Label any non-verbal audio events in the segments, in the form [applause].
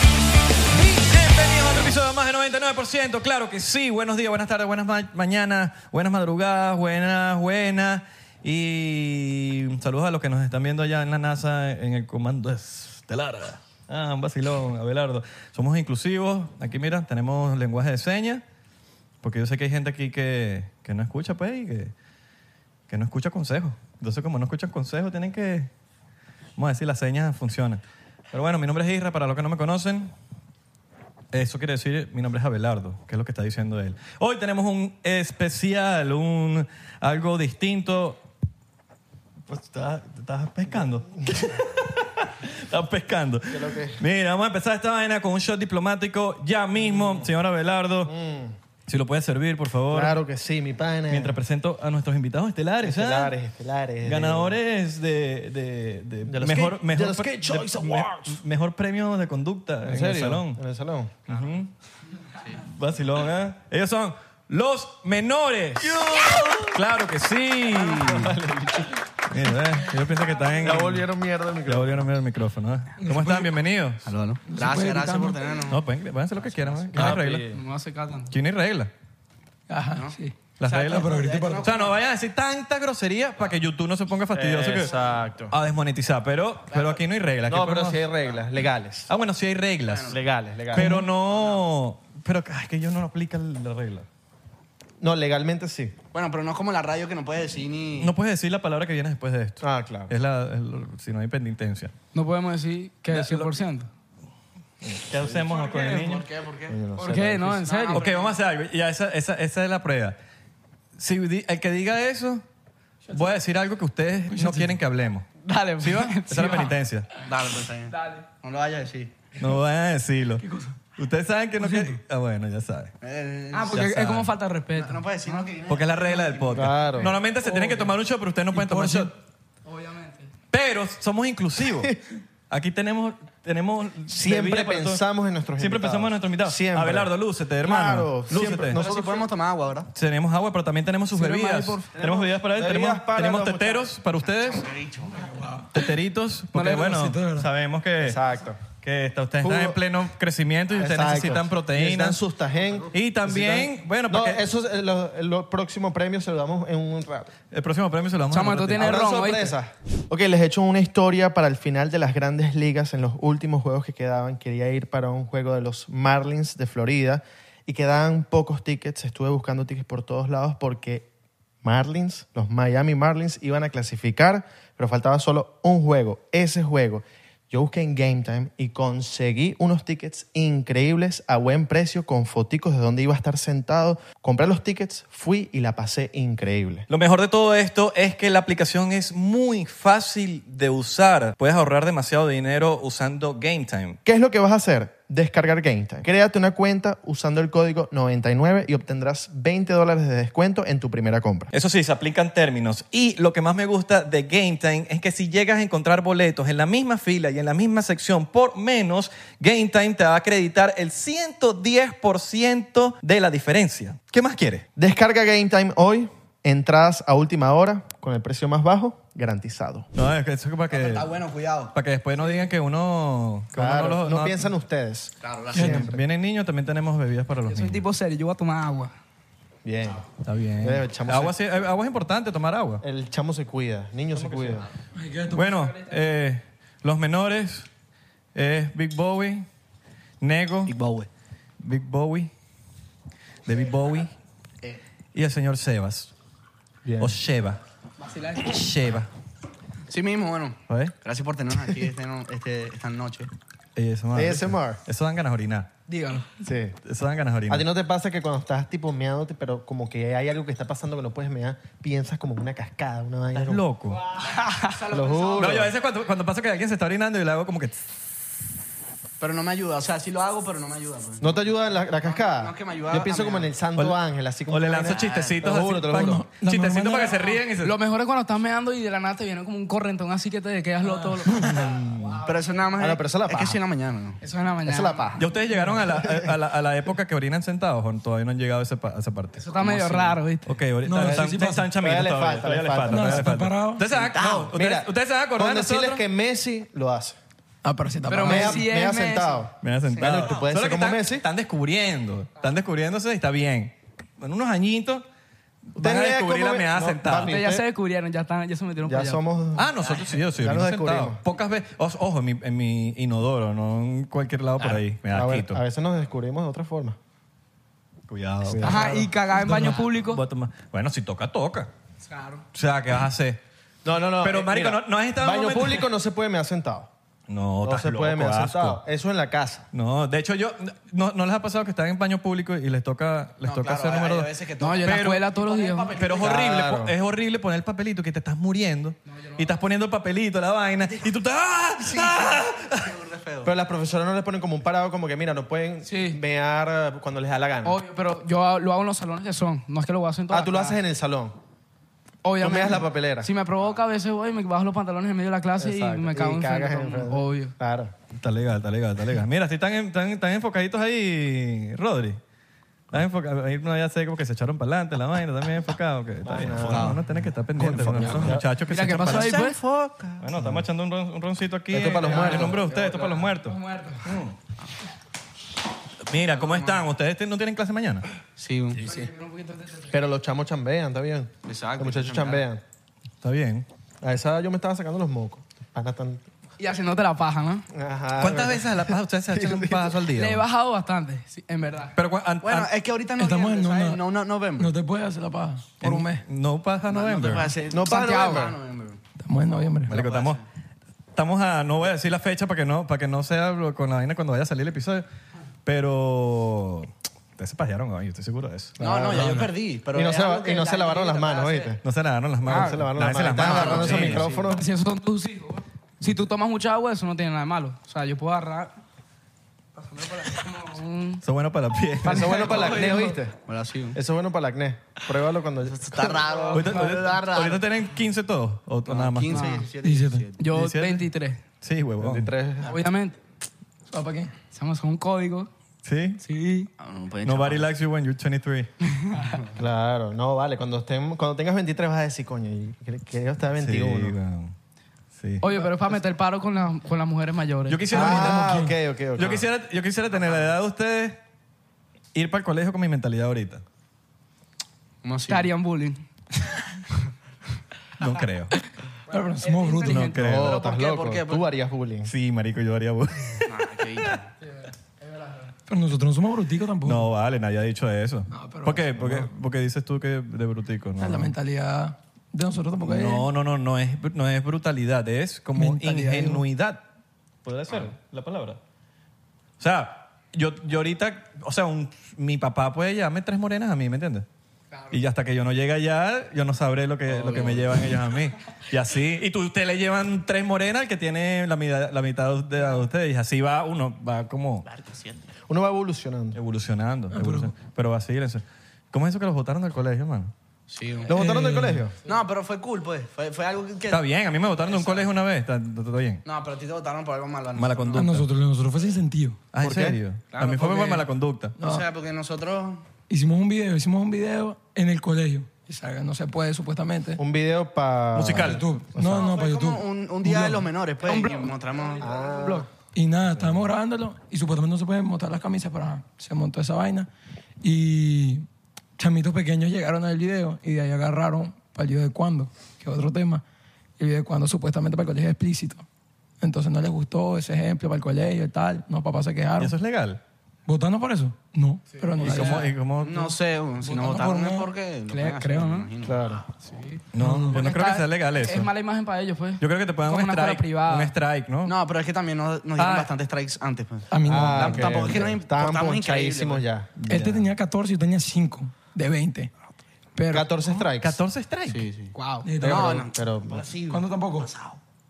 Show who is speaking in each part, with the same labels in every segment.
Speaker 1: Bienvenidos a otro episodio de más de 99%. Claro que sí. Buenos días, buenas tardes, buenas ma- mañanas, buenas madrugadas, buenas, buenas. Y saludos a los que nos están viendo allá en la NASA en el comando estelar. Ah, un vacilón, Abelardo. Somos inclusivos. Aquí, mira, tenemos lenguaje de señas. Porque yo sé que hay gente aquí que, que no escucha, pues, y que, que no escucha consejos. Entonces, como no escuchan consejos, tienen que. Vamos a decir, las señas funcionan. Pero bueno, mi nombre es Isra, para los que no me conocen. Eso quiere decir, mi nombre es Abelardo, que es lo que está diciendo él. Hoy tenemos un especial, un algo distinto. Pues, ¿Estás, estás pescando? [laughs] estás pescando. Mira, vamos a empezar esta vaina con un shot diplomático ya mismo, señor Abelardo. Si lo puede servir, por favor.
Speaker 2: Claro que sí, mi pana.
Speaker 1: Mientras presento a nuestros invitados estelares. ¿ah?
Speaker 2: Eh. Estelares, estelares.
Speaker 1: Ganadores de, de, de,
Speaker 2: De los
Speaker 1: mejor,
Speaker 2: Kid-
Speaker 1: mejor
Speaker 2: de los
Speaker 1: pre-
Speaker 2: Kid Choice
Speaker 1: me-
Speaker 2: Awards.
Speaker 1: mejor premio de conducta en,
Speaker 2: ¿En serio? Ah.
Speaker 1: el salón.
Speaker 2: En el salón.
Speaker 1: Ujú. Vacilón, ¿eh? Ellos son los menores. Claro que sí. Mira, eh, yo pienso que están en.
Speaker 2: Ya volvieron mierda el
Speaker 1: Ya
Speaker 2: micrófono.
Speaker 1: volvieron a mirar el micrófono. ¿eh? ¿Cómo
Speaker 2: [laughs]
Speaker 1: están? Bienvenidos.
Speaker 3: Gracias, gracias por tenernos.
Speaker 1: No, pueden, pueden hacer lo que
Speaker 2: Ah,
Speaker 1: quieran. ¿eh? Aquí no hay regla.
Speaker 3: No se catan.
Speaker 1: Aquí no hay regla.
Speaker 3: Ajá, sí.
Speaker 1: Las reglas. O sea, no vayan a decir tantas groserías para que YouTube no se ponga [laughs] fastidioso que- Ah,
Speaker 2: Exacto.
Speaker 1: a desmonetizar. Pero, pero aquí no hay reglas.
Speaker 2: No,
Speaker 1: Aquí
Speaker 2: pero
Speaker 1: podemos-
Speaker 2: sí hay reglas legales.
Speaker 1: Ah, bueno, sí hay reglas.
Speaker 2: Legales, legales.
Speaker 1: Pero no. Pero ay, es que yo no aplica la regla.
Speaker 2: no, legalmente sí.
Speaker 3: Bueno, pero no es como la radio que no puede decir ni.
Speaker 1: No puedes decir la palabra que viene después de esto.
Speaker 2: Ah, claro.
Speaker 1: Es la, es lo- si no hay pendientencia.
Speaker 4: No podemos decir que el 100%.
Speaker 1: ¿Qué hacemos con el niño?
Speaker 3: ¿Por qué? ¿Por qué?
Speaker 4: ¿Por qué? No, en serio.
Speaker 1: Ok, vamos a hacer algo. Ya esa, esa, esa es la prueba. Si di- el que diga eso, voy a decir algo que
Speaker 4: Pues
Speaker 1: ustedes no quieren que
Speaker 4: [laughs]
Speaker 1: hablemos.
Speaker 4: Dale, pues.
Speaker 1: ¿Sí va? Esa es la
Speaker 4: va.
Speaker 1: penitencia.
Speaker 3: Dale, pues está bien. Dale. No lo vayas a decir.
Speaker 1: No van a decirlo. Ustedes saben que no quieren. Ah, bueno, ya saben.
Speaker 3: Eh,
Speaker 4: Ah,
Speaker 1: Ya
Speaker 4: porque es
Speaker 1: saben.
Speaker 4: como falta de respeto.
Speaker 3: no puedes decir no que viene.
Speaker 1: Porque es la regla del podcast.
Speaker 2: Claro.
Speaker 1: Normalmente se tienen que tomar un shot, pero ustedes no pueden tomar shot.
Speaker 4: Obviamente.
Speaker 2: [laughs]
Speaker 1: Pero somos inclusivos. Aquí tenemos, tenemos
Speaker 2: Siempre
Speaker 1: bebida para todo.
Speaker 2: pensamos en nuestros
Speaker 1: Siempre
Speaker 2: invitados.
Speaker 1: pensamos en nuestros invitados.
Speaker 2: Siempre.
Speaker 1: Abelardo, lúcete, hermano.
Speaker 2: Claro, siempre.
Speaker 1: lúcete.
Speaker 2: No-
Speaker 3: Nosotros podemos tomar agua, ¿verdad?
Speaker 1: Tenemos agua, pero también tenemos sus
Speaker 4: Sirve más,
Speaker 1: bebidas.
Speaker 4: por-
Speaker 1: Tenemos bebidas para él,
Speaker 2: Bebidas
Speaker 1: tenemos,
Speaker 2: para
Speaker 1: tenemos
Speaker 2: los
Speaker 1: teteros para ustedes, teteritos, porque
Speaker 4: le digo
Speaker 1: bueno,
Speaker 4: así, de verdad.
Speaker 1: sabemos que,
Speaker 2: Exacto.
Speaker 1: que está- ustedes están
Speaker 2: Jugo.
Speaker 1: en pleno crecimiento y ustedes
Speaker 2: Exacto.
Speaker 1: necesitan
Speaker 2: Necesitan
Speaker 1: proteínas.
Speaker 2: sustagen.
Speaker 1: Y también, bueno,
Speaker 2: No,
Speaker 1: porque
Speaker 2: eso es, eh, lo- los próximos premios se los damos en un rato.
Speaker 1: el próximo premio se lo vamos
Speaker 4: Chamo,
Speaker 1: a
Speaker 4: tú
Speaker 1: dar.
Speaker 4: tienes- Tiene
Speaker 2: Habrá
Speaker 4: ron,
Speaker 2: sorpresas. Ok, les he hecho una historia para el final de las grandes ligas en los últimos juegos que quedaban. Quería ir para un juego de los Marlins de Florida y quedaban pocos tickets. Estuve buscando tickets por todos lados porque Marlins, los Miami Marlins, iban a clasificar, pero faltaba solo un juego, ese juego. Yo busqué en Game Time y conseguí unos tickets increíbles a buen precio con foticos de dónde iba a estar sentado. Compré los tickets, fui y la pasé increíble.
Speaker 1: Lo mejor de todo esto es que la aplicación es muy fácil de usar. Puedes ahorrar demasiado dinero usando Game Time.
Speaker 2: ¿Qué es lo que vas a hacer? Descargar GameTime. Créate una cuenta usando el código 99 y obtendrás 20 dólares de descuento en tu primera compra.
Speaker 1: Eso sí, se aplican términos. Y lo que más me gusta de Game Time es que si llegas a encontrar boletos en la misma fila y en la misma sección por menos, Game Time te va a acreditar el 110% de la diferencia. ¿Qué más quieres?
Speaker 2: Descarga GameTime hoy, entradas a última hora con el precio más bajo garantizado.
Speaker 1: No, es que eso es para que,
Speaker 3: Está Ah, bueno, cuidado.
Speaker 1: para que después no digan que uno... que uno
Speaker 2: Claro, no,
Speaker 1: los-
Speaker 2: piensan ustedes.
Speaker 3: Claro, la
Speaker 1: Sí, Vienen niños, también tenemos bebidas para los
Speaker 4: Yo soy
Speaker 1: niños.
Speaker 4: tipo serio, yo voy a tomar agua.
Speaker 2: Bien.
Speaker 1: Está bien.
Speaker 2: Eh, chamo,
Speaker 1: Agua, sí, eh, agua es importante, tomar agua.
Speaker 2: El chamo se cuida, el niño se cuida.
Speaker 1: Bueno, eh, los menores es Big Bowie, Nego. Big Bowie. Big Bowie. De Big Bowie. Y el señor Sebas.
Speaker 2: Bien.
Speaker 1: O Sheba. Sheba.
Speaker 3: Sí mismo, bueno.
Speaker 1: ¿Oye?
Speaker 3: Gracias por tenernos aquí este no- este- esta noche.
Speaker 1: ASMR.
Speaker 2: ASMR.
Speaker 1: Eso dan ganas de orinar.
Speaker 4: Dígalo.
Speaker 2: Sí.
Speaker 1: Eso dan ganas de
Speaker 2: ¿A ti
Speaker 1: orinar.
Speaker 2: no te pasa que cuando estás tipo meándote, pero como que hay algo que está pasando que no puedes mear, piensas como en una cascada, una vaina?
Speaker 1: Estás
Speaker 2: como-
Speaker 1: loco.
Speaker 2: Lo juro.
Speaker 1: No, yo a veces cuando, cuando pasa que alguien se está orinando, yo le hago como que... tss.
Speaker 3: Pero no me ayuda. O sea, sí lo hago, pero no me ayuda. pues.
Speaker 2: ¿No te ayuda la, la cascada?
Speaker 3: No, no, que me ayuda
Speaker 2: Yo pienso
Speaker 3: a
Speaker 2: como en
Speaker 3: mear.
Speaker 2: el Santo
Speaker 1: O le-
Speaker 2: Ángel, así como.
Speaker 1: O le
Speaker 2: una
Speaker 1: lanzo
Speaker 2: vaina-
Speaker 1: chistecitos
Speaker 2: Te lo juro,
Speaker 1: así,
Speaker 2: te lo
Speaker 1: pa-
Speaker 2: juro.
Speaker 4: La
Speaker 1: Chistecitos
Speaker 4: mejor
Speaker 1: para que se
Speaker 4: manera-
Speaker 1: ríen y se...
Speaker 4: Lo mejor es cuando estás meando y de la nada te viene como un correntón así que te quedas loco. todo [laughs] lo-
Speaker 3: Pero eso nada más.
Speaker 2: Ah, no, pero eso es la
Speaker 3: es que
Speaker 2: paja.
Speaker 3: sí en la mañana, ¿no?
Speaker 4: Eso es en la mañana.
Speaker 2: Esa es la paja.
Speaker 1: ¿Ya ustedes llegaron a la, a, a la, a la época que orinan sentados o todavía no han llegado a, ese pa- a esa parte?
Speaker 4: Eso está medio raro, ¿viste?
Speaker 1: Ok, ahorita
Speaker 5: No,
Speaker 1: están,
Speaker 5: sí, sí
Speaker 1: están-
Speaker 5: pasa.
Speaker 1: están chamitos
Speaker 2: Todavía le
Speaker 1: todavía,
Speaker 2: falta,
Speaker 1: todavía
Speaker 2: le
Speaker 1: les falta,
Speaker 2: falta.
Speaker 1: todavía
Speaker 5: No,
Speaker 1: les
Speaker 5: se
Speaker 1: falta.
Speaker 5: prepararon.
Speaker 1: Ustedes se van a- no, ustedes-
Speaker 2: Mira,
Speaker 1: ustedes se van a acordar
Speaker 2: con
Speaker 1: de
Speaker 2: decirles
Speaker 1: nosotros.
Speaker 2: que Messi lo hace.
Speaker 5: Ah, pero si
Speaker 4: Pero
Speaker 5: tampoco.
Speaker 2: Me
Speaker 4: Messi
Speaker 2: ha,
Speaker 4: es
Speaker 2: me ha
Speaker 4: Messi.
Speaker 2: sentado.
Speaker 1: Me han sentado.
Speaker 2: Bueno, tú puedes
Speaker 1: Solo
Speaker 2: ser
Speaker 1: que
Speaker 2: como
Speaker 1: están,
Speaker 2: Messi.
Speaker 1: Están descubriéndose, están descubriéndose y está bien. En unos añitos van a
Speaker 2: Ustedes
Speaker 1: descubrir
Speaker 2: como-
Speaker 1: la meada
Speaker 2: no,
Speaker 1: sentada.
Speaker 2: papi.
Speaker 4: Ustedes ya
Speaker 2: usted-
Speaker 4: se descubrieron, ya, están, ya se metieron
Speaker 2: Ya
Speaker 4: para allá.
Speaker 2: somos.
Speaker 1: Ah, nosotros sí, yo sí,
Speaker 2: Ya
Speaker 1: yo
Speaker 2: lo
Speaker 1: me he
Speaker 2: descubrimos.
Speaker 1: sentado. Pocas veces, o- ojo, en mi, en mi inodoro, no en cualquier lado por ahí. Me da
Speaker 2: Ah, a, ver,
Speaker 1: asquito.
Speaker 2: a veces nos descubrimos de otra forma.
Speaker 1: Cuidado.
Speaker 4: Ajá, y cagar en baño
Speaker 1: Voy a
Speaker 4: público.
Speaker 1: tomar- Bueno, si toca, toca.
Speaker 4: Claro.
Speaker 1: O sea, ¿qué vas a hacer?
Speaker 2: No, no, no.
Speaker 1: Pero, marico,
Speaker 2: mira,
Speaker 1: no- eh, no has estado en un
Speaker 2: Baño
Speaker 1: momento-
Speaker 2: público no se puede mear sentado.
Speaker 1: No,
Speaker 2: no
Speaker 1: estás
Speaker 2: se puede
Speaker 1: loco,
Speaker 2: mear
Speaker 1: asco.
Speaker 2: sentado. Eso en la casa.
Speaker 1: No, de hecho yo no, no les ha pasado que están en baño público y les toca les
Speaker 3: No,
Speaker 1: toca
Speaker 3: claro,
Speaker 1: hacer
Speaker 3: hay-
Speaker 1: número
Speaker 3: hay
Speaker 1: dos.
Speaker 3: veces que
Speaker 4: No, yo en la escuela todos los días.
Speaker 1: Pero es horrible,
Speaker 2: Claro.
Speaker 1: po- es horrible poner el papelito que te estás muriendo y estás poniendo el papelito, la vaina y tú estás ¡Ah! ¡Ah!
Speaker 2: Pero las profesoras no les ponen como un parado, como que mira, no pueden
Speaker 4: Sí.
Speaker 2: mear eh, cuando les da la gana.
Speaker 3: Oh,
Speaker 4: Obvio, pero yo ha- lo hago en los salones que son. No es que lo voy a hacer en todas
Speaker 2: ah, tú lo haces en el salón.
Speaker 4: Obviamente.
Speaker 2: Tú meas la papelera.
Speaker 4: Si me provoca, a veces voy y me bajo los pantalones en medio de la clase
Speaker 2: Exacto.
Speaker 4: y me cago
Speaker 2: Y
Speaker 4: en
Speaker 2: cagas en frente.
Speaker 4: Obvio.
Speaker 2: Claro.
Speaker 1: Está legal, está legal, está legal. Mira, si están, en- están, están enfocaditos ahí, Rodri. Están enfocados. Ahí no ya sé como que se echaron para adelante la vaina, también enfocado. Que está bien. No, no tenés que estar pendiente con esos muchachos que
Speaker 4: Mira,
Speaker 1: se
Speaker 4: ¿qué
Speaker 1: echan
Speaker 4: pasó
Speaker 1: para
Speaker 4: ahí,
Speaker 1: adelante.
Speaker 4: pues?
Speaker 1: Bueno, estamos echando un, ron- un roncito aquí.
Speaker 2: Esto es para los
Speaker 1: eh,
Speaker 2: muertos.
Speaker 1: En nombre de ustedes, esto es para los muertos.
Speaker 4: Muerto.
Speaker 1: Mira, ¿cómo están? ¿Ustedes te- no tienen clase mañana?
Speaker 3: Sí, un-
Speaker 2: Pero los chamos chambean, está bien.
Speaker 3: Exacto,
Speaker 2: Los muchachos
Speaker 3: chambean.
Speaker 2: chambean.
Speaker 1: Está bien.
Speaker 2: A esa edad yo me estaba sacando los mocos. Pana tan-
Speaker 4: Y haciéndote la paja, ¿no?
Speaker 1: ¿Cuántas
Speaker 2: Ajá, Ah, bueno.
Speaker 1: veces a la paja ustedes se echan un paso al día?
Speaker 4: Le he bajado bastante, sí, en verdad.
Speaker 1: Pero cua- an-
Speaker 3: Bueno,
Speaker 1: an-
Speaker 3: es que ahorita no
Speaker 5: Estamos
Speaker 3: viene,
Speaker 5: en
Speaker 3: ¿sabes?
Speaker 5: una-
Speaker 3: No, no, no vemos.
Speaker 5: No te puedes hacer la paja por un mes.
Speaker 1: no pasa
Speaker 3: No, no te
Speaker 1: noviembre.
Speaker 3: puede hacer-
Speaker 2: No para
Speaker 3: Santiago.
Speaker 2: noviembre.
Speaker 3: Ah, noviembre.
Speaker 5: Estamos en noviembre.
Speaker 1: Marico, estamos, estamos a. No voy a decir la fecha para que no, para que no sea lo- con la vaina cuando vaya a salir el episodio. Pero. Ustedes se pajearon hoy, estoy seguro de eso.
Speaker 3: No, no, ya yo perdí. Pero
Speaker 2: Y no
Speaker 3: es
Speaker 2: se,
Speaker 3: algo
Speaker 2: y
Speaker 3: que
Speaker 2: no
Speaker 3: la
Speaker 2: se lavaron
Speaker 3: gente
Speaker 2: las
Speaker 3: te puede
Speaker 2: manos,
Speaker 3: hacer.
Speaker 2: ¿oíste?
Speaker 1: No se lavaron las manos.
Speaker 2: No Ah, se lavaron las
Speaker 1: Lávense
Speaker 2: manos. Están agarrando esos
Speaker 1: sí.
Speaker 2: micrófonos.
Speaker 4: Si esos son tus hijos, güey. si tú tomas mucha agua, eso no tiene nada de malo. O sea, yo puedo agarrar. pasarme por aquí como un-
Speaker 1: Eso es bueno para la piel. [laughs]
Speaker 2: Eso es bueno para el acné, ¿oíste?
Speaker 3: Bueno, sí.
Speaker 2: Eso es bueno para el acné. Pruébalo cuando...
Speaker 3: Está raro.
Speaker 1: Ahorita,
Speaker 3: está
Speaker 1: ahorita-
Speaker 3: raro.
Speaker 1: ahorita Ah. tienen 15 todos. O o nada más.
Speaker 3: 15, 17,
Speaker 5: Dice-
Speaker 3: 17.
Speaker 4: Yo,
Speaker 1: 17.
Speaker 4: 23.
Speaker 1: Sí, huevón.
Speaker 2: 23.
Speaker 4: Obviamente.
Speaker 5: ¿Sabes para qué?
Speaker 4: Estamos con un código.
Speaker 1: ¿Sí?
Speaker 4: Sí.
Speaker 3: No, no pueden
Speaker 1: Nobody likes you when you're 23.
Speaker 2: Claro, no, vale. Cuando, estén, cuando tengas 23 vas a decir, coño, y cre- creo estar
Speaker 1: Sí,
Speaker 2: 21.
Speaker 1: weón. Sí.
Speaker 4: Oye, pero es para meter paro con, la- con las mujeres mayores.
Speaker 1: Yo quisiera,
Speaker 2: Ah, ok, ok, ok.
Speaker 1: yo, quisiera, yo quisiera tener la edad de ustedes, ir para el colegio con mi mentalidad ahorita.
Speaker 3: ¿Cómo así?
Speaker 4: Te harían bullying.
Speaker 5: [laughs]
Speaker 1: No creo.
Speaker 5: Pero, pero somos brutos.
Speaker 1: No
Speaker 2: No,
Speaker 1: creo.
Speaker 2: estás
Speaker 3: ¿por qué?
Speaker 2: loco.
Speaker 3: ¿Por qué?
Speaker 2: Tú harías bullying.
Speaker 1: Sí, marico, yo haría bu-
Speaker 2: Ah,
Speaker 3: Nah, qué bicho.
Speaker 5: Pero nosotros no somos bruticos tampoco.
Speaker 1: No, vale, nadie ha dicho eso.
Speaker 5: No, pero-
Speaker 1: ¿Por qué? Porque, porque dices tú que de brutico,
Speaker 5: O sea, La
Speaker 1: ¿no?
Speaker 5: mentalidad de nosotros tampoco es...
Speaker 1: No, no, no, no es, no es brutalidad, es como
Speaker 5: Mentalidad,
Speaker 1: ingenuidad. ¿Podría ser
Speaker 2: Ah.
Speaker 1: la palabra? O sea, yo, yo ahorita, o sea, un- mi papá puede llevarme tres morenas a mí, ¿me entiendes? Y hasta que yo no llegue allá, yo no sabré lo que, lo que me llevan ellos a mí. Y así, y tú, usted le llevan tres morenas al que tiene la mitad, la mitad de edad de ustedes. Y así va uno, va como
Speaker 2: Uno va evolucionando.
Speaker 1: evolucionando. evolucionando. Pero va a seguir eso. ¿Cómo es eso que los votaron del colegio, hermano?
Speaker 3: Sí, güey.
Speaker 2: ¿Lo votaron del colegio?
Speaker 3: [laughs] No, pero fue cool, pues. Fue, fue algo que...
Speaker 1: Está bien, a mí me votaron de un colegio una vez. Está, está- está bien.
Speaker 3: No, pero a ti te votaron por algo malo. ¿no?
Speaker 1: Mala
Speaker 5: A
Speaker 1: conducta.
Speaker 5: nosotros, a nosotros fue sin sentido.
Speaker 1: Ah, ¿en
Speaker 2: Ah, ¿Por qué?
Speaker 1: serio?
Speaker 3: Claro,
Speaker 1: a mí fue por
Speaker 3: porque-
Speaker 1: mala conducta.
Speaker 3: O sea, porque nosotros...
Speaker 5: Hicimos un video, hicimos un video en el colegio. Y salga, no se puede, supuestamente.
Speaker 2: Un video para...
Speaker 1: Musical.
Speaker 5: YouTube. No, no, para
Speaker 3: Fue
Speaker 5: YouTube.
Speaker 3: como un, un día de los menores, pues. Y mostramos...
Speaker 5: Un blog. Y nada, estábamos grabándolo y supuestamente no se pueden montar las camisas, pero ajá, se montó esa vaina. Y chamitos pequeños llegaron al video y de ahí agarraron para el video de cuándo, que es otro tema. El video de cuándo supuestamente para el colegio es explícito. Entonces no les gustó ese ejemplo para el colegio y tal. Los papás se
Speaker 1: ¿Y
Speaker 5: quejaron.
Speaker 1: eso es legal?
Speaker 5: ¿Votando por eso? No, pero no.
Speaker 1: ¿Y cómo, y cómo-
Speaker 3: No sé, güey, si no
Speaker 5: Votando
Speaker 3: votaron
Speaker 5: por
Speaker 3: es porque...
Speaker 5: no.
Speaker 3: lo
Speaker 5: Creo-
Speaker 3: pueden hacer,
Speaker 5: creo,
Speaker 3: me
Speaker 5: ¿no?
Speaker 3: imagino.
Speaker 2: Claro.
Speaker 1: No, yo no creo que
Speaker 4: Está-
Speaker 1: sea legal eso.
Speaker 4: Ah, Es mala imagen para ellos, pues.
Speaker 1: Yo creo que te pueden
Speaker 4: Como
Speaker 1: un
Speaker 4: una escuela
Speaker 1: strike,
Speaker 4: privada.
Speaker 1: un strike, ¿no?
Speaker 3: No, pero es que también nos, nos dieron
Speaker 1: Ah.
Speaker 3: bastantes strikes antes, pues.
Speaker 5: A mí no.
Speaker 2: Ah,
Speaker 3: Tam-
Speaker 2: ok,
Speaker 3: tampoco es que
Speaker 2: ok.
Speaker 3: nos
Speaker 2: Estaban
Speaker 3: importamos
Speaker 2: ponchadísimos
Speaker 3: increíble,
Speaker 2: ya.
Speaker 5: Él te Este tenía 14 y yo tenía 5 de 20. Pero,
Speaker 2: 14 strikes.
Speaker 1: 14 strikes.
Speaker 4: Wow.
Speaker 5: Eh,
Speaker 3: No, no.
Speaker 2: Pero,
Speaker 5: ¿Cuándo tampoco?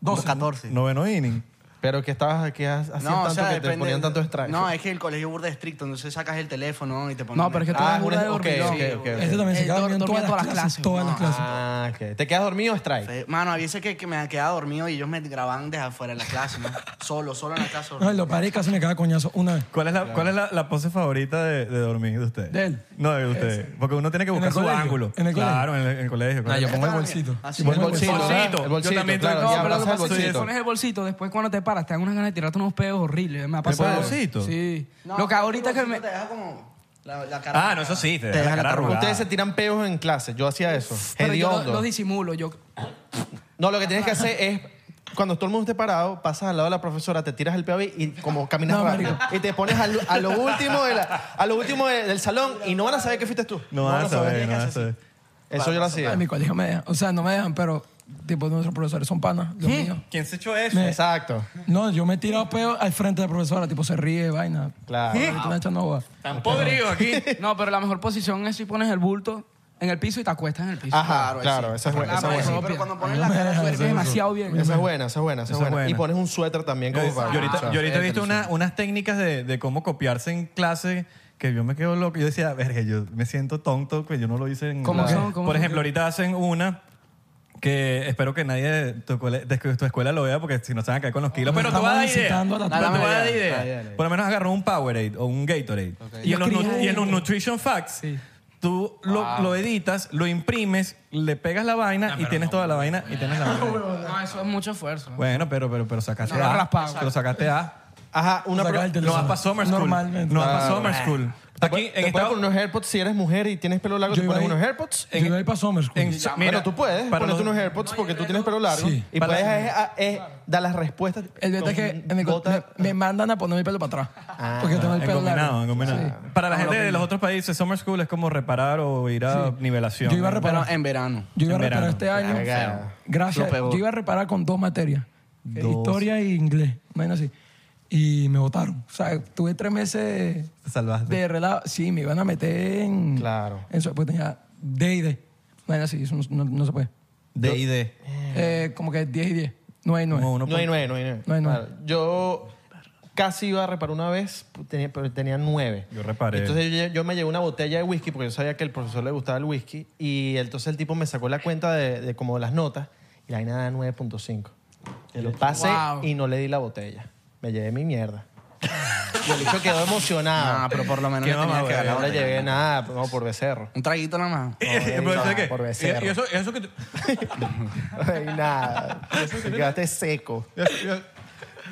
Speaker 3: 12. 14.
Speaker 1: Noveno inning.
Speaker 2: pero que estabas aquí ha- haciendo
Speaker 3: No,
Speaker 2: tanto
Speaker 3: o sea,
Speaker 2: que te
Speaker 3: depende-
Speaker 2: ponían tantos strikes.
Speaker 3: No, es que el colegio burda es estricto, entonces sacas el teléfono y te pones.
Speaker 4: No, pero es que tú
Speaker 2: Ah,
Speaker 4: eres
Speaker 2: una-
Speaker 4: burda de
Speaker 2: ok,
Speaker 4: dormilón.
Speaker 2: ok, ok.
Speaker 5: Este también se
Speaker 4: Él
Speaker 5: quedaba
Speaker 4: dor-
Speaker 5: dormido en todas,
Speaker 4: dormía
Speaker 5: las clases. Todas las clases.
Speaker 2: Ah, ok. ¿Te quedas dormido o strike?
Speaker 3: Fe- Mano, había veces que, que me quedaba dormido y ellos me grababan desde afuera de la clase,
Speaker 5: [laughs]
Speaker 3: ¿no? Solo, solo en la clase.
Speaker 5: No, y lo paré y casi me quedaba coñazo una vez.
Speaker 1: ¿Cuál es la, cuál es la, la pose favorita de, de dormir de ustedes?
Speaker 5: De él.
Speaker 1: No, de ustedes. Porque uno tiene que buscar
Speaker 5: el
Speaker 1: su
Speaker 5: colegio?
Speaker 1: ángulo.
Speaker 5: ¿En el colegio?
Speaker 1: Claro, en el, en el colegio.
Speaker 5: Ah,
Speaker 1: claro.
Speaker 5: yo pongo el bolsito.
Speaker 3: Así
Speaker 2: El
Speaker 1: bolsito.
Speaker 2: bolsito, ¿verdad?
Speaker 1: Yo
Speaker 2: El bolsito,
Speaker 1: también
Speaker 2: claro,
Speaker 1: tengo-
Speaker 2: ya
Speaker 4: No, pero lo que
Speaker 2: abrazas
Speaker 4: pasa es que si
Speaker 2: el
Speaker 4: pones
Speaker 2: bolsito.
Speaker 4: el bolsito, después cuando te paras te dan unas ganas de tirarte unos pedos horribles. Me ha pasado.
Speaker 1: pones el bolsito?
Speaker 4: Sí. lo que ahorita que me...
Speaker 3: Te deja como la, la cara.
Speaker 1: Ah, no, eso sí. Te, deja
Speaker 3: Te
Speaker 1: la
Speaker 3: dejan
Speaker 1: cara
Speaker 3: la
Speaker 1: arrugada.
Speaker 2: Ustedes se tiran peos en clase. Yo hacía eso.
Speaker 4: Pero yo los
Speaker 2: Hediondo.
Speaker 4: los disimulo. Yo,
Speaker 2: No, lo que tienes que hacer es, cuando todo el mundo esté parado, pasas al lado de la profesora, te tiras el peo ahí y como caminas
Speaker 5: No,
Speaker 2: rápido.
Speaker 5: marico.
Speaker 2: Y te pones al- a lo último, de la- a lo último de- del salón y no van a saber que fuiste tú.
Speaker 1: No vas a saber, no vas a saber.
Speaker 2: Eso yo lo hacía.
Speaker 5: En mi colegio me dejan. O sea, no me dejan, pero tipo nuestros profesores son panas. Los míos.
Speaker 1: ¿Quién se echó eso?
Speaker 2: Exacto.
Speaker 5: No, yo me he tirado peo al frente de la profesora. Tipo, se ríe, vaina.
Speaker 2: Claro.
Speaker 5: Ahorita me echan agua.
Speaker 1: Tan podrido aquí.
Speaker 4: no, pero la mejor posición es si pones el bulto en el piso y te acuestas en el piso.
Speaker 2: Ajá, claro. Esa es buena.
Speaker 3: Ah,
Speaker 2: Esa
Speaker 3: pero
Speaker 2: es
Speaker 3: eso,
Speaker 2: buena.
Speaker 3: pero cuando pones
Speaker 5: No
Speaker 3: la
Speaker 5: me
Speaker 3: cara
Speaker 5: dejan
Speaker 4: Es
Speaker 5: hacer eso.
Speaker 4: demasiado bien.
Speaker 2: Esa es buena, esa es buena, esa es
Speaker 1: Esa es
Speaker 2: buena. Y
Speaker 1: buena.
Speaker 2: pones un suéter también
Speaker 1: Yo
Speaker 2: como para...
Speaker 1: ahorita,
Speaker 2: Ah.
Speaker 1: yo ahorita he visto una- unas técnicas de, de cómo copiarse en clase que yo me quedo loco. Yo decía, verga, yo me siento tonto que yo no lo hice en
Speaker 4: ¿Cómo
Speaker 1: la-".
Speaker 4: son? ¿Cómo
Speaker 1: Por
Speaker 4: son?
Speaker 1: ejemplo, ahorita hacen una que espero que nadie de tu, cole- de tu escuela lo vea porque si no se van a caer con los kilos. Pero tú
Speaker 5: Estamos
Speaker 1: vas a dar idea.
Speaker 5: incitando a la
Speaker 1: Pero tú
Speaker 5: toma.
Speaker 1: vas a dar
Speaker 3: Ah,
Speaker 1: idea.
Speaker 3: ya, ya.
Speaker 1: Por lo menos agarró un Powerade o un Gatorade. Y, en los,
Speaker 5: Yo
Speaker 1: nu-
Speaker 5: quería-
Speaker 1: y en los Nutrition Facts... Tú lo, lo editas, lo imprimes, le pegas la vaina y tienes toda la vaina y tienes la vaina.
Speaker 4: No, eso es mucho esfuerzo.
Speaker 1: Bueno, pero, pero, pero sacaste
Speaker 4: No,
Speaker 1: A.
Speaker 4: raspado.
Speaker 1: Pero sacaste A.
Speaker 2: Ajá, una...
Speaker 5: Sacar el
Speaker 2: pro-
Speaker 1: No vas para Summer School.
Speaker 5: Normalmente.
Speaker 1: No vas para
Speaker 2: Claro.
Speaker 1: Summer School. Aquí en
Speaker 2: te pones
Speaker 1: Estados
Speaker 2: con unos AirPods si eres mujer y tienes pelo largo,
Speaker 5: Yo
Speaker 2: te
Speaker 5: iba
Speaker 2: pones
Speaker 5: ahí-
Speaker 2: unos AirPods.
Speaker 5: Yo iba a ir para Summer School.
Speaker 1: en-
Speaker 2: Mira,
Speaker 1: mira,
Speaker 2: tú puedes
Speaker 1: para
Speaker 2: ponerte
Speaker 1: los-
Speaker 2: unos AirPods porque tú tienes pelo largo
Speaker 5: Sí.
Speaker 2: y
Speaker 1: Para-
Speaker 2: puedes es- es- dar las respuestas.
Speaker 5: El detalle es que en el co-
Speaker 2: gota-
Speaker 5: me, me mandan a poner mi pelo para atrás. porque tengo el
Speaker 1: en
Speaker 5: pelo
Speaker 1: combinado,
Speaker 5: largo.
Speaker 1: en combinado. Para la gente de los otros países, Summer School es como reparar o ir a nivelación.
Speaker 5: Yo iba a
Speaker 3: Pero
Speaker 5: reparar.
Speaker 3: en verano.
Speaker 5: Yo iba a
Speaker 1: en verano.
Speaker 5: reparar este año.
Speaker 2: Cagada.
Speaker 5: Gracias.
Speaker 3: Lo pegó.
Speaker 5: Yo iba a reparar con dos materias. que Historia e inglés. Imagina así. Y me votaron. O sea, tuve tres meses
Speaker 1: Te salvaste.
Speaker 5: de relajo. Sí, me iban a meter en...
Speaker 2: Claro.
Speaker 5: En eso, pues tenía D y D. Imagina así, eso no, no- no se puede.
Speaker 1: D y D.
Speaker 5: Eh, como que 10 y 10. 9 y 9.
Speaker 1: Como uno
Speaker 2: No hay
Speaker 1: punto-
Speaker 2: nueve, no hay nueve.
Speaker 5: No hay nueve.
Speaker 2: Claro, Yo casi iba a reparar una vez, pu- tenía- pero tenía nueve.
Speaker 1: Yo reparé.
Speaker 2: Entonces yo, yo me llevé una botella de whisky porque yo sabía que al profesor le gustaba el whisky y entonces el tipo me sacó la cuenta de, de como las notas y la vaina da 9.5. Yo lo pasé
Speaker 4: Wow.
Speaker 2: y no le di la botella. Me llevé mi mierda. Y el bicho quedó emocionado.
Speaker 3: Ah, pero por lo menos
Speaker 1: Qué
Speaker 3: le tenía
Speaker 1: mamá,
Speaker 3: que
Speaker 1: güey,
Speaker 3: ganar
Speaker 2: no
Speaker 3: la
Speaker 2: le llevé
Speaker 3: botella.
Speaker 2: nada, no,
Speaker 1: [laughs]
Speaker 2: por becerro.
Speaker 3: Un traguito nada más.
Speaker 1: Pero, ¿sabes qué?
Speaker 2: por
Speaker 1: Y-
Speaker 2: becerro.
Speaker 1: y eso- y eso que tú-
Speaker 2: [laughs] Ay, nada. Te quedaste seco.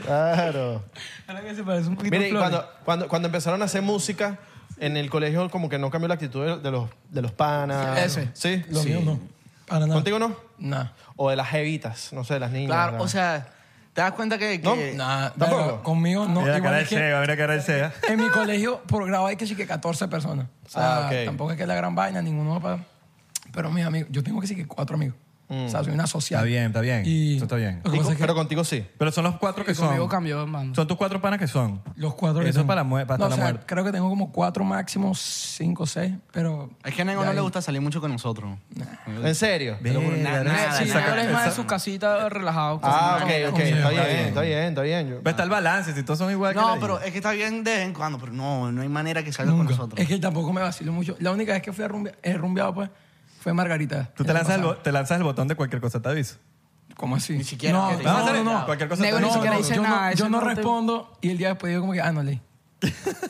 Speaker 2: Claro.
Speaker 5: Ahora que se parece un poquito a
Speaker 2: Mire, y
Speaker 5: Flores.
Speaker 2: cuando, cuando, cuando empezaron a hacer música, en el colegio como que no cambió la actitud de, de los, de los panas.
Speaker 4: Ese.
Speaker 2: Sí.
Speaker 5: Lo
Speaker 2: Sí.
Speaker 5: mío no. Para nada.
Speaker 2: ¿Contigo no?
Speaker 5: Nada.
Speaker 2: O de las jevitas, no sé, de las niñas.
Speaker 3: Claro,
Speaker 2: ¿verdad?
Speaker 3: o sea, ¿te das cuenta que...?
Speaker 2: No,
Speaker 3: que-
Speaker 5: Eh, Nada.
Speaker 2: ¿Tampoco?
Speaker 5: verga, Conmigo no.
Speaker 1: Mira la
Speaker 5: Igual
Speaker 1: cara de
Speaker 5: es que
Speaker 1: Seba, mira la cara de Seba.
Speaker 5: en mi colegio por grado hay que sí que 14 personas. O sea,
Speaker 2: Ah, ok.
Speaker 5: tampoco es que es la gran vaina, ninguno va para... Pero mis amigos, yo tengo que sí que cuatro amigos. O sea, soy una social.
Speaker 1: Está bien, está bien.
Speaker 5: Y
Speaker 1: Eso está bien.
Speaker 5: Lo que
Speaker 2: Y
Speaker 5: pasa
Speaker 2: con-
Speaker 5: es que
Speaker 2: Pero contigo sí.
Speaker 1: Pero son los cuatro que son.
Speaker 4: Conmigo cambió, hermano.
Speaker 1: Son tus cuatro panas que son.
Speaker 5: los cuatro
Speaker 1: Eso
Speaker 5: que
Speaker 1: es
Speaker 5: tengo.
Speaker 1: para la mue- para
Speaker 5: No,
Speaker 1: hasta la
Speaker 5: o sea,
Speaker 1: muerte.
Speaker 5: creo que tengo como cuatro máximo, cinco, seis, pero...
Speaker 3: Es que a Nego
Speaker 5: de
Speaker 3: no
Speaker 5: ahí-
Speaker 3: le gusta salir mucho con nosotros.
Speaker 2: ¿En serio?
Speaker 1: Mira,
Speaker 3: nada,
Speaker 1: esa-
Speaker 4: Sí,
Speaker 1: esa-
Speaker 4: Nego es más de su casita relajado.
Speaker 2: Ah, ok, ok. Está
Speaker 5: Está
Speaker 2: bien, está bien, está bien. Yo-
Speaker 1: Pero está el balance, si todos son igual que
Speaker 3: No,
Speaker 1: la-
Speaker 3: pero es que está bien de vez en cuando, pero no, no hay manera que salga con nosotros.
Speaker 5: Es que tampoco me vacilo mucho. La única vez que fui a rumbe- he rumbeado, pues, fue Margarita.
Speaker 1: Tú te
Speaker 5: el año
Speaker 1: lanzas, el,
Speaker 5: pasado.
Speaker 1: bo- te lanzas el botón de cualquier cosa, te aviso.
Speaker 5: ¿Cómo así?
Speaker 3: Ni siquiera
Speaker 5: No,
Speaker 3: que
Speaker 5: no,
Speaker 3: te-
Speaker 1: Vamos a
Speaker 5: no,
Speaker 1: hacer-
Speaker 5: no.
Speaker 1: Cualquier cosa
Speaker 4: Nego
Speaker 1: te
Speaker 5: No,
Speaker 4: ni
Speaker 1: aviso.
Speaker 4: siquiera
Speaker 5: no,
Speaker 4: dice
Speaker 5: yo
Speaker 4: nada,
Speaker 5: no, yo
Speaker 4: ese
Speaker 5: no
Speaker 4: no te-
Speaker 5: respondo y el día después digo como que, ah, no leí.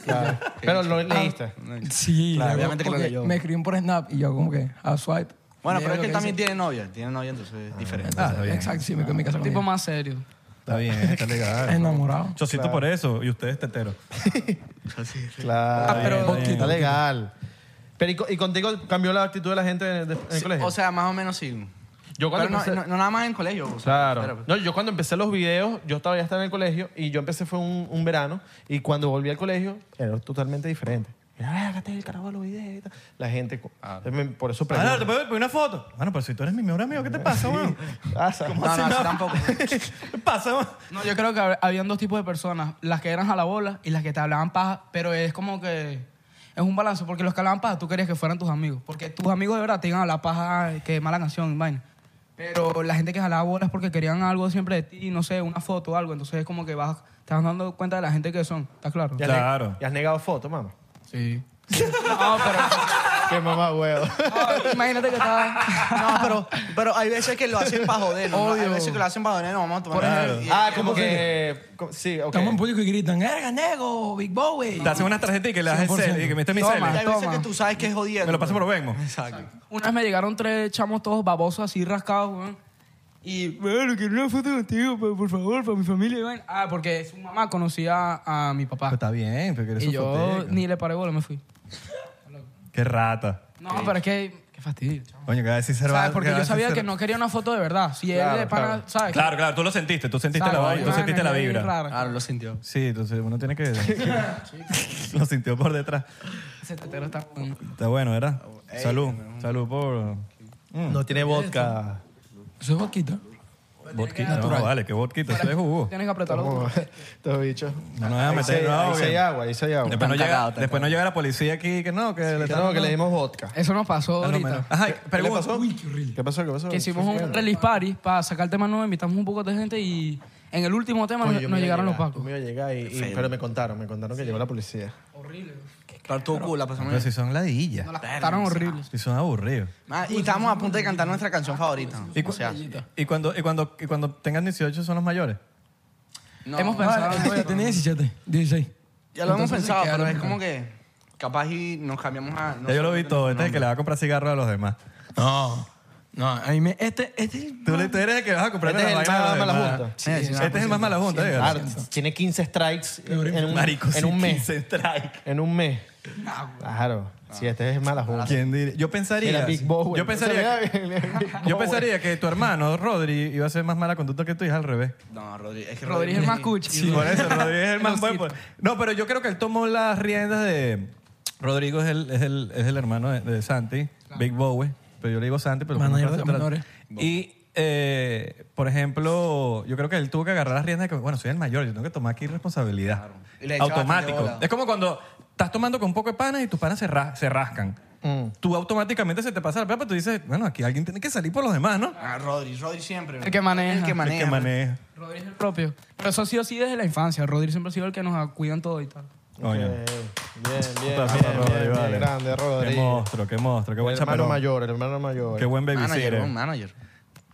Speaker 2: Claro. Pero lo
Speaker 5: Ah,
Speaker 2: leíste.
Speaker 3: Este,
Speaker 5: Sí,
Speaker 3: Claro,
Speaker 5: le hago
Speaker 3: obviamente que lo
Speaker 5: porque
Speaker 3: leyó.
Speaker 5: Me escribieron por Snap y yo como que, a swipe.
Speaker 3: Bueno,
Speaker 5: Leo
Speaker 3: pero es
Speaker 5: lo
Speaker 3: que él también
Speaker 5: dice.
Speaker 3: tiene novia. Tiene novia, entonces es diferente.
Speaker 1: Ah, está bien.
Speaker 5: Exacto, sí, me quedo en mi casa.
Speaker 4: Un
Speaker 5: con
Speaker 4: tipo
Speaker 5: ella.
Speaker 4: más serio.
Speaker 1: Está bien, está legal.
Speaker 5: Enamorado.
Speaker 1: Yo siento por eso y ustedes teteros.
Speaker 2: Claro.
Speaker 4: Ah, pero-
Speaker 2: Está legal. Pero y, co- y contigo cambió la actitud de la gente en, de- en el
Speaker 3: Sí,
Speaker 2: colegio?
Speaker 3: o sea, más o menos sí.
Speaker 2: Yo cuando
Speaker 3: Pero no,
Speaker 2: empecé-
Speaker 3: no- no nada más en colegio. o sea, fuera,
Speaker 2: Claro.
Speaker 3: pues.
Speaker 2: No, yo cuando empecé los videos, yo todavía estaba en el colegio y yo empecé fue un, un verano y cuando volví al colegio era totalmente diferente. Mira, "Vérgate, el carajo de los videos y tal. La gente, co- me- por eso
Speaker 1: Ah, no,
Speaker 2: pregunto.
Speaker 1: te puedo pedir una foto. Bueno, pero si tú eres mi mejor amigo, ¿qué te pasa, weón?
Speaker 2: Pasa.
Speaker 3: No, no, eso tampoco.
Speaker 1: ¿Qué [laughs] pasa, weón?
Speaker 4: No, yo creo que hab- habían dos tipos de personas, las que eran a la bola y las que te hablaban paja, pero es como que es un balance, porque los que hablaban paja tú querías que fueran tus amigos, porque tus amigos de verdad te iban a hablar paja, "Ay, qué mala canción, vaina. Pero la gente que jalaba bola es porque querían algo siempre de ti, no sé, una foto o algo, entonces es como que vas, te vas dando cuenta de la gente que son, ¿está claro?
Speaker 2: ¿Y has ne-
Speaker 1: Claro.
Speaker 2: ¿Y has negado fotos, mamá?
Speaker 4: Sí. [laughs] No, pero
Speaker 2: Qué mamá huevo.
Speaker 4: no, imagínate que estaba...
Speaker 3: [laughs] No, pero, pero hay veces que lo hacen para joder. ¿no? Hay veces que lo hacen para joder, no vamos a tomar.
Speaker 1: Claro.
Speaker 3: Y-
Speaker 2: [laughs] ah, como que... co- Sí, ok.
Speaker 5: Estamos en público y gritan, ¡Erga, nego, Big Bowie!
Speaker 1: Te hacen unas tarjetas y que le das el
Speaker 5: 100%.
Speaker 1: cel. Y que me esté mi
Speaker 4: Toma.
Speaker 1: cel.
Speaker 3: y hay veces
Speaker 4: toma.
Speaker 3: que tú sabes que es jodiendo.
Speaker 1: Ah, Me lo paso por Venmo.
Speaker 3: Exacto.
Speaker 4: Una vez me llegaron tres chamos todos babosos, así rascados, weón. Y, bueno, quiero una foto contigo, pa- por favor, para mi familia. weón. Ah, porque su mamá conocía a mi
Speaker 1: Pero
Speaker 4: papá.
Speaker 1: está bien, pero que eres
Speaker 4: Y
Speaker 1: un
Speaker 4: yo
Speaker 1: foteco.
Speaker 4: ni le paré bola, me fui.
Speaker 1: Qué rata.
Speaker 4: No, pero es que, qué fastidio, chamo.
Speaker 1: Coño, que va a decir
Speaker 4: ¿Sabes?
Speaker 1: Cervantes,
Speaker 4: Porque
Speaker 1: que va a
Speaker 4: yo
Speaker 1: decir
Speaker 4: sabía que
Speaker 1: Cervantes.
Speaker 4: no quería una foto de verdad. Si él
Speaker 2: Claro,
Speaker 4: de pana,
Speaker 2: claro.
Speaker 4: ¿sabes?
Speaker 1: Claro, claro, tú lo sentiste, tú sentiste la
Speaker 4: ¿Sabes?
Speaker 1: vaina, tú
Speaker 4: Una
Speaker 1: sentiste la
Speaker 4: vaina bien
Speaker 1: vibra.
Speaker 4: rara.
Speaker 3: Claro, lo sintió.
Speaker 1: Sí, entonces uno tiene
Speaker 4: [laughs]
Speaker 1: que. [laughs] lo sintió por detrás.
Speaker 4: Ese tetero está...
Speaker 1: Está bueno,
Speaker 2: Ah,
Speaker 1: ¿verdad? salud. Salud por.
Speaker 2: No tiene vodka.
Speaker 5: Eso es boquita.
Speaker 1: Vodquita. No, vale, qué vodquita. Eso es jugo.
Speaker 4: Tienes que apretarlo.
Speaker 2: Como- Estos bichos.
Speaker 1: No nos dejan
Speaker 2: Ahí
Speaker 1: meter.
Speaker 2: se-
Speaker 1: no,
Speaker 2: ahí
Speaker 1: porque
Speaker 2: se hay agua, ahí se hay agua.
Speaker 1: Después no, llega,
Speaker 3: cagados, están
Speaker 1: después no llega la policía aquí que no, que le
Speaker 2: Que
Speaker 1: están
Speaker 2: no, que
Speaker 1: dando-
Speaker 2: le dimos vodka.
Speaker 4: Eso nos pasó
Speaker 1: Ah, no, menos.
Speaker 4: ahorita.
Speaker 1: Ajá,
Speaker 2: ¿Qué le
Speaker 1: pregunta.
Speaker 2: pasó? ¿Qué pasó? Ah, ¿Qué pasó?
Speaker 4: que hicimos un release party para sacar el tema nuevo, invitamos un poco de gente y en el último tema
Speaker 2: Coño,
Speaker 4: nos-
Speaker 2: yo
Speaker 4: nos
Speaker 2: me iba a
Speaker 4: llegaron los
Speaker 2: llegar,
Speaker 4: pacos.
Speaker 2: yo me iba a llegar y- y- pero me contaron, me contaron que llegó la policía.
Speaker 3: Pero tu culo, la pasamos
Speaker 1: Pero
Speaker 3: bien.
Speaker 1: si son ladillas,
Speaker 4: Nos las cortaron horribles.
Speaker 1: si son aburridos.
Speaker 3: Ah, Y estábamos a punto de cantar nuestra canción favorita.
Speaker 1: Y, cu-
Speaker 3: O sea,
Speaker 1: y cuando, y, cuando, y cuando tengan 18 son los mayores.
Speaker 3: no,
Speaker 4: Hemos pensado en
Speaker 5: Ah, tenía 17, 16.
Speaker 3: Ya lo hemos
Speaker 5: Entonces se
Speaker 3: pensado,
Speaker 5: quedaron
Speaker 3: pero es
Speaker 5: con-
Speaker 3: como que capaz y nos cambiamos a.
Speaker 1: Ya yo lo vi todo. Este es el que le
Speaker 3: la.
Speaker 1: va a comprar cigarros a los demás.
Speaker 5: No, no, a mí me... Este, este...
Speaker 1: Tú, le- tú eres el que vas a comprar
Speaker 2: Este es el más mala junta.
Speaker 1: Este es el más mala junta.
Speaker 2: Ah,
Speaker 1: dígalo.
Speaker 2: tiene 15 strikes en un,
Speaker 1: Marico,
Speaker 2: en un
Speaker 1: sí,
Speaker 2: mes.
Speaker 1: 15 strike.
Speaker 2: En un mes. Claro. Si este es mala junta.
Speaker 1: Ah. ¿Quién diría? Yo
Speaker 2: Mira,
Speaker 1: pensaría.
Speaker 2: Big Bow.
Speaker 1: yo pensaría. que- [laughs] Yo pensaría que tu hermano, Rodri, iba a ser más mala conducta que tu hija al revés.
Speaker 3: No, Rodríguez. Es que
Speaker 4: Rodríguez es más cuchi.
Speaker 1: Por eso, Rodri [laughs] es el más
Speaker 4: Los
Speaker 1: bueno. pues. No, pero yo creo que él tomó las riendas de. Rodrigo es el, es el, es el hermano de, de Santi, Big Bowie. Pero yo le digo Santi, pero.
Speaker 5: Manager
Speaker 1: no
Speaker 5: de los
Speaker 1: sé tra-
Speaker 5: menores.
Speaker 1: Y, eh, por ejemplo, yo creo que él tuvo que agarrar las riendas de que, bueno, soy el mayor, yo tengo que tomar aquí responsabilidad.
Speaker 3: Y le echaba bastante
Speaker 1: Automático.
Speaker 3: bola.
Speaker 1: Es como cuando estás tomando con poco de panas y tus panas se, ra- se rascan. Tú automáticamente se te pasa la plata, pero tú dices, bueno, aquí alguien tiene que salir por los demás, ¿no?
Speaker 3: Ah, Rodríguez, Rodríguez siempre.
Speaker 4: El que maneja.
Speaker 3: El que maneja.
Speaker 1: El que maneja.
Speaker 4: Rodríguez es el propio. Pero eso ha sido así desde la infancia. Rodríguez siempre ha sido el que nos cuida en todo y tal.
Speaker 2: Ah.
Speaker 1: Coño.
Speaker 2: Bien, bien, bien,
Speaker 1: Aplausos para
Speaker 2: bien,
Speaker 1: Rodri,
Speaker 2: bien,
Speaker 1: vale.
Speaker 2: Grande,
Speaker 1: Qué
Speaker 2: Rodrigo.
Speaker 1: monstruo, qué monstruo, qué buen
Speaker 2: El hermano
Speaker 1: chaperón.
Speaker 2: mayor, el hermano mayor.
Speaker 1: Qué buen
Speaker 3: Manager,
Speaker 1: babysitter.
Speaker 3: un manager.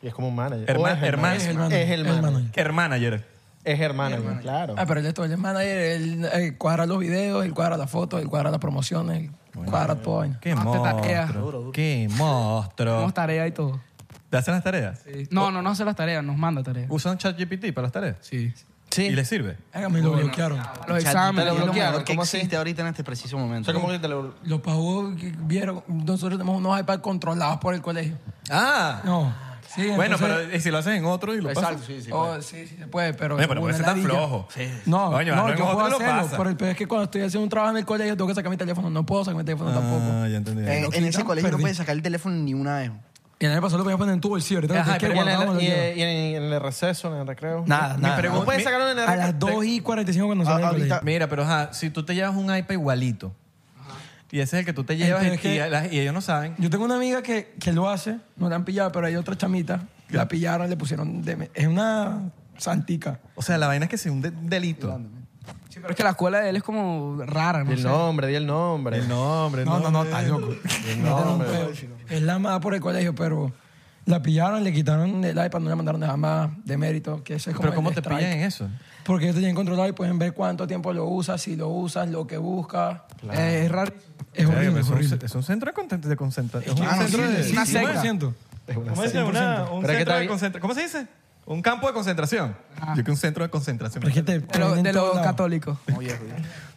Speaker 2: Y es como un manager.
Speaker 1: Herma-
Speaker 2: O es el
Speaker 1: hermano.
Speaker 2: manager. Es el manager.
Speaker 1: Hermanager.
Speaker 2: Es hermano, claro.
Speaker 5: Ah, pero él es todo, él es manager, él, eh, cuadra los videos, él cuadra las fotos, él cuadra las promociones, él cuadra todo. vaina.
Speaker 1: Qué
Speaker 4: Hazte tarea. Duro,
Speaker 1: monstruo. Qué monstruo.
Speaker 4: Tenemos tarea y todo.
Speaker 1: ¿Te hacen las tareas?
Speaker 4: No, no, no hace las tareas, nos manda tareas.
Speaker 1: ¿Usan ChatGPT para las tareas?
Speaker 4: Sí.
Speaker 1: ¿Y les sirve?
Speaker 5: Venga, me lo bloquearon.
Speaker 4: Los
Speaker 3: Te
Speaker 4: exámenes.
Speaker 3: lo
Speaker 4: y los-
Speaker 3: bloquearon. ¿Qué
Speaker 2: ¿Cómo así?
Speaker 3: existe ahorita en este preciso
Speaker 2: O
Speaker 3: momento?
Speaker 2: sea, como que te lo-
Speaker 5: Los pavos que vieron, nosotros tenemos unos iPads controlados por el colegio.
Speaker 1: Ah.
Speaker 5: No. Sí,
Speaker 1: bueno,
Speaker 5: entonces-
Speaker 1: pero ¿y si lo hacen en otro y lo pasan?
Speaker 4: Exacto, sí, sí. puede.
Speaker 5: Oh, sí, sí, se puede, pero.
Speaker 1: Oye, pero puede
Speaker 5: una
Speaker 1: ser tan
Speaker 5: ladilla.
Speaker 1: flojo.
Speaker 5: No,
Speaker 1: Oh, Coño,
Speaker 5: no,
Speaker 1: Manuel,
Speaker 5: yo
Speaker 1: ¿cómo
Speaker 5: puedo
Speaker 1: te lo
Speaker 5: hacerlo,
Speaker 1: pasas?
Speaker 5: pero el peor es que cuando estoy haciendo un trabajo en el colegio tengo que sacar mi teléfono. No puedo sacar mi teléfono
Speaker 1: Ah,
Speaker 5: tampoco.
Speaker 1: ya entendí.
Speaker 3: en, en ese
Speaker 5: quitan,
Speaker 3: colegio no
Speaker 5: perdí.
Speaker 3: puedes sacar el teléfono ni una vez.
Speaker 5: Y el año pasado lo podía poner en tu bolsillo, ahorita
Speaker 1: Ajá,
Speaker 5: lo tienes
Speaker 2: Y
Speaker 5: que
Speaker 2: en
Speaker 5: guardar
Speaker 2: el,
Speaker 5: donde
Speaker 2: y,
Speaker 5: lo llevas.
Speaker 2: y en, y en el receso, en el recreo.
Speaker 1: Nada, nada.
Speaker 2: ¿No puedes sacarlo en el
Speaker 5: A las 2 y 45 cuando
Speaker 2: Ah,
Speaker 5: salgo del
Speaker 2: ahorita-
Speaker 5: colegio.
Speaker 1: Mira, pero ajá, si tú te llevas un iPad igualito y ese es el que tú te llevas y,
Speaker 5: Entonces,
Speaker 1: y
Speaker 5: ¿qué?
Speaker 1: las- y ellos no saben.
Speaker 5: Yo tengo una amiga que, que lo hace, no la han pillado, pero hay otra chamita, la pillaron, le pusieron. de- es una santica.
Speaker 1: O sea, la vaina es que es un de- delito.
Speaker 4: Sí, pero es que la escuela de él es como rara,
Speaker 2: Di
Speaker 4: ¿no?
Speaker 2: el
Speaker 4: sé.
Speaker 2: nombre, di el nombre.
Speaker 1: El nombre,
Speaker 5: No, no, no, estás loco. [laughs] No, Es la más por el colegio, pero la pillaron, le quitaron el iPad, no le mandaron nada más de mérito. Que eso es como
Speaker 1: Pero
Speaker 5: el
Speaker 1: ¿cómo te
Speaker 5: strike.
Speaker 1: pillan en eso?
Speaker 5: Porque ellos te tienen controlado y pueden ver cuánto tiempo lo usas, si lo usas, lo que buscas. Eh, es raro. Es
Speaker 1: Verga, pero
Speaker 5: horrible,
Speaker 1: Es
Speaker 5: es
Speaker 1: un,
Speaker 5: horrible.
Speaker 1: ce- es un centro de concentración. De concentra- es
Speaker 5: Ah,
Speaker 1: un
Speaker 5: no,
Speaker 1: centro
Speaker 5: sí,
Speaker 1: de-
Speaker 5: es una
Speaker 1: ¿Cómo
Speaker 5: secta.
Speaker 1: es?
Speaker 2: Es una
Speaker 1: ¿Cómo es?
Speaker 2: secta.
Speaker 1: Una- un
Speaker 2: Pero es que
Speaker 1: centro de
Speaker 2: todavía-
Speaker 1: concentra- ¿Cómo se dice? Un campo de concentración. Yo Ah. que un centro de concentración.
Speaker 5: Pero es que te-
Speaker 4: De, lo-
Speaker 5: te ven
Speaker 4: de
Speaker 5: en
Speaker 4: los
Speaker 5: todos lados.
Speaker 4: católicos.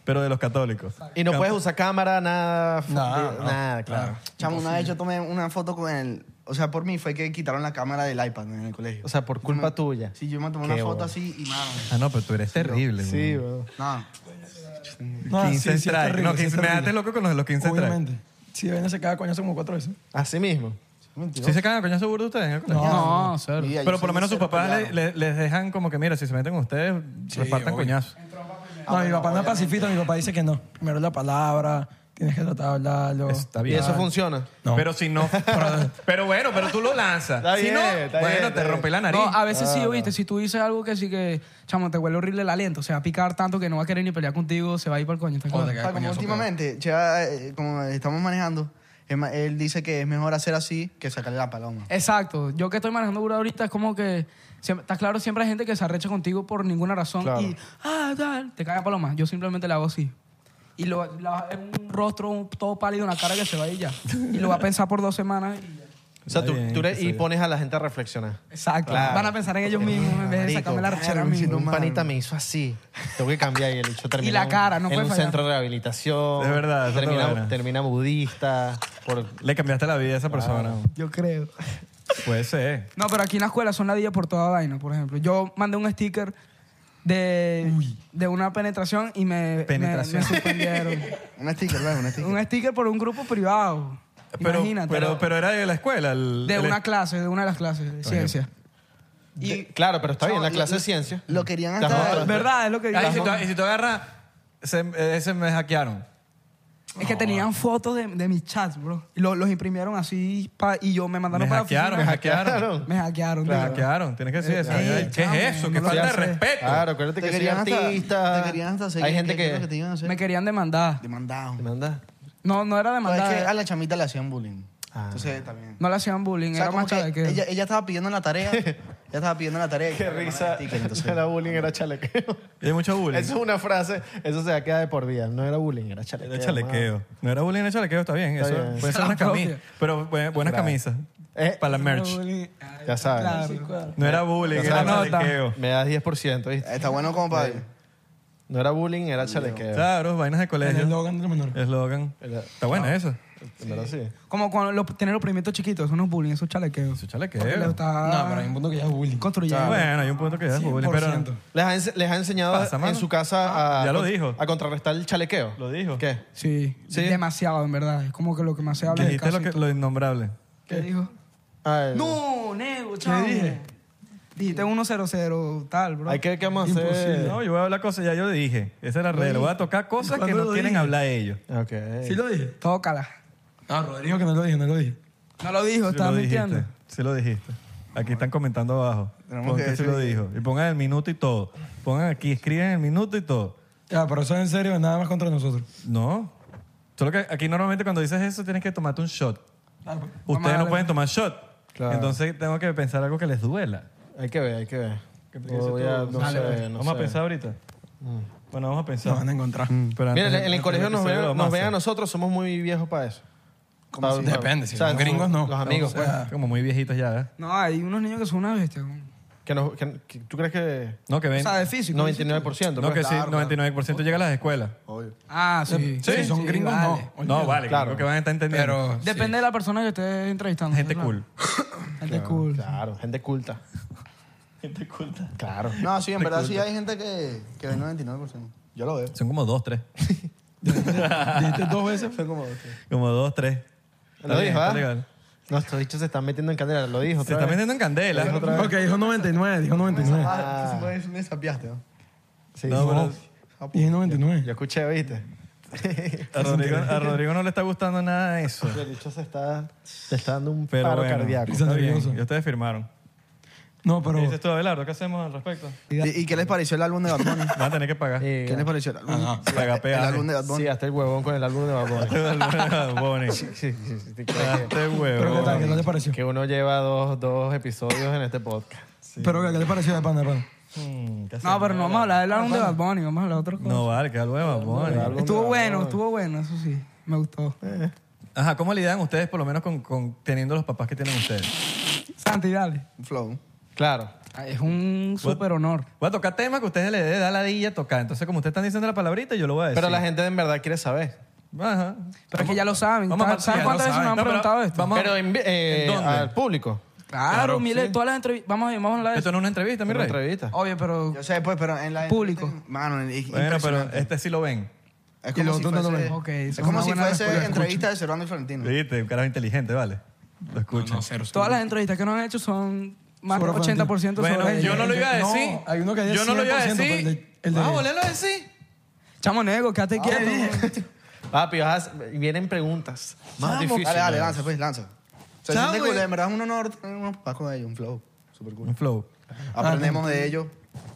Speaker 1: Pero de los católicos.
Speaker 2: Y no puedes usar cámara, nada. f-
Speaker 1: Nada,
Speaker 2: de-
Speaker 1: no.
Speaker 2: nada, claro.
Speaker 3: Chamo, una vez yo tomé una foto con el... O sea, por mí fue que quitaron la cámara del iPad en el colegio.
Speaker 2: O sea, por culpa tuya.
Speaker 3: Sí, yo me tomé una
Speaker 2: Qué
Speaker 3: foto
Speaker 2: bobo.
Speaker 3: así y nada.
Speaker 1: Ah, no, pero tú eres terrible.
Speaker 2: Sí,
Speaker 1: güey.
Speaker 2: weón.
Speaker 3: Nada.
Speaker 5: No,
Speaker 1: 15
Speaker 5: sí, sí, es
Speaker 1: strike.
Speaker 5: terrible,
Speaker 1: no,
Speaker 5: sí es
Speaker 1: 15 me
Speaker 5: terrible.
Speaker 1: dejaste loco con los, los 15 strike.
Speaker 5: Obviamente. Si ven, se cada coñazo como cuatro veces.
Speaker 2: Así mismo.
Speaker 1: ¿Sí se cagan a coñazo burdo ustedes? ¿eh? en el colegio?
Speaker 4: No, cero.
Speaker 3: Mi vida, yo
Speaker 1: Pero
Speaker 3: soy
Speaker 1: por lo menos
Speaker 3: un
Speaker 1: sus papás
Speaker 3: cero
Speaker 1: le- le- les dejan como que, mira, si se meten con ustedes, repartan coñazos. Ah,
Speaker 5: No, mi papá no es pacifista, mi papá dice que no. Primero la palabra, tienes que tratar de hablarlo.
Speaker 1: Está
Speaker 2: Y
Speaker 1: bien.
Speaker 2: eso funciona.
Speaker 5: No.
Speaker 1: Pero si no. pero- pero bueno, pero tú lo lanzas.
Speaker 2: Está
Speaker 1: si
Speaker 2: bien,
Speaker 1: no,
Speaker 2: está
Speaker 1: bueno,
Speaker 2: bien,
Speaker 1: te
Speaker 2: está
Speaker 1: rompe la nariz.
Speaker 4: No, ah, a veces sí, oíste, si tú dices algo que sí que, chamo, te huele horrible el aliento, se va a picar tanto que no va a querer ni pelear contigo, se va a ir por el coño. ¿te acuerdas?
Speaker 3: O sea, como últimamente, ya, eh, como estamos manejando, es ma- él dice que es mejor hacer así que sacarle la paloma.
Speaker 4: Exacto. Yo que estoy manejando burda ahorita es como que, siempre- está claro, siempre hay gente que se arrecha contigo por ninguna razón
Speaker 2: Claro.
Speaker 4: y, ah, tal, te caga paloma. Yo simplemente le hago así. Y lo, la- es un rostro un- todo pálido, una cara que se va y ya. Y lo va a pensar por dos semanas y ya.
Speaker 2: O sea, tú,
Speaker 1: bien, Ah.
Speaker 2: tú le-
Speaker 1: eso
Speaker 2: y
Speaker 1: ya.
Speaker 2: pones a la gente a reflexionar.
Speaker 4: Exacto.
Speaker 2: Claro.
Speaker 4: Van a pensar en ellos mismos en vez de
Speaker 2: Marico,
Speaker 4: sacarme la rechera a
Speaker 2: claro,
Speaker 4: mí.
Speaker 2: un panita me hizo así. Tengo que cambiar y el
Speaker 4: [laughs]
Speaker 2: hecho termina
Speaker 4: la
Speaker 2: en-
Speaker 4: cara, no
Speaker 2: En
Speaker 4: puede
Speaker 2: un
Speaker 4: fallar.
Speaker 2: centro de rehabilitación.
Speaker 1: Es verdad, eso está
Speaker 2: Termina,
Speaker 1: buena.
Speaker 2: termina budista. Por,
Speaker 1: Le cambiaste la vida a esa persona.
Speaker 4: Yo creo.
Speaker 1: Puede ser.
Speaker 4: No, pero aquí en la escuela son ladillas por toda vaina, por ejemplo. Yo mandé un sticker de, de una penetración y me, me-
Speaker 1: Penetración.
Speaker 4: me
Speaker 1: [laughs]
Speaker 4: suspendieron.
Speaker 3: Un sticker, ¿verdad? Un sticker.
Speaker 4: un sticker por un grupo privado.
Speaker 1: Pero,
Speaker 4: Imagínate.
Speaker 1: pero, pero era de la escuela. el-
Speaker 4: de
Speaker 1: el-
Speaker 4: una clase, de una de las clases de ciencia.
Speaker 2: De- claro, pero está bien, la
Speaker 3: lo-
Speaker 2: clase
Speaker 3: lo-
Speaker 2: de ciencia.
Speaker 3: Lo querían
Speaker 2: Las
Speaker 3: hasta...
Speaker 2: otras.
Speaker 4: Eh, ¿Verdad? Es lo que digo.
Speaker 1: Ah, y si tú, y si tú agarras, se, eh, se me hackearon.
Speaker 4: Es que tenían fotos de, de mis chats, bro. Y lo- los imprimieron así pa- y yo me
Speaker 1: Me
Speaker 4: mandaron para la
Speaker 1: hackearon, me
Speaker 4: oficina.
Speaker 1: hackearon.
Speaker 2: Claro.
Speaker 4: Me hackearon.
Speaker 1: Me
Speaker 4: digo.
Speaker 1: hackearon. Tienes que decir eso.
Speaker 4: Eh,
Speaker 1: Ay, ¿Qué
Speaker 4: chamo,
Speaker 1: es eso?
Speaker 4: no
Speaker 1: ¿Qué
Speaker 4: lo
Speaker 1: falta de
Speaker 4: hace.
Speaker 1: respeto?
Speaker 2: Claro, acuérdate
Speaker 3: Te
Speaker 2: que
Speaker 3: querían
Speaker 2: querían
Speaker 3: hasta...
Speaker 2: artista.
Speaker 3: Te querían hasta seguir.
Speaker 2: Hay gente
Speaker 3: ¿qué es lo te
Speaker 2: que.
Speaker 3: iban a hacer?
Speaker 4: Me querían demandar.
Speaker 3: Demandado.
Speaker 2: ¿Te manda?
Speaker 4: No, no era
Speaker 3: No, es
Speaker 4: demandar.
Speaker 3: que a la chamita le hacían bullying.
Speaker 2: Ah.
Speaker 3: Entonces, también...
Speaker 4: No le hacían bullying,
Speaker 3: O sea,
Speaker 4: era
Speaker 3: como
Speaker 4: más
Speaker 3: que
Speaker 4: chale que...
Speaker 3: ella, ella estaba pidiendo la
Speaker 4: [laughs]
Speaker 3: tarea. ella estaba pidiendo la tarea. y
Speaker 2: Qué
Speaker 3: le mandaron
Speaker 2: risa.
Speaker 3: el sticker,
Speaker 2: [laughs]
Speaker 3: entonces.
Speaker 2: No era bullying, era chalequeo.
Speaker 1: Y hay mucho bullying.
Speaker 2: Esa es una frase, eso se va a quedar de por vida. No era bullying, era chalequeo.
Speaker 1: Era chalequeo. No era bullying, era chalequeo, está bien.
Speaker 2: Está
Speaker 1: eso
Speaker 2: bien.
Speaker 1: puede ser una camisa. Pero bu- buenas camisas.
Speaker 2: Eh.
Speaker 1: Para la merch.
Speaker 2: mano. Ya sabes.
Speaker 1: No era bullying,
Speaker 2: Ya
Speaker 1: era
Speaker 4: sabes.
Speaker 1: chalequeo.
Speaker 2: Me das 10%, ¿viste?
Speaker 3: Está bueno como para...
Speaker 2: No era bullying, era chalequeo.
Speaker 1: Claro, vainas de
Speaker 5: En el
Speaker 1: colegio.
Speaker 5: Logan de los menores.
Speaker 1: Eslogan.
Speaker 2: Era-
Speaker 1: Está buena esa.
Speaker 2: En verdad, sí.
Speaker 4: Como cuando lo- tener los primitos chiquitos, eso no es bullying, eso es chalequeo.
Speaker 1: Eso es chalequeo.
Speaker 4: Porque le está
Speaker 5: No, Ah, pero hay un punto que ya es bullying.
Speaker 4: construyendo.
Speaker 1: Bueno, hay un punto que ya es bullying, pero
Speaker 5: 100%.
Speaker 2: Les ha, ense- les ha enseñado
Speaker 1: Pasa,
Speaker 2: en
Speaker 1: mano. Ah,
Speaker 2: su casa a,
Speaker 1: Ya lo dijo.
Speaker 2: a contrarrestar el chalequeo.
Speaker 1: Lo dijo.
Speaker 2: ¿Qué?
Speaker 4: Sí,
Speaker 2: Sí.
Speaker 4: demasiado, en verdad. Es como que lo que más se habla es
Speaker 1: dijiste lo, que- lo innombrable.
Speaker 4: ¿Qué dijo?
Speaker 2: Ah, el-
Speaker 4: No, nego, chavo. dije? Dijiste 100 tal, bro.
Speaker 2: Hay que ver qué vamos a hacer.
Speaker 1: No, yo voy a hablar cosas, ya yo dije. Esa es la regla. Voy a tocar cosas que
Speaker 5: ¿Cuándo
Speaker 1: no
Speaker 5: lo
Speaker 1: quieren
Speaker 5: dije?
Speaker 1: hablar ellos.
Speaker 2: Ok.
Speaker 5: ¿Sí lo dije?
Speaker 4: Tócala.
Speaker 5: No, Ah, Rodrigo que no lo dije, no lo dije.
Speaker 4: No lo dijo,
Speaker 1: Sí
Speaker 4: estás
Speaker 1: lo dijiste,
Speaker 4: mintiendo.
Speaker 1: Sí lo dijiste. Aquí están comentando abajo.
Speaker 3: Tenemos
Speaker 1: Ponte
Speaker 3: que
Speaker 1: si lo dijo. Y pongan el minuto y todo. Pongan aquí, escriben el minuto y todo.
Speaker 5: Ya, pero eso es en serio, nada más contra nosotros.
Speaker 1: No. Solo que aquí normalmente cuando dices eso tienes que tomarte un shot.
Speaker 4: Vamos a
Speaker 1: Ustedes no
Speaker 4: darle.
Speaker 1: pueden tomar shot.
Speaker 2: Claro.
Speaker 1: Entonces tengo que pensar algo que les duela.
Speaker 2: Hay que ver, hay que ver.
Speaker 1: ¿Qué te
Speaker 2: Voy
Speaker 1: dices tú?
Speaker 2: a- no
Speaker 1: Dale,
Speaker 2: sé,
Speaker 1: pues.
Speaker 2: no
Speaker 1: vamos a
Speaker 2: sé.
Speaker 1: pensar ahorita. Bueno, vamos a
Speaker 5: Se van
Speaker 1: pensar.
Speaker 5: a encontrar.
Speaker 1: Mm. Pero antes
Speaker 2: Mira, en
Speaker 1: de-
Speaker 2: el- en el
Speaker 1: antes
Speaker 2: colegio
Speaker 1: de
Speaker 2: nos
Speaker 1: que se
Speaker 2: ven,
Speaker 1: lo
Speaker 2: nos
Speaker 1: amase.
Speaker 2: ven a nosotros, somos muy viejos para eso. Pa- pa-
Speaker 5: Depende, si
Speaker 2: o sea,
Speaker 5: son gringos, no.
Speaker 2: Los amigos,
Speaker 5: O sea,
Speaker 2: pues.
Speaker 1: Como muy viejitos ya, ¿eh?
Speaker 4: No, hay unos niños que son una bestia. güey.
Speaker 2: Que nos- que- que- ¿Tú crees que
Speaker 1: No, que
Speaker 4: O
Speaker 1: ven.
Speaker 4: sea, de físico.
Speaker 2: 99%?
Speaker 1: No,
Speaker 2: pues?
Speaker 1: que sí, 99% llega a las escuelas.
Speaker 2: Obvio.
Speaker 4: Ah, sí.
Speaker 5: si son
Speaker 4: sí,
Speaker 5: gringos,
Speaker 4: vale.
Speaker 5: no.
Speaker 1: No, vale,
Speaker 2: Claro.
Speaker 1: claro. que van a estar entendiendo.
Speaker 5: Pero
Speaker 4: Depende de la persona que estés entrevistando.
Speaker 1: gente
Speaker 4: claro.
Speaker 1: cool.
Speaker 4: Gente cool.
Speaker 2: Ah, Claro, gente culta.
Speaker 1: [laughs] Gente culta.
Speaker 2: Claro.
Speaker 3: No, sí, en verdad sí hay gente que, que ve 99%. Yo lo veo.
Speaker 1: Son como dos, tres.
Speaker 5: [laughs]
Speaker 1: [laughs]
Speaker 5: dijiste dos veces.
Speaker 3: Fue como...
Speaker 1: Como dos, tres. Está
Speaker 2: Lo
Speaker 1: bien,
Speaker 2: dijo,
Speaker 1: está
Speaker 2: ¿ah?
Speaker 1: legal.
Speaker 2: Nuestros dichos se están metiendo en candela, lo
Speaker 1: Se
Speaker 2: dijo. otra
Speaker 1: está
Speaker 2: vez.
Speaker 1: metiendo en candela.
Speaker 5: Ok, dijo 99, dijo 99.
Speaker 2: Ah.
Speaker 3: Me, me sapiaste, ¿no?
Speaker 2: Sí,
Speaker 1: No,
Speaker 2: no.
Speaker 5: Dije 99.
Speaker 2: Yo escuché, ¿viste?
Speaker 1: A Rodrigo,
Speaker 2: [laughs]
Speaker 1: a Rodrigo no le está gustando nada eso.
Speaker 2: El dicho se está, se está dando un
Speaker 1: Pero
Speaker 2: paro
Speaker 1: bueno,
Speaker 2: cardíaco.
Speaker 5: Está
Speaker 1: Está bien.
Speaker 5: nervioso.
Speaker 1: Y ustedes firmaron.
Speaker 5: No,
Speaker 1: ¿Qué
Speaker 5: pero
Speaker 1: dices tú, Abelardo? ¿Qué hacemos al respecto?
Speaker 3: ¿Y, y qué les pareció el álbum de Bad
Speaker 4: [laughs]
Speaker 3: Bunny?
Speaker 1: Van a tener que pagar. [laughs]
Speaker 2: Eh,
Speaker 3: ¿Qué les pareció el álbum?
Speaker 5: Ajá.
Speaker 3: Sí,
Speaker 1: Paga
Speaker 3: el
Speaker 1: peaje.
Speaker 3: álbum de Bad Bunny.
Speaker 2: Sí, hasta el huevón con el álbum de Bad
Speaker 1: [laughs]
Speaker 2: Bunny.
Speaker 1: Bonnie.
Speaker 2: Sí, sí, sí, te creo que-
Speaker 1: Este
Speaker 5: pero ¿qué tal? ¿Qué
Speaker 1: huevo.
Speaker 5: tal te pareció?
Speaker 2: Que uno lleva dos, dos episodios en este podcast.
Speaker 5: Pero ¿qué qué te pareció de pana, de pana?
Speaker 1: Mm, ¿qué
Speaker 4: No,
Speaker 1: hacemos?
Speaker 4: pero no vamos a hablar del álbum de Bad Bunny, vamos a hablar de otra cosa.
Speaker 1: No vale, que al huevo, Bonnie.
Speaker 4: Estuvo bueno, estuvo bueno, eso sí. Me gustó.
Speaker 1: Ajá, ¿cómo lidian ustedes por lo menos con, con teniendo los papás que tienen ustedes?
Speaker 4: Santi, dale.
Speaker 3: Flow.
Speaker 2: Claro.
Speaker 4: Ah, Es un súper honor.
Speaker 1: Voy a tocar temas que ustedes les dé da la dilla tocar. Entonces, como ustedes están diciendo la palabrita, yo lo voy a decir.
Speaker 2: Pero la gente en verdad quiere saber.
Speaker 1: Ajá.
Speaker 4: Pero es que ya lo saben.
Speaker 1: Vamos a
Speaker 4: ¿Saben- ¿Saben
Speaker 1: partir,
Speaker 4: cuántas
Speaker 1: ya
Speaker 4: veces
Speaker 1: lo saben.
Speaker 4: nos han
Speaker 1: No, pero
Speaker 4: preguntado esto?
Speaker 1: Vamos-
Speaker 2: Pero envi- eh,
Speaker 1: ¿En dónde?
Speaker 2: al público.
Speaker 4: Claro, miles, todas las entrevistas. Vamos a vamos a hablar de
Speaker 1: Esto
Speaker 4: eso.
Speaker 1: no es una entrevista, mi
Speaker 2: Una
Speaker 1: rey.
Speaker 2: entrevista.
Speaker 4: Obvio, pero
Speaker 3: Yo sé, pues, pero en la...
Speaker 4: Público.
Speaker 3: Mano, es
Speaker 1: Bueno, pero
Speaker 3: impresionante.
Speaker 1: este sí lo ven.
Speaker 3: Es
Speaker 4: Y
Speaker 3: como
Speaker 4: los
Speaker 3: si
Speaker 4: otros no lo
Speaker 3: fuese,
Speaker 4: ven. Ok,
Speaker 3: es
Speaker 4: eso es
Speaker 3: como
Speaker 4: una
Speaker 3: si
Speaker 4: buena
Speaker 3: fuese
Speaker 4: respuesta.
Speaker 3: entrevista de Servando y Florentino.
Speaker 1: Viste, un carajo inteligente, vale. Lo escuchan.
Speaker 4: todas las entrevistas que nos han hecho son más del
Speaker 5: Sobre
Speaker 4: 80% sobre
Speaker 1: Bueno,
Speaker 4: ellos.
Speaker 1: yo no lo iba a
Speaker 5: No,
Speaker 1: decir.
Speaker 5: hay uno que dice
Speaker 1: Yo no lo iba a
Speaker 5: 100%, pero
Speaker 1: decir.
Speaker 5: el
Speaker 1: Ah,
Speaker 5: de- el de-
Speaker 1: Vamos a volverlo a decir.
Speaker 4: Chamo nego, quédate quieto.
Speaker 2: Papi, vas a- vienen preguntas. Más
Speaker 1: Vamos.
Speaker 2: difíciles.
Speaker 3: Dale, dale, lanza, pues, lanza. O sea,
Speaker 1: Chao,
Speaker 3: siente cool,
Speaker 1: güey.
Speaker 3: en verdad es un honor tener unos papás con ellos, un flow. Super cool.
Speaker 1: Un flow.
Speaker 3: Aprendemos de ellos.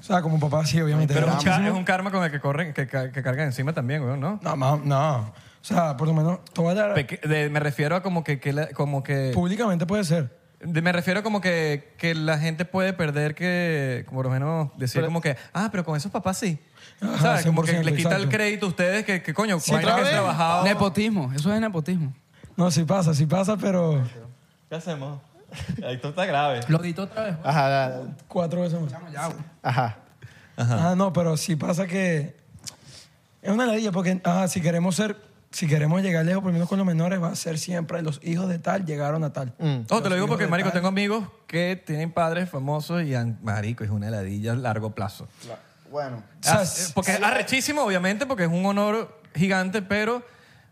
Speaker 5: O sea, como papá, sí, obviamente.
Speaker 1: Pero
Speaker 5: Era
Speaker 1: es un
Speaker 5: muchísimo-
Speaker 1: ca- es un karma con el que corren, que, ca- que cargan encima también, weón, ¿no?
Speaker 5: No, ma- no. O sea, por lo menos, toda la-
Speaker 1: Peque- de- me refiero a como que, que la- como que
Speaker 5: públicamente puede ser.
Speaker 1: de- me refiero a como que, que la gente puede perder que como por lo menos decir como que ah pero con esos papás sí
Speaker 5: Ajá,
Speaker 1: sabes como que
Speaker 5: 100%,
Speaker 1: les quita el
Speaker 5: exacto.
Speaker 1: crédito a ustedes que, que coño
Speaker 5: Sí,
Speaker 1: vaina
Speaker 5: otra
Speaker 1: que han
Speaker 5: vez.
Speaker 1: trabajado
Speaker 4: Nepotismo, eso es nepotismo.
Speaker 5: No, sí pasa, sí pasa, pero
Speaker 1: ¿qué hacemos? esto está grave
Speaker 4: Lo edito otra vez.
Speaker 2: Ajá, da-
Speaker 5: cuatro veces más.
Speaker 2: ajá.
Speaker 5: Ah, no, pero sí pasa que es una ladilla porque ah, si queremos ser, si queremos llegar lejos, por lo menos con los menores, va a ser siempre los hijos de tal llegaron a tal.
Speaker 3: Mm.
Speaker 1: Oh, te lo digo porque, marico, tengo amigos que tienen padres famosos y, han- marico, es una heladilla a largo plazo.
Speaker 3: Bueno.
Speaker 1: Ah, eh, porque es arrechísimo, obviamente, porque es un honor gigante, pero,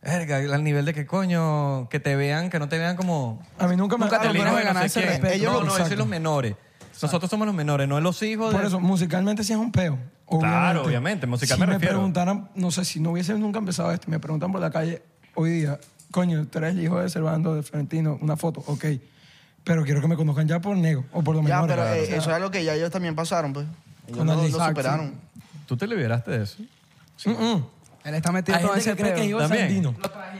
Speaker 1: verga, al nivel de que, coño, que te vean, que no te vean como...
Speaker 5: A mí nunca me
Speaker 1: Nunca te
Speaker 5: pero
Speaker 1: elijo
Speaker 5: me
Speaker 1: de
Speaker 5: ganan
Speaker 1: no
Speaker 5: ese
Speaker 1: sé quién.
Speaker 5: respeto.
Speaker 1: Ellos no, no,
Speaker 5: Exacto.
Speaker 1: esos son los menores. Nosotros somos los menores, no los hijos
Speaker 5: Por
Speaker 1: de...
Speaker 5: eso, musicalmente sí es un peo.
Speaker 1: Claro, obviamente, musical
Speaker 5: si
Speaker 1: me
Speaker 5: me,
Speaker 1: refiero.
Speaker 5: preguntaran, no sé, si no hubiese nunca empezado esto, y me preguntan por la calle hoy día, coño, tú eres el hijo de Servando, de Florentino, una foto, ok. Pero quiero que me conozcan ya por negro o por lo
Speaker 3: Ya,
Speaker 5: menos.
Speaker 3: pero eh, eso es algo que ya ellos también pasaron, pues. Ellos
Speaker 5: Con
Speaker 3: lo,
Speaker 5: el
Speaker 3: lo
Speaker 5: Exacto.
Speaker 3: superaron.
Speaker 1: Tú te liberaste de eso.
Speaker 4: Él está metido
Speaker 5: Hay
Speaker 4: en todo
Speaker 5: gente
Speaker 4: ese
Speaker 5: que cree que es
Speaker 4: pedo.
Speaker 5: hijo de
Speaker 1: También.
Speaker 5: Sandino.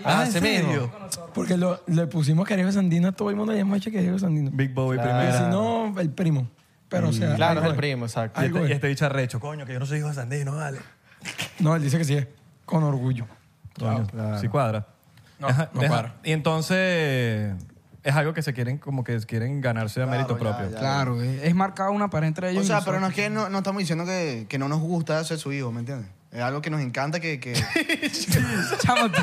Speaker 2: Ah,
Speaker 1: ¿en
Speaker 2: ese
Speaker 1: serio?
Speaker 2: mismo.
Speaker 5: Porque lo- le pusimos que era hijo de Sandino a todo el mundo y hemos hecho que es hijo de Sandino.
Speaker 1: Big Mm. Bowie
Speaker 5: Y si
Speaker 1: primero.
Speaker 5: no, el primo. Pero, o sea.
Speaker 2: Claro,
Speaker 5: algo
Speaker 2: es el
Speaker 5: es.
Speaker 2: primo, exacto.
Speaker 1: Y
Speaker 5: Algo
Speaker 1: este,
Speaker 5: es.
Speaker 1: y este bicho arrecho, coño, que yo no soy hijo de Sandino, vale.
Speaker 5: No, él dice que sí es. Con orgullo.
Speaker 1: Coño, sí cuadra.
Speaker 5: No,
Speaker 1: Ajá,
Speaker 5: no
Speaker 1: deja-
Speaker 5: cuadra.
Speaker 1: Y entonces es algo que se quieren, como que quieren ganarse a mérito propio.
Speaker 4: Claro, es, es marcado una pared entre ellos.
Speaker 3: O
Speaker 4: y
Speaker 3: sea,
Speaker 4: nosotros.
Speaker 3: pero no es que no, no estamos diciendo que, que no nos gusta ser su hijo, ¿me entiendes? Es algo que nos encanta que... que
Speaker 4: Chamo, tú-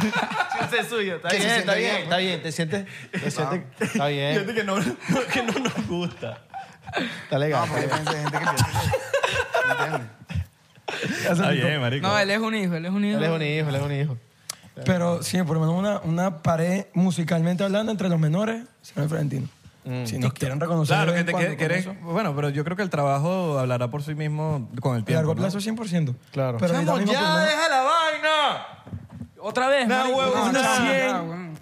Speaker 2: es suyo, está
Speaker 3: bien, está bien,
Speaker 2: Está bien, te sientes. Te sientes está bien.
Speaker 1: Gente que no, [laughs] que no nos gusta.
Speaker 2: Está
Speaker 3: no,
Speaker 2: legal.
Speaker 3: porque hay gente gente que piensa que... ¿Me entiendes?
Speaker 1: Está bien, eh, marico.
Speaker 4: no, él es un hijo, él es un hijo.
Speaker 2: Él es un hijo, él es un hijo.
Speaker 5: Pero sí, por lo menos una, una pared musicalmente hablando entre los menores será el Florentino. Si nos quieren reconocer.
Speaker 1: Claro,
Speaker 5: de
Speaker 1: que te
Speaker 5: vez
Speaker 1: que-
Speaker 5: en cuando con
Speaker 1: quieres.
Speaker 5: eso,
Speaker 1: Bueno, pero yo creo que el trabajo hablará por sí mismo con el
Speaker 5: A
Speaker 1: tiempo.
Speaker 5: largo
Speaker 1: ¿no?
Speaker 5: plazo 100%.
Speaker 2: Claro.
Speaker 5: Pero ahorita mismo, por lo menos-
Speaker 1: deja la vaina!
Speaker 4: Otra vez,
Speaker 1: No,
Speaker 4: marico.
Speaker 1: huevo, no.
Speaker 4: chamo,
Speaker 1: Cien.
Speaker 4: ya, weón.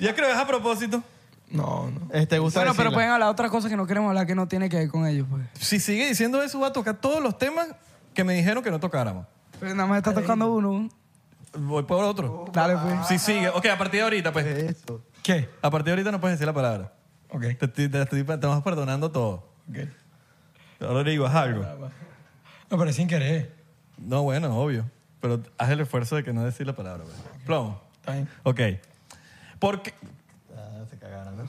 Speaker 1: Ya creo que es a propósito.
Speaker 5: No, no.
Speaker 2: Eh, ¿Te gusta
Speaker 4: Bueno, pero
Speaker 2: decirla?
Speaker 4: pueden hablar otras cosas que no queremos hablar que no tiene que ver con ellos, pues.
Speaker 1: Si sigue diciendo eso, va a tocar todos los temas que me dijeron que no tocáramos.
Speaker 4: Pero nada más está tocando uno.
Speaker 1: Voy por otro.
Speaker 4: Dale, pues.
Speaker 1: Si sigue. Ok, a partir de ahorita, pues.
Speaker 5: ¿Qué?
Speaker 1: A partir de ahorita no puedes decir la palabra.
Speaker 5: Ok.
Speaker 1: Te, estoy- te estoy- te vas perdonando todo.
Speaker 5: ok.
Speaker 1: Ahora le digo, haz algo.
Speaker 5: No, pero es sin querer.
Speaker 1: No, bueno, obvio. Pero haz el esfuerzo de que no decir la palabra. pues. Plomo.
Speaker 5: Está bien.
Speaker 1: Ok. Porque.
Speaker 3: Ah,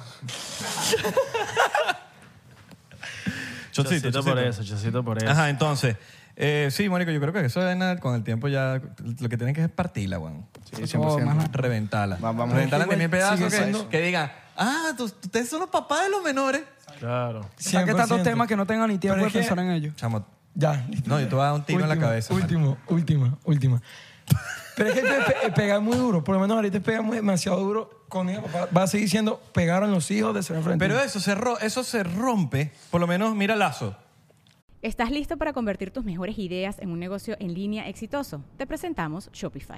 Speaker 1: se cagaron, ¿no? [laughs] chocito,
Speaker 6: Chocito por eso, chocito por eso.
Speaker 1: Ajá, entonces. eh, sí, marico, yo creo que eso de nada, con el tiempo ya lo que tienen que es partirla, weón.
Speaker 3: Sí, 100%.
Speaker 1: Reventarla.
Speaker 3: Va- vamos.
Speaker 1: Reventarla en mil pedazos
Speaker 4: sigue
Speaker 1: que,
Speaker 4: siendo-
Speaker 1: que digan, ah, tú- ustedes son los papás de los menores.
Speaker 6: Claro.
Speaker 4: Saque tantos
Speaker 5: 100%.
Speaker 4: temas que no tengan ni tiempo
Speaker 5: Pero
Speaker 4: de
Speaker 5: es que-
Speaker 4: pensar en ellos.
Speaker 1: Chamo,
Speaker 5: Ya, listo.
Speaker 1: No, yo te voy a dar un tiro en la
Speaker 5: Última,
Speaker 1: cabeza,
Speaker 5: Último, última, última. Pero es que pe- pe- pegar muy duro. Por lo menos ahorita pegar muy demasiado duro. Con ella va- va a seguir siendo pegaron los hijos de Serena Florentino.
Speaker 1: Pero eso se, ro- eso se rompe, por lo menos, mira Lazo.
Speaker 7: ¿Estás listo para convertir tus mejores ideas en un negocio en línea exitoso? Te presentamos Shopify.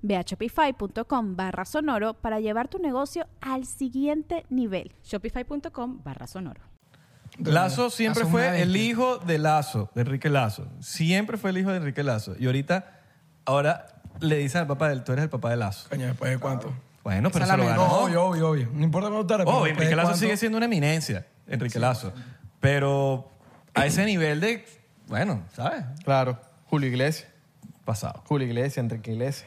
Speaker 8: Ve a shopify.com barra sonoro para llevar tu negocio al siguiente nivel.
Speaker 7: Shopify.com barra sonoro.
Speaker 1: Lazo siempre
Speaker 4: Lazo es
Speaker 1: fue
Speaker 4: una
Speaker 1: el
Speaker 4: bestia.
Speaker 1: hijo de Lazo, de Enrique Lazo. Siempre fue el hijo de Enrique Lazo. Y ahorita, ahora le dicen al papá de él, tú eres el papá de Lazo.
Speaker 5: Coño, después de cuánto.
Speaker 1: Bueno, pero
Speaker 4: Esa
Speaker 1: se lo
Speaker 4: la
Speaker 1: ganó.
Speaker 5: No, obvio, obvio, obvio. No importa cuánto tarde. pero
Speaker 1: Oh,
Speaker 5: después
Speaker 1: Enrique
Speaker 5: de
Speaker 1: Lazo
Speaker 5: cuánto-
Speaker 1: sigue siendo una eminencia, Enrique Lazo. Pero a ese nivel de, bueno, ¿sabes?
Speaker 2: Claro. Julio Iglesias.
Speaker 1: Pasado.
Speaker 2: Julio Iglesias, Enrique Iglesias.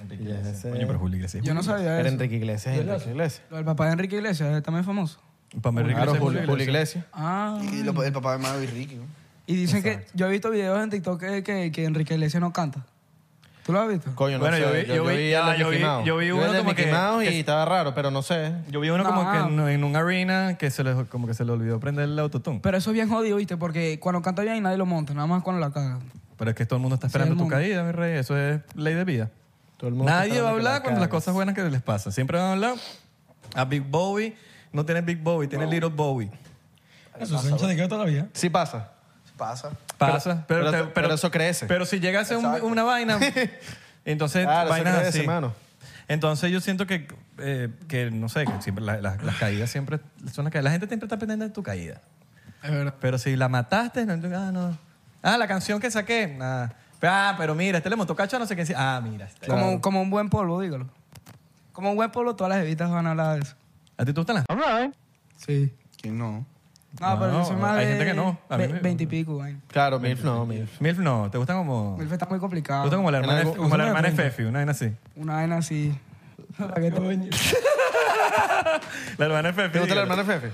Speaker 1: Enrique
Speaker 2: Iglesias.
Speaker 1: Iglesias. Coño, pero Julio Iglesias.
Speaker 4: Yo no sabía
Speaker 2: Era
Speaker 4: eso.
Speaker 2: Enrique Iglesias, Enrique Iglesias.
Speaker 4: Lo del papá de Enrique Iglesias, él también es famoso.
Speaker 1: Para mí Enrique
Speaker 2: Claro,
Speaker 1: Iglesias es
Speaker 2: Julio Julio Iglesias.
Speaker 4: Ah.
Speaker 3: Y lo- el papá de Mario y Ricky. ¿no?
Speaker 4: Y dicen que yo he visto videos en TikTok que, que, que Enrique Iglesias no canta. ¿Tú lo has visto?
Speaker 2: Coño, no
Speaker 1: Bueno,
Speaker 2: sé.
Speaker 1: yo vi- yo vi-
Speaker 2: el
Speaker 1: ya,
Speaker 2: de
Speaker 1: yo
Speaker 2: Mickey
Speaker 1: vi-
Speaker 2: Mouse.
Speaker 1: yo vi
Speaker 2: el
Speaker 1: uno
Speaker 2: de
Speaker 1: como
Speaker 2: Mickey
Speaker 1: que-
Speaker 2: Mouse y
Speaker 1: que-
Speaker 2: estaba raro, pero no sé.
Speaker 1: Yo vi uno como
Speaker 4: No.
Speaker 1: que en, en un arena que se le, como que se le olvidó prender el autotune. Pero,
Speaker 4: Pero eso es bien jodido, ¿viste? Porque cuando canta bien nadie lo monta, nada más cuando la caga.
Speaker 1: es que todo el mundo está esperando
Speaker 4: el
Speaker 1: tu
Speaker 4: mundo.
Speaker 1: caída, mi rey. Eso es ley de vida.
Speaker 2: Todo el mundo
Speaker 1: Nadie
Speaker 2: está
Speaker 1: va a
Speaker 2: esperando que
Speaker 1: hablar
Speaker 2: la
Speaker 1: cuando las
Speaker 2: cagues.
Speaker 1: cosas buenas que les pasan. Siempre van a hablar a Big Bowie. No tiene Big Bowie, tiene Little Bowie.
Speaker 5: Eso se hincha de qué toda la vida.
Speaker 2: Sí pasa.
Speaker 3: Pasa.
Speaker 1: Pasa. Pero,
Speaker 2: pero-
Speaker 1: te-
Speaker 2: pero eso crece.
Speaker 1: Pero si llega a ser un-
Speaker 3: Exacto.
Speaker 1: una
Speaker 2: [laughs]
Speaker 1: vaina, entonces
Speaker 2: Claro, eso
Speaker 1: vainas
Speaker 2: crece,
Speaker 1: así.
Speaker 2: mano.
Speaker 1: Entonces yo siento que, eh, que no sé, que siempre la- la- las caídas siempre son las caídas. La gente siempre está pendiente de tu caída.
Speaker 4: Es verdad.
Speaker 1: Pero si la mataste, no, ah, no. Ah, la canción que saqué, nada. Ah, pero mira, este le montó cacho a no sé qué. Ah, mira. este.
Speaker 4: Como, como un buen polvo, dígalo. Como un buen polvo, todas las evitas van a hablar de eso.
Speaker 1: ¿A ti te gustan las?
Speaker 4: Sí.
Speaker 3: ¿Quién no?
Speaker 4: No,
Speaker 1: No,
Speaker 4: pero yo soy más
Speaker 1: hay
Speaker 4: de
Speaker 1: gente que no. A mí me-
Speaker 4: Veinte y pico, vaina.
Speaker 2: Claro, Milf no, Milf.
Speaker 1: Milf no, te gustan como...
Speaker 4: Milf está muy
Speaker 1: Te
Speaker 4: complicado.
Speaker 1: gustan como la
Speaker 2: En
Speaker 1: hermana,
Speaker 2: algo-
Speaker 1: como la
Speaker 5: una
Speaker 1: hermana de
Speaker 5: pregunta.
Speaker 1: Fefi, una vaina así.
Speaker 4: Una
Speaker 1: [laughs]
Speaker 4: vaina así. ¿Para qué tú-
Speaker 1: La hermana de Fefi.
Speaker 2: ¿Te gusta la
Speaker 1: dígalo.
Speaker 2: hermana Fefe?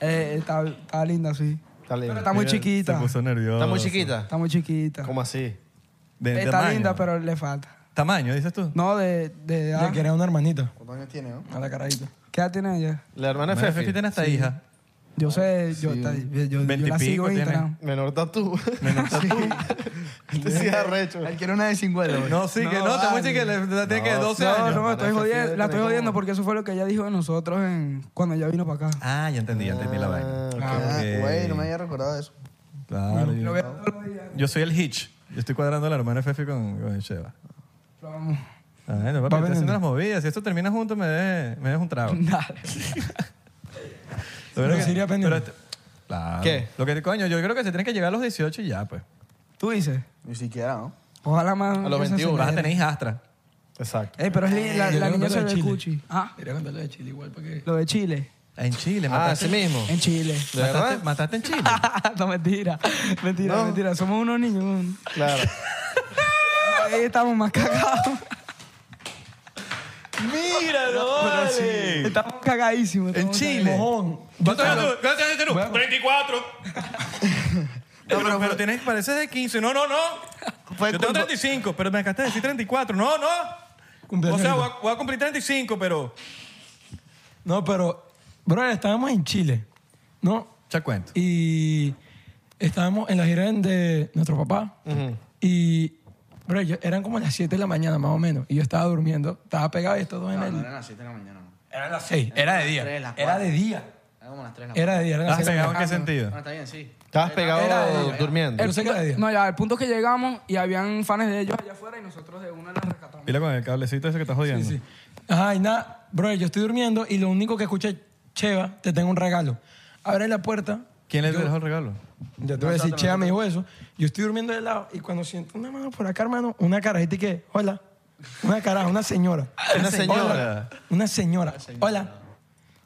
Speaker 4: Eh, está, está linda, sí.
Speaker 2: Está
Speaker 4: Pero
Speaker 2: linda.
Speaker 4: está muy
Speaker 1: Mira,
Speaker 4: chiquita.
Speaker 1: Se puso nervioso.
Speaker 2: ¿Está muy chiquita?
Speaker 4: Está muy chiquita.
Speaker 2: ¿Cómo así?
Speaker 1: De,
Speaker 4: está
Speaker 1: tamaño.
Speaker 4: linda, pero le falta.
Speaker 1: Tamaño, dices tú.
Speaker 4: No, de, de edad.
Speaker 5: Ya que era una hermanita.
Speaker 3: ¿Cuántos años tiene, no?
Speaker 5: A la carajita.
Speaker 4: ¿Qué edad tiene ella?
Speaker 2: La hermana
Speaker 1: Hermana de Fefi
Speaker 2: Fefe.
Speaker 1: tiene hasta hija.
Speaker 4: Yo sé, yo, está- yo- yo, la
Speaker 1: Veintipico
Speaker 4: sigo en
Speaker 1: tiene.
Speaker 4: Instagram.
Speaker 2: Menor está tú. Menor está tú. Este sí es arrecho.
Speaker 3: Él quiere una de 50.
Speaker 1: No, sí, que no, está muy chiquita, le- le- tiene que 12
Speaker 4: No,
Speaker 1: años.
Speaker 4: no, me estoy
Speaker 2: Fefi debe
Speaker 4: jodiendo, la estoy
Speaker 2: tener
Speaker 4: jodiendo
Speaker 2: como-
Speaker 4: porque eso fue lo que ella dijo de nosotros en, cuando ella vino para acá.
Speaker 1: Ah, ya entendí, ya entendí la vaina.
Speaker 3: Ah,
Speaker 1: ok.
Speaker 3: güey, no me había recordado de eso.
Speaker 1: Claro,
Speaker 4: Lo
Speaker 1: yo,
Speaker 4: veo todos los días.
Speaker 1: yo soy el Hitch. Yo estoy cuadrando a la hermana de Fefi con, con Sheva.
Speaker 4: Lo vamos.
Speaker 1: Ay, no, papi,
Speaker 4: Va
Speaker 1: está haciendo
Speaker 4: vendiendo.
Speaker 1: las movidas. Si esto termina junto, me des me des un trago.
Speaker 4: [laughs] Dale.
Speaker 1: Lo
Speaker 5: Pero
Speaker 1: que-
Speaker 5: sí iría pendiente.
Speaker 1: este- claro.
Speaker 2: ¿Qué?
Speaker 1: Lo que te coño, yo creo que se tiene que llegar a los 18 y ya, pues.
Speaker 4: Tú dices,
Speaker 3: Ni siquiera, ¿no?
Speaker 4: ojalá más.
Speaker 2: A los
Speaker 4: esa
Speaker 2: 21.
Speaker 1: Vas a
Speaker 4: señora.
Speaker 1: tener hijastra.
Speaker 2: [laughs] Exacto.
Speaker 4: Eh, pero es li- la,
Speaker 5: Yo
Speaker 4: la
Speaker 5: creo
Speaker 4: niña
Speaker 5: que
Speaker 4: se
Speaker 5: lo de
Speaker 4: ve
Speaker 5: Chile.
Speaker 4: cuchi. Ah,
Speaker 5: Diría contarle de Chile igual, porque...
Speaker 4: lo de Chile.
Speaker 1: En Chile,
Speaker 2: Ah,
Speaker 1: mataste.
Speaker 2: así mismo.
Speaker 4: En Chile. [laughs]
Speaker 1: mataste,
Speaker 2: ¿De verdad?
Speaker 1: mataste en Chile.
Speaker 4: no, mentira. Mentira,
Speaker 2: No.
Speaker 4: mentira. Somos unos niños. un-
Speaker 2: Claro.
Speaker 4: Ahí estamos más cagados.
Speaker 1: Mira, no. Pero sí.
Speaker 4: Estamos cagadísimos.
Speaker 1: En
Speaker 4: estamos
Speaker 1: Chile.
Speaker 5: Mojón.
Speaker 1: ¿Cuántos años tú- cuántos años tienes tú? 34. No, pero, pero tienes que parecer de 15. No, no, no.
Speaker 3: Fue
Speaker 1: Yo tengo
Speaker 3: culpa-
Speaker 1: 35, pero me acabaste de decir 34. No, no.
Speaker 5: Cumpleaños
Speaker 1: O sea, voy
Speaker 5: ahorita.
Speaker 1: a, voy a cumplir 35, pero.
Speaker 5: No, pero, brother, estábamos en Chile, ¿no?
Speaker 1: Echa cuento.
Speaker 5: Y estábamos en la gira de nuestro papá. Y, bro, yo- eran como las 7 de la mañana más o menos. Y yo estaba durmiendo, estaba pegado y estos dos en el.
Speaker 3: eran las 7 de la mañana. no.
Speaker 5: Eran las 6, era de
Speaker 3: tres, las
Speaker 5: día. Era de
Speaker 3: cuatro.
Speaker 5: día.
Speaker 3: Era como las 3 de la mañana.
Speaker 5: Era de día, eran las
Speaker 1: ¿Estás
Speaker 5: seis de la
Speaker 1: pegado en
Speaker 5: mañana.
Speaker 1: qué sentido?
Speaker 3: Bueno, está bien, sí.
Speaker 2: Estabas pegado
Speaker 5: era-
Speaker 2: durmiendo.
Speaker 5: Yo sé que era de día.
Speaker 4: No, ya, el punto es que llegamos y habían fans de ellos allá afuera y nosotros de una las rescatamos.
Speaker 1: Pila con el cablecito ese que estás jodiendo.
Speaker 5: Sí, sí. Ajá, y nada, bro, yo estoy durmiendo y lo único que escuché, Cheva, te tengo un regalo. Abre la puerta.
Speaker 1: ¿Quién le
Speaker 5: yo-
Speaker 1: dejó el regalo?
Speaker 5: Ya te voy a decir, Cheva me dijo eso. Yo estoy durmiendo de lado y cuando siento una mano por acá, hermano, una carajita y que, hola. Una caraja, una señora.
Speaker 2: Una señora.
Speaker 5: Hola. Una señora. Hola.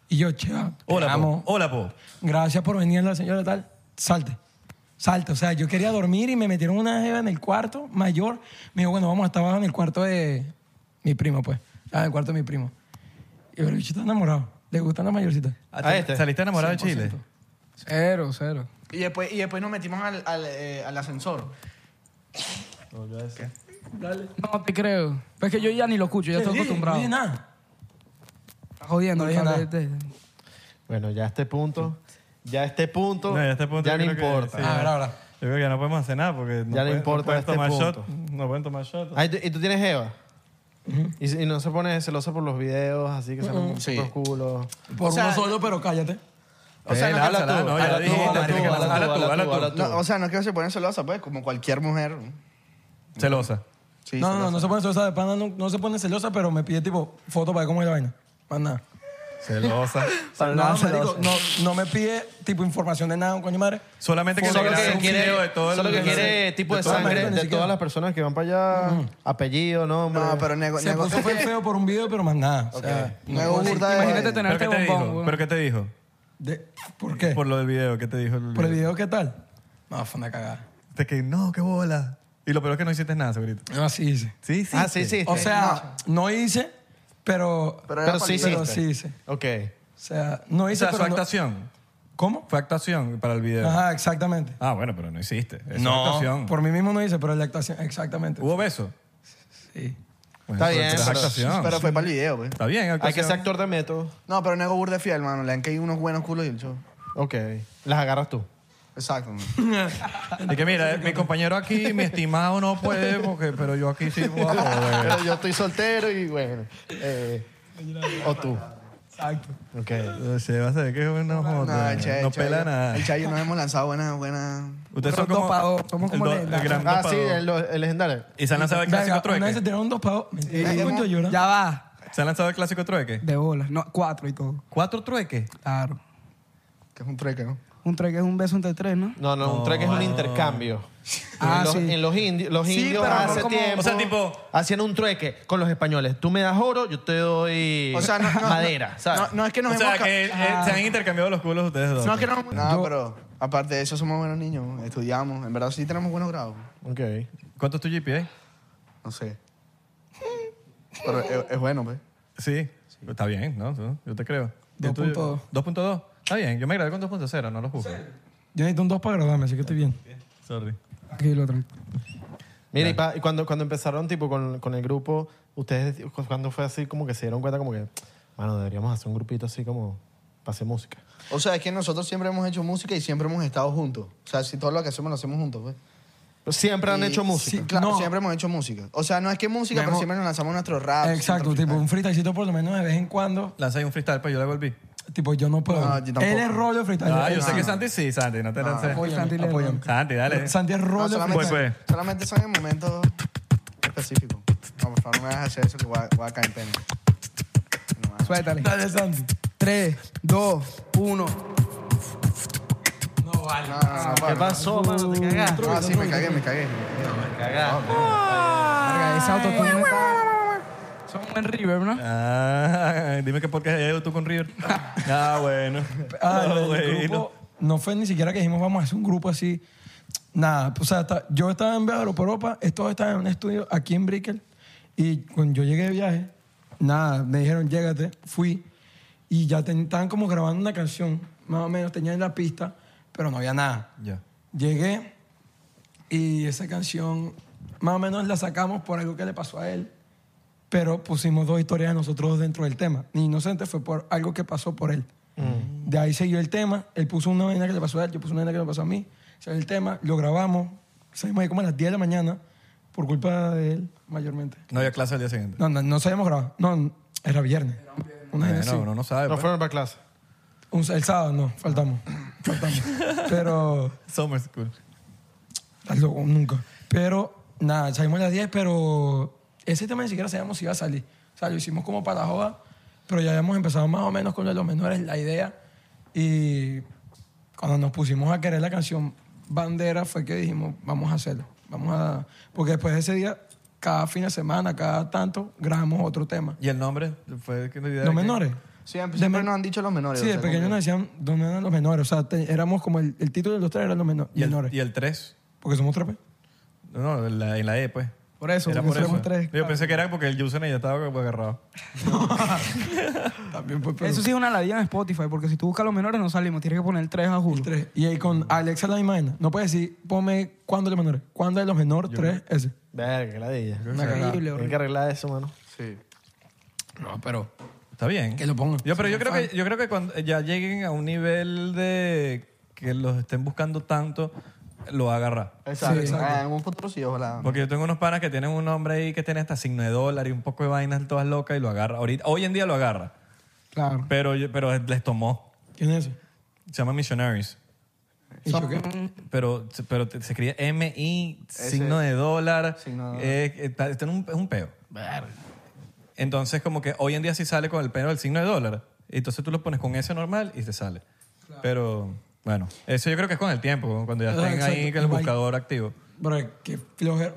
Speaker 5: Y yo, Cheva, te
Speaker 1: Hola, po.
Speaker 5: amo.
Speaker 1: Hola, po.
Speaker 5: Gracias por venir la señora tal. Salte. Salte. O sea, yo quería dormir y me metieron una jeva en el cuarto mayor. Me dijo, bueno, vamos a estar abajo en el cuarto de mi primo, pues. Ah, en el cuarto de mi primo. Y el bicho está enamorado. Le gustan las mayorcitas.
Speaker 1: Ah,
Speaker 2: A
Speaker 1: te-
Speaker 2: este.
Speaker 1: ¿Saliste enamorado de Chile?
Speaker 4: Cero, cero.
Speaker 3: Y después, y después nos metimos al, al, eh, al ascensor.
Speaker 4: No te creo. Pues que yo ya ni lo escucho, ya estoy acostumbrado.
Speaker 5: No dije nada.
Speaker 4: Está jodiendo,
Speaker 5: No dije
Speaker 4: cara,
Speaker 5: nada. Eh,
Speaker 4: de- de-
Speaker 2: Bueno, ya a este punto, ya a este punto,
Speaker 1: No, ya a este punto
Speaker 2: ya
Speaker 1: yo
Speaker 2: no
Speaker 1: creo que
Speaker 2: importa.
Speaker 1: sí.
Speaker 5: Ah, ahora, ahora.
Speaker 1: Yo creo que ya no podemos hacer nada porque no,
Speaker 2: Ya no
Speaker 1: pueden-
Speaker 2: importa
Speaker 1: pueden
Speaker 2: este
Speaker 1: tomar
Speaker 2: punto.
Speaker 1: shot. No pueden tomar shot.
Speaker 2: Ah, ¿y tú- ¿Y tú tienes Eva? ¿Y, si- y no se pone celosa por los videos, así que salen por
Speaker 3: Sí.
Speaker 2: culo.
Speaker 5: Por
Speaker 3: O sea,
Speaker 5: uno solo, pero cállate.
Speaker 3: O sea,
Speaker 1: Eh,
Speaker 3: no
Speaker 1: habla
Speaker 3: piensa
Speaker 1: tú,
Speaker 3: nada,
Speaker 1: no,
Speaker 3: no,
Speaker 1: ya
Speaker 2: habla
Speaker 1: lo
Speaker 2: tú,
Speaker 1: dijiste,
Speaker 2: habla tú,
Speaker 1: marica,
Speaker 2: habla tú,
Speaker 1: habla tú,
Speaker 2: habla tú,
Speaker 1: habla
Speaker 2: habla
Speaker 3: No, o sea, no es que se ponen celosa, pues, como cualquier mujer.
Speaker 1: tú. Celosa.
Speaker 3: Sí,
Speaker 5: no, no, no,
Speaker 3: celosa.
Speaker 5: no se pone celosa de pana, no, no se pone celosa, pero me pide tipo foto para ver cómo es la vaina. Más nada.
Speaker 1: Celosa.
Speaker 5: No, marico, no, no me pide tipo información de nada, coño madre.
Speaker 1: Solamente que
Speaker 2: Solo
Speaker 1: le grabe
Speaker 2: que
Speaker 1: un
Speaker 2: quiere,
Speaker 1: video de todo el-
Speaker 2: solo que
Speaker 1: de-
Speaker 2: quiere tipo de,
Speaker 1: todas las
Speaker 2: sangre
Speaker 1: mujeres,
Speaker 2: de todas las personas que van para allá, apellido, nombre.
Speaker 3: No, pero nego,
Speaker 5: Se
Speaker 3: nego-
Speaker 5: puso fue feo por un video, pero más nada. O sea,
Speaker 3: [laughs]
Speaker 5: no
Speaker 3: nego
Speaker 5: puedo decir-
Speaker 3: burda de-
Speaker 4: Imagínate tener
Speaker 1: ¿Pero qué
Speaker 4: este
Speaker 1: te
Speaker 4: bombón,
Speaker 1: dijo?
Speaker 4: weón.
Speaker 1: ¿Pero qué te dijo?
Speaker 5: de- ¿Por qué?
Speaker 1: Por
Speaker 5: Por,
Speaker 1: lo del video, ¿qué te dijo el
Speaker 5: el video qué tal? No, fue una cagada.
Speaker 1: De que no, qué bola. Y lo peor es que no hiciste nada, segurito.
Speaker 5: No, así hice.
Speaker 1: Sí, sí.
Speaker 2: ah, sí, sí.
Speaker 5: O sea, no, hice, pero, pero,
Speaker 3: Pero era
Speaker 2: Pero sí,
Speaker 3: palito.
Speaker 5: sí hice. O
Speaker 2: ok.
Speaker 5: sea, no
Speaker 1: O
Speaker 5: hice,
Speaker 1: sea, su
Speaker 5: pero no-
Speaker 1: actuación.
Speaker 5: ¿Cómo?
Speaker 1: Fue actuación para el video.
Speaker 5: Ajá, exactamente.
Speaker 1: Ah, bueno, pero no hiciste. Es su actuación.
Speaker 5: por mí mismo no hice, pero la actuación, exactamente.
Speaker 1: ¿Hubo beso?
Speaker 5: Sí.
Speaker 1: Bueno,
Speaker 2: bien,
Speaker 1: pero es
Speaker 2: pero-
Speaker 1: actuación.
Speaker 3: Pero fue para el video, pues.
Speaker 1: Está bien, actuación.
Speaker 2: Hay que ser actor de método.
Speaker 3: No, pero nego burda de fiel, hermano. Le han caído unos buenos culos y el show.
Speaker 2: Ok. Las agarras tú.
Speaker 3: Exacto. man.
Speaker 1: Y que mira, eh, mi compañero aquí, mi estimado no puede, porque, pero yo aquí sí puedo. joder.
Speaker 2: Pero yo estoy soltero y bueno. eh, o tú.
Speaker 5: Exacto.
Speaker 2: Ok.
Speaker 1: Se va a hacer que es una joda.
Speaker 3: el Chayo-
Speaker 1: No
Speaker 3: el Chayo-
Speaker 1: pela nada.
Speaker 3: El Chayo nos hemos lanzado buenas, buenas.
Speaker 1: Ustedes son
Speaker 5: Pero
Speaker 1: como...
Speaker 5: dopado, somos como
Speaker 1: el, do-
Speaker 5: leyenda.
Speaker 1: el gran
Speaker 2: Ah,
Speaker 1: dopado.
Speaker 2: sí, el, el legendario.
Speaker 1: Y se han lanzado el clásico
Speaker 5: Venga, una vez se
Speaker 1: trueque.
Speaker 5: tiraron dos pavos. Mentira,
Speaker 3: ya
Speaker 5: coño,
Speaker 3: no-
Speaker 5: llora.
Speaker 4: Ya va,
Speaker 1: ¿Se han lanzado el clásico trueque?
Speaker 4: de bolas. No, cuatro y todo.
Speaker 1: ¿Cuatro trueques?
Speaker 4: Claro.
Speaker 3: Que es un trueque, ¿no?
Speaker 4: Un trueque es un beso entre tres, ¿no?
Speaker 2: No, no, un trueque es un intercambio.
Speaker 4: Ah,
Speaker 2: en los,
Speaker 4: sí.
Speaker 2: en los indios, los
Speaker 4: Sí,
Speaker 2: indios
Speaker 4: pero no
Speaker 2: hace
Speaker 4: como-
Speaker 2: tiempo
Speaker 1: o sea, tipo-
Speaker 2: hacían un trueque con los españoles. Tú me das oro, yo te doy
Speaker 3: O sea, no, no,
Speaker 2: madera, ¿sabes?
Speaker 3: No, no es que nos
Speaker 1: o
Speaker 3: hemos.
Speaker 1: sea,
Speaker 3: ca- Ah.
Speaker 1: que eh, se han intercambiado los culos ustedes dos.
Speaker 3: No, es que no. No, pero aparte de eso, somos buenos niños. Estudiamos. En verdad, sí tenemos buenos grados.
Speaker 2: Ok.
Speaker 1: ¿Cuánto es tu GPA?
Speaker 3: No sé. Pero es, es bueno, pues.
Speaker 1: Sí. Está bien, ¿no? Tú- Yo te creo. Yo tú-
Speaker 5: 2.2.
Speaker 1: 2.2. Está bien, yo me gradué con 2.0, no lo juzgo.
Speaker 5: Yo necesito un dos para grabarme, así que estoy bien.
Speaker 1: Sorry.
Speaker 4: Tranquilo, tranquilo.
Speaker 2: Mira, y, pa- y cuando, cuando empezaron tipo con, con el grupo, ustedes cu- cuando fue así como que se dieron cuenta como que, bueno, deberíamos hacer un grupito así como para hacer música.
Speaker 3: O sea, es que nosotros siempre hemos hecho música y siempre hemos estado juntos. O sea, si todo lo que hacemos lo hacemos juntos, pues.
Speaker 2: Pero Siempre han
Speaker 3: Y-
Speaker 2: hecho música.
Speaker 3: Sí, claro,
Speaker 5: No.
Speaker 3: siempre hemos hecho música. O sea, no es que música, pero
Speaker 5: hemos-
Speaker 3: siempre nos lanzamos nuestro
Speaker 5: Ah,
Speaker 3: rap.
Speaker 5: Exacto, tipo un freestylecito por lo menos de vez en cuando.
Speaker 1: Lanzáis un freestyle, pues yo le volví.
Speaker 5: Tipo, yo no puedo.
Speaker 3: No, yo tampoco.
Speaker 5: Él es rollo freestyle.
Speaker 1: Ah, yo
Speaker 5: Él-
Speaker 1: sé que Santi sí, Santi, no te lances.
Speaker 5: Apóyame,
Speaker 4: Santi,
Speaker 5: apóyame.
Speaker 1: Santi, dale.
Speaker 5: Santi es
Speaker 3: No,
Speaker 5: rollo
Speaker 3: solamente,
Speaker 1: Pues, pues.
Speaker 3: solamente son en momentos específicos. No, por favor, no me hagas hacer eso que voy a, voy a caer en pena. No, no.
Speaker 4: Suéltale.
Speaker 5: freestyle. Dale, Santi.
Speaker 4: Tres, dos, uno.
Speaker 3: No, no, no,
Speaker 2: ¿Qué
Speaker 3: Pablo.
Speaker 2: pasó, mano? ¿Te cagaste?
Speaker 3: No, sí, me cagué, me cagué.
Speaker 4: Verga, ese autotune está- Son buen river, ¿no?
Speaker 1: Ah, dime que por qué eres tú con River. Ah, bueno.
Speaker 5: Ah,
Speaker 1: No,
Speaker 5: el
Speaker 1: bueno.
Speaker 5: grupo, no fue ni siquiera que dijimos vamos a hacer un grupo así. Nada, o sea, ta- yo estaba en Beaver, Europa, estos estaban en un estudio aquí en Brickell y cuando yo llegué de viaje, nada, me dijeron llégate, fui y ya ten- estaban como grabando una canción, más o menos, tenían la pista, pero no había nada.
Speaker 1: Ya.
Speaker 5: Llegué y esa canción más o menos la sacamos por algo que le pasó a él, pero pusimos dos historias de nosotros dentro del tema. Inocente fue por algo que pasó por él. De ahí siguió el tema. Él puso una vaina que le pasó a él, yo puse una vaina que me pasó a mí. Salió el tema, lo grabamos. Salimos ahí como a las 10 de la mañana por culpa de él, mayormente.
Speaker 1: No había clase al día siguiente.
Speaker 5: No, no, no sabíamos grabar. No, era viernes. Una vaina
Speaker 1: Bueno,
Speaker 5: así.
Speaker 1: uno no sabe.
Speaker 2: No
Speaker 1: pues.
Speaker 2: fueron para clase.
Speaker 5: Un- el sábado no, faltamos. [laughs] Faltamos. Pero...
Speaker 1: Summer school.
Speaker 5: Estás loco, nunca. Pero, nada, salimos a las 10, pero ese tema ni siquiera sabíamos si iba a salir. O sea, lo hicimos como para la joda, pero ya habíamos empezado más o menos con lo de los menores, la idea. Y cuando nos pusimos a querer la canción Bandera, fue que dijimos, vamos a hacerlo. Vamos a... Porque después de ese día, cada fin de semana, cada tanto, grabamos otro tema.
Speaker 1: ¿Y el nombre? ¿Fue que la idea
Speaker 5: Los
Speaker 1: de que-
Speaker 5: menores.
Speaker 3: Siempre,
Speaker 5: De
Speaker 3: siempre
Speaker 5: men-
Speaker 3: nos han dicho los menores.
Speaker 5: Sí,
Speaker 3: o
Speaker 5: de
Speaker 3: sea,
Speaker 5: pequeño
Speaker 3: como
Speaker 5: nos decían, ¿dónde eran los menores? O sea, te- éramos como el, el título de los tres eran los meno-
Speaker 1: ¿Y el,
Speaker 5: menores.
Speaker 1: ¿Y el 3?
Speaker 5: Porque somos tres. pues.
Speaker 1: No, no, en la, en la E, pues.
Speaker 4: Por eso,
Speaker 1: Era
Speaker 4: porque
Speaker 1: por eso.
Speaker 4: somos tres,
Speaker 1: Yo pensé que era porque el username ya estaba como agarrado.
Speaker 5: También, pues, pero-
Speaker 4: Eso sí es una ladilla en Spotify, porque si tú buscas los menores no salimos, tienes que poner tres a juro.
Speaker 5: Tres. Y ahí con Alexa la misma vaina. No puedes decir, ponme cuándo de los menores. ¿Cuándo de los menores? Tres, ese.
Speaker 2: Verga, qué ladilla.
Speaker 4: Increíble,
Speaker 2: Hay que arreglar eso, mano.
Speaker 5: No, pero.
Speaker 1: Está bien.
Speaker 5: Que lo pongan.
Speaker 1: Yo, pero yo creo, que, yo creo que cuando ya lleguen a un nivel de que los estén buscando tanto, lo va a agarrar.
Speaker 3: Exacto.
Speaker 5: Sí,
Speaker 3: Ah, en un futuro sí, ojalá.
Speaker 1: Porque yo tengo unos panas que tienen un nombre ahí que tiene hasta signo de dólar y un poco de vainas todas locas y lo agarra. Ahorita, hoy en día lo agarra.
Speaker 4: Claro.
Speaker 1: Pero, yo- pero les tomó.
Speaker 5: ¿Quién es ese?
Speaker 1: Se llama Missionaries.
Speaker 5: ¿Y yo qué?
Speaker 1: Pero, pero te- se escribe M-I, signo de dólar.
Speaker 3: Signo de dólar.
Speaker 1: Eh, eh, está- está en un- es un peo. Entonces, como que hoy en día sí sale con el peo del signo de dólar. Y Entonces tú lo pones con ese normal y te sale. Pero, bueno, eso yo creo que es con el tiempo, cuando ya
Speaker 5: Ah,
Speaker 1: estén ahí
Speaker 5: exacto.
Speaker 1: el
Speaker 5: Igual.
Speaker 1: buscador activo.
Speaker 5: Bro, que flojera.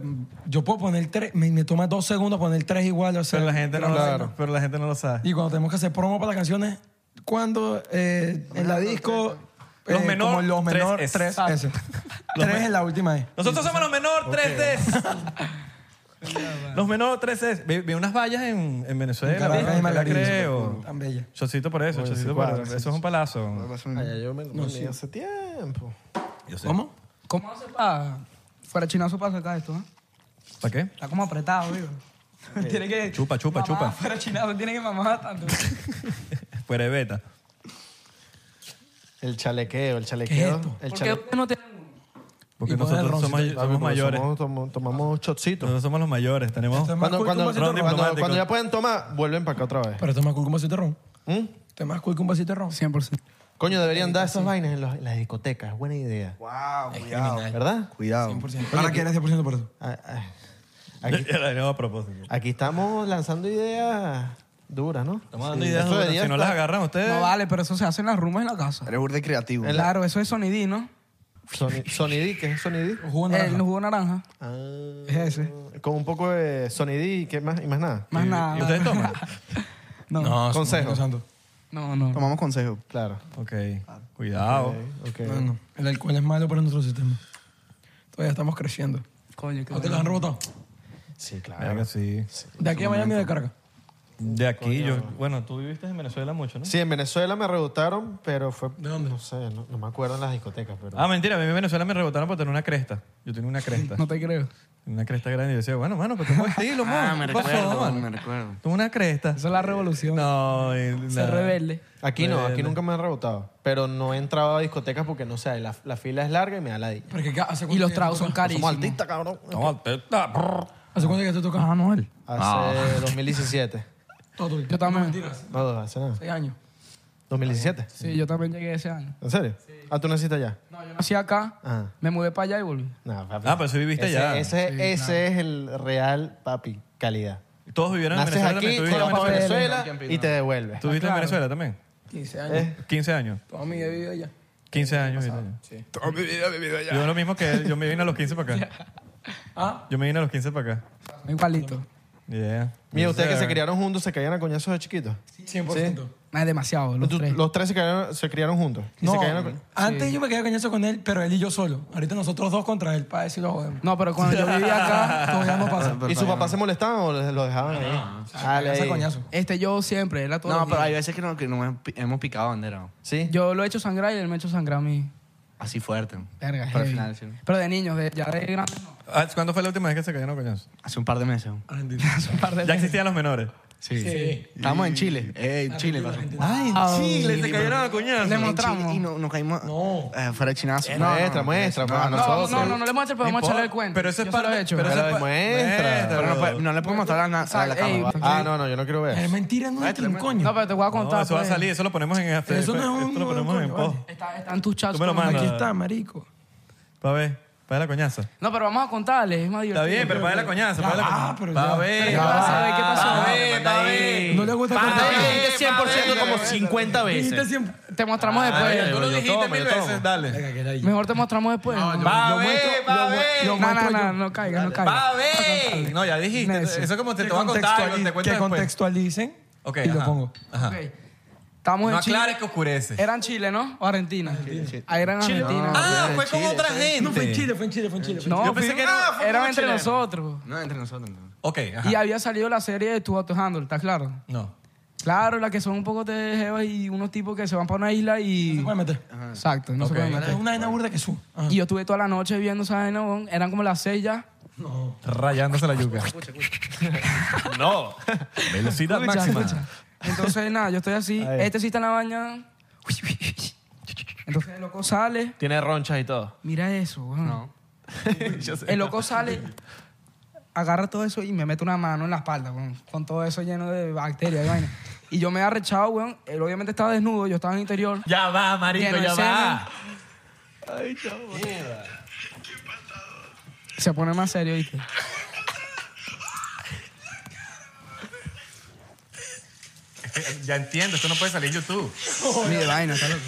Speaker 5: Yo puedo poner tres. Me, me toma dos segundos poner tres igual. O sea,
Speaker 1: Pero la gente no,
Speaker 5: claro.
Speaker 1: lo, pero la gente no lo sabe.
Speaker 5: Y cuando tenemos que hacer promo para las canciones, cuando eh, en la disco.
Speaker 1: Los
Speaker 5: eh,
Speaker 1: menor,
Speaker 5: como los
Speaker 1: tres
Speaker 5: menores.
Speaker 1: S.
Speaker 5: Tres S.
Speaker 1: Los
Speaker 5: Tres
Speaker 1: men-
Speaker 5: es la última E.
Speaker 1: Nosotros somos los menor 3D. los menor 3D. Vi, vi unas vallas en, en Venezuela.
Speaker 5: Caracas
Speaker 1: ¿viste?
Speaker 5: y Margarita.
Speaker 1: creo.
Speaker 5: Tan bella.
Speaker 1: Chocito por eso, chocito por eso. Eso es un palazo.
Speaker 3: Pasa un-
Speaker 2: Ay, ya yo me lo no, hace tiempo.
Speaker 1: Yo sé.
Speaker 5: ¿Cómo?
Speaker 4: ¿Cómo hace para fuera chinazo para sacar esto? ¿eh?
Speaker 1: ¿Para qué?
Speaker 4: Está como apretado, digo. tiene que.
Speaker 1: Chupa, chupa,
Speaker 4: mamar
Speaker 1: chupa.
Speaker 4: Fuera chinazo, tiene que mamar tanto.
Speaker 1: Fuera de beta.
Speaker 2: El chalequeo, el chalequeo.
Speaker 5: esto?
Speaker 2: El
Speaker 4: ¿Por qué
Speaker 2: chalequeo.
Speaker 4: ustedes no tienen
Speaker 1: Porque
Speaker 5: Y poner
Speaker 1: nosotros
Speaker 5: roncito
Speaker 1: somos,
Speaker 5: ahí,
Speaker 1: somos mayores. Ah.
Speaker 2: Somos- tomo- tomamos chotcito.
Speaker 1: Nosotros somos los mayores. Tenemos. [laughs]
Speaker 5: Esto es más
Speaker 2: Cuando,
Speaker 5: cool que un
Speaker 2: cuando,
Speaker 5: vasito de
Speaker 1: ron
Speaker 2: cuando,
Speaker 1: diplomático.
Speaker 2: cuando ya pueden tomar, vuelven para acá otra vez.
Speaker 5: Pero esto es más cool que un vasito de ron.
Speaker 2: ¿Mm?
Speaker 5: Esto es más cool que un vasito de ron.
Speaker 4: 100%.
Speaker 2: Coño, deberían dar esas vainas en, los- en las discotecas. Buena idea.
Speaker 3: Wow, cuidado.
Speaker 2: ¿Verdad?
Speaker 3: Cuidado.
Speaker 5: 100%. Ahora que eres 100% por eso.
Speaker 2: Ah, ah. Aquí,
Speaker 1: Ya la tenemos a propósito.
Speaker 2: aquí estamos lanzando ideas duras, ¿no?
Speaker 1: Estamos dando
Speaker 2: Sí.
Speaker 1: ideas.
Speaker 2: Eso
Speaker 1: duras.
Speaker 2: debería
Speaker 1: Si no las
Speaker 2: estar-
Speaker 1: agarran ustedes.
Speaker 4: No vale, pero eso se hace en las rumbas en la casa.
Speaker 3: Eres burde creativo.
Speaker 4: Claro, eso es sonidí, ¿no?
Speaker 2: Soni- Sonidí, ¿qué
Speaker 1: [laughs]
Speaker 2: es Sonidí?
Speaker 5: Jugo de
Speaker 4: El
Speaker 5: naranja.
Speaker 4: jugo naranja.
Speaker 2: Ah,
Speaker 4: Es ese.
Speaker 2: con un poco de Sonidí y, qué más, y más nada.
Speaker 4: Más
Speaker 1: Y-
Speaker 4: nada.
Speaker 1: ¿Y ustedes toman?
Speaker 4: No. No,
Speaker 5: No, sí,
Speaker 2: Consejo.
Speaker 5: Dios santo.
Speaker 4: no. no.
Speaker 3: Tomamos consejo.
Speaker 2: Claro.
Speaker 1: ok. Cuidado.
Speaker 2: Ok.
Speaker 5: No, no. El alcohol es malo para nuestro sistema. Todavía estamos creciendo.
Speaker 4: Coño, qué
Speaker 5: ¿No te lo han rebotado?
Speaker 2: Sí, claro.
Speaker 1: Verga, sí.
Speaker 5: De aquí a Miami de carga.
Speaker 1: De aquí, yo. Bueno, tú viviste en Venezuela mucho, ¿no?
Speaker 2: Sí, en Venezuela me rebotaron, pero fue.
Speaker 5: ¿De dónde?
Speaker 2: No sé, no, no me acuerdo en las discotecas, pero.
Speaker 1: Ah, mentira, a mí en Venezuela me rebotaron por tener una cresta. Yo tenía una cresta.
Speaker 4: No te creo.
Speaker 1: Una cresta grande. Y yo decía, bueno, mano, pues tengo estilo, mano.
Speaker 6: Ah, me
Speaker 1: ¿Qué pasó,
Speaker 6: recuerdo,
Speaker 1: mano?
Speaker 6: me recuerdo.
Speaker 1: Tengo una cresta.
Speaker 4: Eso es la revolución.
Speaker 1: No, y
Speaker 4: Ser
Speaker 1: la-
Speaker 4: rebelde.
Speaker 2: aquí no, aquí nunca me han rebotado. Pero no he entrado a discotecas porque no sé, la, la fila es larga y me da la dicha.
Speaker 5: Porque, ¿qué- hace cuánto
Speaker 4: Y los
Speaker 5: que-
Speaker 4: tragos son
Speaker 2: Somos
Speaker 4: carísimos.
Speaker 2: artistas, cabrón.
Speaker 1: No, te- ta- brr.
Speaker 5: ¿Hace cuánto que te tocas?
Speaker 4: Ah, Noel.
Speaker 2: Hace 2017.
Speaker 5: Todo.
Speaker 4: Ah. Yo también.
Speaker 5: Mentiras.
Speaker 2: No, no, hace nada.
Speaker 4: Seis años.
Speaker 2: 2017.
Speaker 4: Sí, yo también llegué ese año.
Speaker 2: ¿En serio? Ah, tú naciste allá.
Speaker 4: No, yo nací acá,
Speaker 2: Ajá.
Speaker 4: me mudé para allá y volví.
Speaker 2: No, papi.
Speaker 1: Ah, pero sí viviste
Speaker 2: ese,
Speaker 1: allá.
Speaker 2: Ese, ese es el real, papi, calidad.
Speaker 1: Todos vivieron en
Speaker 2: Naces
Speaker 1: Venezuela también. ¿Tú
Speaker 2: aquí, te
Speaker 1: viviste en
Speaker 2: vas para
Speaker 1: Venezuela?
Speaker 2: Venezuela y te devuelves.
Speaker 1: ¿Tú viviste en Venezuela también?
Speaker 5: 15 años.
Speaker 4: Eh.
Speaker 1: 15 años.
Speaker 5: Toda mi vida he vivido allá.
Speaker 1: 15 años. viviste allá.
Speaker 5: Sí.
Speaker 1: Toda mi vida he vivido allá. Yo lo mismo que él, yo me vine a los 15
Speaker 4: [laughs]
Speaker 1: para acá.
Speaker 5: Ah.
Speaker 1: Yo me vine a los 15 para acá.
Speaker 4: Igualito.
Speaker 1: Yeah.
Speaker 2: Mira, ustedes que se
Speaker 1: querían
Speaker 2: criaron juntos, se caían a coñazos de chiquitos.
Speaker 5: 100%.
Speaker 4: No es demasiado, los
Speaker 2: Tú-
Speaker 4: tres.
Speaker 2: Los tres se criaron, se criaron juntos. Y
Speaker 5: No,
Speaker 2: se caían a coñazos.
Speaker 5: antes yo me quedé coñazo con él, pero él y yo solo. Ahorita nosotros dos contra él, para decirlo jodemos.
Speaker 4: No, pero cuando yo vivía
Speaker 5: [laughs]
Speaker 4: acá,
Speaker 5: Todavía no
Speaker 4: Ah,
Speaker 5: pasa.
Speaker 2: ¿Y su papá se molestaban o les- lo dejaban ahí? Dale
Speaker 5: Hace
Speaker 2: ahí.
Speaker 5: coñazo.
Speaker 4: este yo siempre, era todo.
Speaker 6: No, pero hay veces que no, que no hemos pi- hemos picado bandera.
Speaker 2: ¿Sí?
Speaker 4: Yo lo he hecho sangrar y él me ha hecho sangrar a mí.
Speaker 6: Así fuerte.
Speaker 4: Verga,
Speaker 6: Pero al
Speaker 4: heavy.
Speaker 6: final, sí.
Speaker 4: Pero de niños, de- ya de grande, no.
Speaker 1: ah, ¿Cuándo fue la última vez que se cayeron coñazos?
Speaker 6: Hace un par de meses.
Speaker 4: Hace un par de
Speaker 1: Ya
Speaker 4: meses.
Speaker 1: existían los menores.
Speaker 6: Sí.
Speaker 5: Sí.
Speaker 6: Estamos en Chile. Eh, en Chile. pasó.
Speaker 5: Ay,
Speaker 1: Chile, te cayeron a coñazo.
Speaker 4: Le mostramos.
Speaker 3: Y no- nos caímos
Speaker 5: No.
Speaker 3: eh, fuera de chinazo.
Speaker 2: No, muestra, muestra, pues, a
Speaker 4: No,
Speaker 2: nosotros.
Speaker 4: no, no, no le pues, vamos a hacer, pero vamos a echarle el cuento.
Speaker 1: Pero ese es
Speaker 4: Yo se lo
Speaker 1: parte-
Speaker 4: he hecho.
Speaker 1: pero ese
Speaker 2: Pero
Speaker 1: es pa-
Speaker 2: muestra.
Speaker 3: Pero no, puede- no le podemos mostrar a la, a la
Speaker 4: Sal, ey,
Speaker 3: cámara.
Speaker 2: Ah, no, no, yo no quiero
Speaker 5: Es
Speaker 2: ver.
Speaker 5: mentira, no es un coño.
Speaker 4: No, pero te voy a
Speaker 1: No,
Speaker 4: contar.
Speaker 1: eso va a
Speaker 4: pues.
Speaker 1: salir, eso lo ponemos en After
Speaker 5: Eso no es
Speaker 1: Effects,
Speaker 5: un-
Speaker 1: Esto lo ponemos
Speaker 5: un
Speaker 1: en
Speaker 5: coño,
Speaker 1: post.
Speaker 4: Está, están tus chats.
Speaker 1: Tú me lo
Speaker 4: con-
Speaker 1: mandas.
Speaker 5: Aquí está, marico.
Speaker 1: Para ver, para la coñaza.
Speaker 4: No, pero vamos a contarles, es más
Speaker 1: Está
Speaker 4: divertido.
Speaker 1: bien, pero para la coñaza.
Speaker 5: Ya
Speaker 1: Para la
Speaker 5: va,
Speaker 1: coñaza.
Speaker 5: pero
Speaker 1: Pa'
Speaker 5: ya.
Speaker 1: ver.
Speaker 4: ¿Qué pasa? A ver, ¿Qué
Speaker 6: Ah,
Speaker 4: pasó?
Speaker 6: manda ahí.
Speaker 5: No le gusta
Speaker 6: Ah,
Speaker 5: contar.
Speaker 6: lo dijiste 100% como 50
Speaker 5: Dijiste
Speaker 6: veces.
Speaker 5: siempre.
Speaker 4: Te
Speaker 1: Ah,
Speaker 4: mostramos
Speaker 6: ya,
Speaker 4: después.
Speaker 6: yo-
Speaker 1: Tú lo
Speaker 6: yo
Speaker 1: dijiste
Speaker 6: tomo,
Speaker 1: mil
Speaker 6: yo tomo.
Speaker 1: veces, dale.
Speaker 5: Venga, que la-
Speaker 4: Mejor te mostramos después.
Speaker 1: Ah,
Speaker 6: Va
Speaker 5: Lo muestro, lo mu- lo
Speaker 4: No,
Speaker 5: muestro
Speaker 4: no, no,
Speaker 5: yo.
Speaker 4: no caigas, no
Speaker 1: Va a
Speaker 4: caigas.
Speaker 1: ver. No, ya dijiste.
Speaker 5: Necio.
Speaker 1: Eso es como te,
Speaker 5: Que
Speaker 1: te voy a contar algo,
Speaker 5: contextuali-
Speaker 1: te cuento
Speaker 5: Que
Speaker 1: después.
Speaker 5: contextualicen
Speaker 1: Ok,
Speaker 5: y lo
Speaker 1: ajá.
Speaker 5: pongo.
Speaker 1: Ajá.
Speaker 4: Ok. Estamos
Speaker 1: Ah. No
Speaker 4: en Chile.
Speaker 1: aclares que oscurece.
Speaker 4: Era en Chile, ¿no? ¿O Argentina? Ahí era en Argentina.
Speaker 1: Ah, fue con otra gente.
Speaker 5: No, fue en Chile, fue en Chile, fue en Chile. fue en
Speaker 4: No,
Speaker 1: Yo pensé
Speaker 4: fui-
Speaker 1: que era- fue
Speaker 4: eran
Speaker 1: como
Speaker 4: entre
Speaker 1: chileno.
Speaker 4: nosotros.
Speaker 6: No, entre nosotros. entonces.
Speaker 1: Ok, ajá.
Speaker 4: Y había salido la serie de Tu Auto Handle, ¿está claro?
Speaker 1: No.
Speaker 4: Claro, la que son un poco de jevas y unos tipos que se van para una isla
Speaker 5: Chile. No
Speaker 4: y...
Speaker 5: se puede meter.
Speaker 4: Exacto, no se
Speaker 1: Ok.
Speaker 4: pueden meter.
Speaker 5: Es una vaina burda que sube. Ajá.
Speaker 4: Y yo estuve toda la noche viendo esa vaina, weón. eran como las seis ya.
Speaker 1: Rayándose la yuca. no. [laughs] Velocidad
Speaker 4: Escucha,
Speaker 1: máxima.
Speaker 4: escucha. Entonces, [laughs] nada, yo estoy así. Este sí está en la baña. [laughs] Entonces el loco sale.
Speaker 6: Tiene ronchas y todo.
Speaker 4: Mira eso, weón. [laughs]
Speaker 1: Yo sé.
Speaker 4: El loco sale, agarra todo eso y me mete una mano en la espalda, weón, con todo eso lleno de bacterias y vaina. Y yo me he arrechado, weón. Él obviamente estaba desnudo, yo estaba en el interior.
Speaker 6: Ya va, marico,
Speaker 4: Lleno de
Speaker 6: ya
Speaker 4: semen.
Speaker 6: va.
Speaker 4: Se pone más serio, ¿viste?
Speaker 1: Ya entiendo, esto no puede salir en YouTube.
Speaker 4: Mira, vaina, está loco.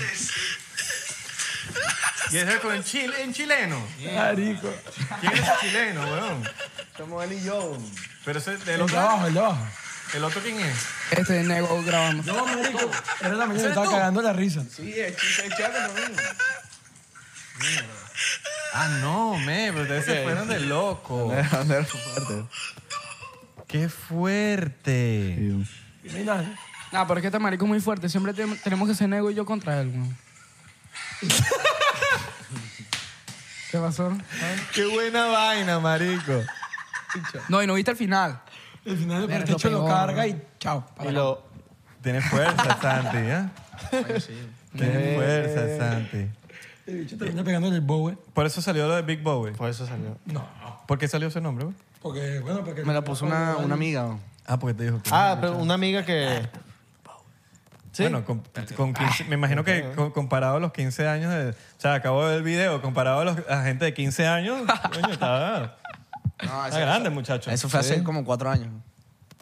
Speaker 1: Y eso es con chile, en chileno.
Speaker 5: Marico.
Speaker 1: ¿Quién es ese chileno, weón? Somos él y yo. Pero ese, del
Speaker 5: El de
Speaker 1: otro,
Speaker 5: abajo, el de abajo.
Speaker 1: ¿el otro quién es?
Speaker 4: Este nego grabando.
Speaker 5: No, marico. Era la mañana, estaba
Speaker 1: tú?
Speaker 5: cagando la risa.
Speaker 1: Ah, no, me, pero ustedes se fueron de loco. ¡Qué fuerte!
Speaker 5: Mira,
Speaker 4: Nah, pero es que este marico es muy fuerte. Siempre te- tenemos que ser nego y yo contra él, weón. [laughs] ¿Qué pasó?
Speaker 1: ¡Qué buena vaina, marico!
Speaker 4: No, y no viste el final.
Speaker 5: al final el
Speaker 4: Verga,
Speaker 5: particho
Speaker 4: lo
Speaker 5: lo
Speaker 4: peor,
Speaker 5: carga
Speaker 4: ¿no?
Speaker 5: y chao. para
Speaker 2: Y
Speaker 5: la-
Speaker 2: lo...
Speaker 1: Tienes fuerza, Santi, ¿eh? Tienes fuerza, Santi.
Speaker 5: El bicho termina pegándole el bowe.
Speaker 1: Por eso salió lo de Big Bowie.
Speaker 2: Por eso salió.
Speaker 5: No.
Speaker 1: ¿Por qué salió ese nombre? güey?
Speaker 5: Porque, bueno, porque...
Speaker 3: Me la puso una, una amiga. ¿no?
Speaker 1: Ah, porque te dijo que...
Speaker 2: Ah, pero una amiga que... Sí.
Speaker 1: Bueno, con, con 15 me imagino
Speaker 3: Ah.
Speaker 1: que con- comparado a los 15 años, de- o sea, acabo de ver el video, comparado a, los, a gente de 15 años, coño,
Speaker 3: [laughs]
Speaker 1: está,
Speaker 3: No,
Speaker 1: está grande, muchacho.
Speaker 3: Eso fue hace como cuatro años.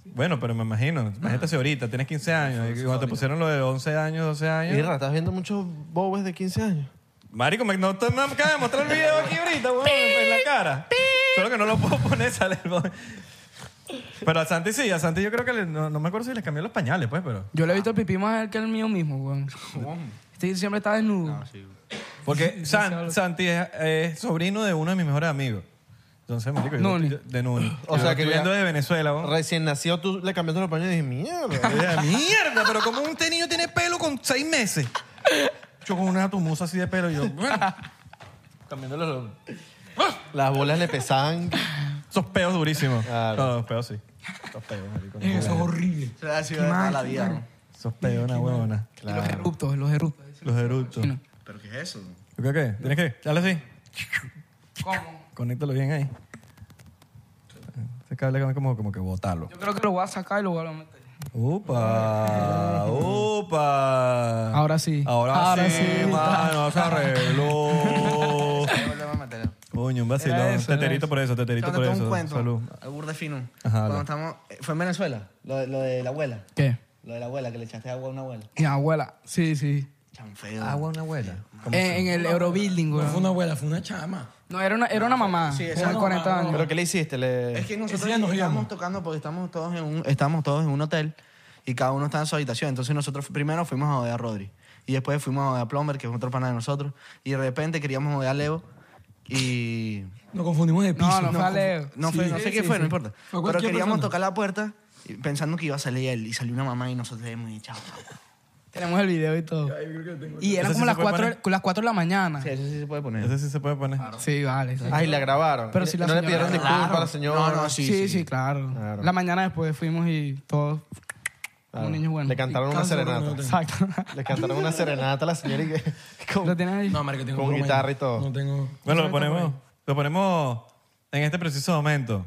Speaker 1: Bueno, pero me imagino, imagínate si ahorita tienes 15 años, y cuando te pusieron lo de 11 años, 12 años...
Speaker 2: Irra, ¿estás viendo muchos bobes de 15 años?
Speaker 1: Marico, me, no te me acabas de mostrar el video aquí ahorita, weón, en la cara. Solo que no lo puedo poner, sale el bo- Pero a Santi sí, a Santi yo creo que le- no, no me acuerdo si les cambió los pañales, pues, pero...
Speaker 4: Yo le he visto el pipí más a él que el mío mismo, weón. Este siempre está desnudo.
Speaker 1: Porque San- Santi es, es sobrino de uno de mis mejores amigos. Entonces, marico, yo-
Speaker 4: Nuni.
Speaker 1: yo- de Nuni.
Speaker 2: O
Speaker 1: Yo
Speaker 2: sea,
Speaker 1: lo
Speaker 2: que
Speaker 1: estoy viendo
Speaker 2: ya-
Speaker 1: de Venezuela, ¿no?
Speaker 2: Recién nacido tú le cambiaste los paños y dije, mierda. [laughs]
Speaker 1: Yo dije, Mierda, pero como un niño tiene pelo con seis meses. Yo con una tumusa así de pelo y yo, bueno,
Speaker 2: Cambiándole los... [laughs] Las bolas le pesaban.
Speaker 1: esos peos durísimos.
Speaker 2: Claro.
Speaker 1: No, los peos sí. Esos peos, marico.
Speaker 5: Eh, Eso es horrible.
Speaker 3: Se ha sido de toda la vida. ¿no?
Speaker 1: Esos peos, una huevona.
Speaker 4: Los eruptos, los eruptos.
Speaker 1: Los eructos.
Speaker 4: No.
Speaker 3: ¿Pero qué es eso?
Speaker 1: ¿Yo creo que? ¿Tienes que? Dale así.
Speaker 4: ¿Cómo?
Speaker 1: Conéctalo bien ahí. Ese cable como, como que botarlo.
Speaker 4: Yo creo que lo voy a sacar y lo voy a meter. [laughs]
Speaker 1: Upa, upa.
Speaker 4: Ahora sí.
Speaker 1: Ahora,
Speaker 4: Ahora
Speaker 1: sí,
Speaker 4: sí.
Speaker 1: mano, se arregló.
Speaker 3: Ahí volvemos a meterlo.
Speaker 1: Coño, un vacilón.
Speaker 3: Era eso, era
Speaker 1: teterito
Speaker 3: eso.
Speaker 1: por eso, teterito
Speaker 3: Chao, te
Speaker 1: por
Speaker 3: tengo
Speaker 1: eso.
Speaker 3: un cuento.
Speaker 1: Salud.
Speaker 3: al burde fino.
Speaker 1: Ajá, dale.
Speaker 3: Cuando estamos, eh, fue en Venezuela, lo de, lo de la abuela.
Speaker 4: ¿Qué?
Speaker 3: Lo de la abuela, que le echaste agua a una abuela.
Speaker 4: Mi abuela. Sí, sí.
Speaker 3: Chanfeo.
Speaker 1: una abuela.
Speaker 4: Eh, en el Eurobuilding,
Speaker 5: No fue
Speaker 4: weón.
Speaker 5: una abuela, fue una chama.
Speaker 4: No, era una, era una mamá. Sí,
Speaker 3: esa
Speaker 4: de 40 años.
Speaker 2: ¿Pero qué le hiciste? Le...
Speaker 3: Es que nosotros
Speaker 5: día nos
Speaker 3: estábamos
Speaker 5: íbamos.
Speaker 3: tocando porque estamos todos, en un, estamos todos en un hotel y cada uno está en su habitación. Entonces nosotros primero fuimos a joder a Rodri y después fuimos a joder a Plumber, que es otro pana de nosotros. Y de repente queríamos joder a Leo y...
Speaker 5: Nos confundimos de piso.
Speaker 4: no, fue a Leo.
Speaker 3: No,
Speaker 5: Sí,
Speaker 3: fue, no sé
Speaker 5: sí,
Speaker 3: qué
Speaker 5: sí,
Speaker 3: fue,
Speaker 5: sí.
Speaker 3: no importa.
Speaker 5: Fue
Speaker 3: Pero
Speaker 5: cualquier
Speaker 3: queríamos
Speaker 5: persona.
Speaker 3: tocar la puerta y- pensando que iba a salir él y salió una mamá y nosotros le hemos echado.
Speaker 5: Tenemos el video y todo. Y eran
Speaker 1: ¿Ese
Speaker 5: como
Speaker 1: sí
Speaker 5: las
Speaker 1: se puede
Speaker 5: 4 las cuatro de la mañana.
Speaker 3: Sí,
Speaker 5: Sí,
Speaker 3: eso sí se puede poner.
Speaker 1: Ese sí se puede poner.
Speaker 5: vale. sí.
Speaker 2: Ay, la grabaron.
Speaker 5: Pero si la
Speaker 2: no le
Speaker 5: señora-
Speaker 2: pidieron disculpas a la señora.
Speaker 3: No, no, sí,
Speaker 5: Sí,
Speaker 3: sí.
Speaker 5: sí, claro.
Speaker 2: Claro.
Speaker 5: La mañana después fuimos y
Speaker 4: [laughs]
Speaker 5: todos
Speaker 2: Claro.
Speaker 5: como niños buenos.
Speaker 2: Le cantaron una
Speaker 4: Cáncer,
Speaker 2: serenata.
Speaker 4: no,
Speaker 5: Exacto.
Speaker 2: Le cantaron una serenata a la señora y que, [laughs] con,
Speaker 5: ¿Lo tienes ahí?
Speaker 4: No, marico, tengo
Speaker 2: Con
Speaker 4: broma ahí.
Speaker 2: guitarra y todo.
Speaker 4: No tengo...
Speaker 1: Bueno, lo ponemos, lo ponemos en este preciso momento.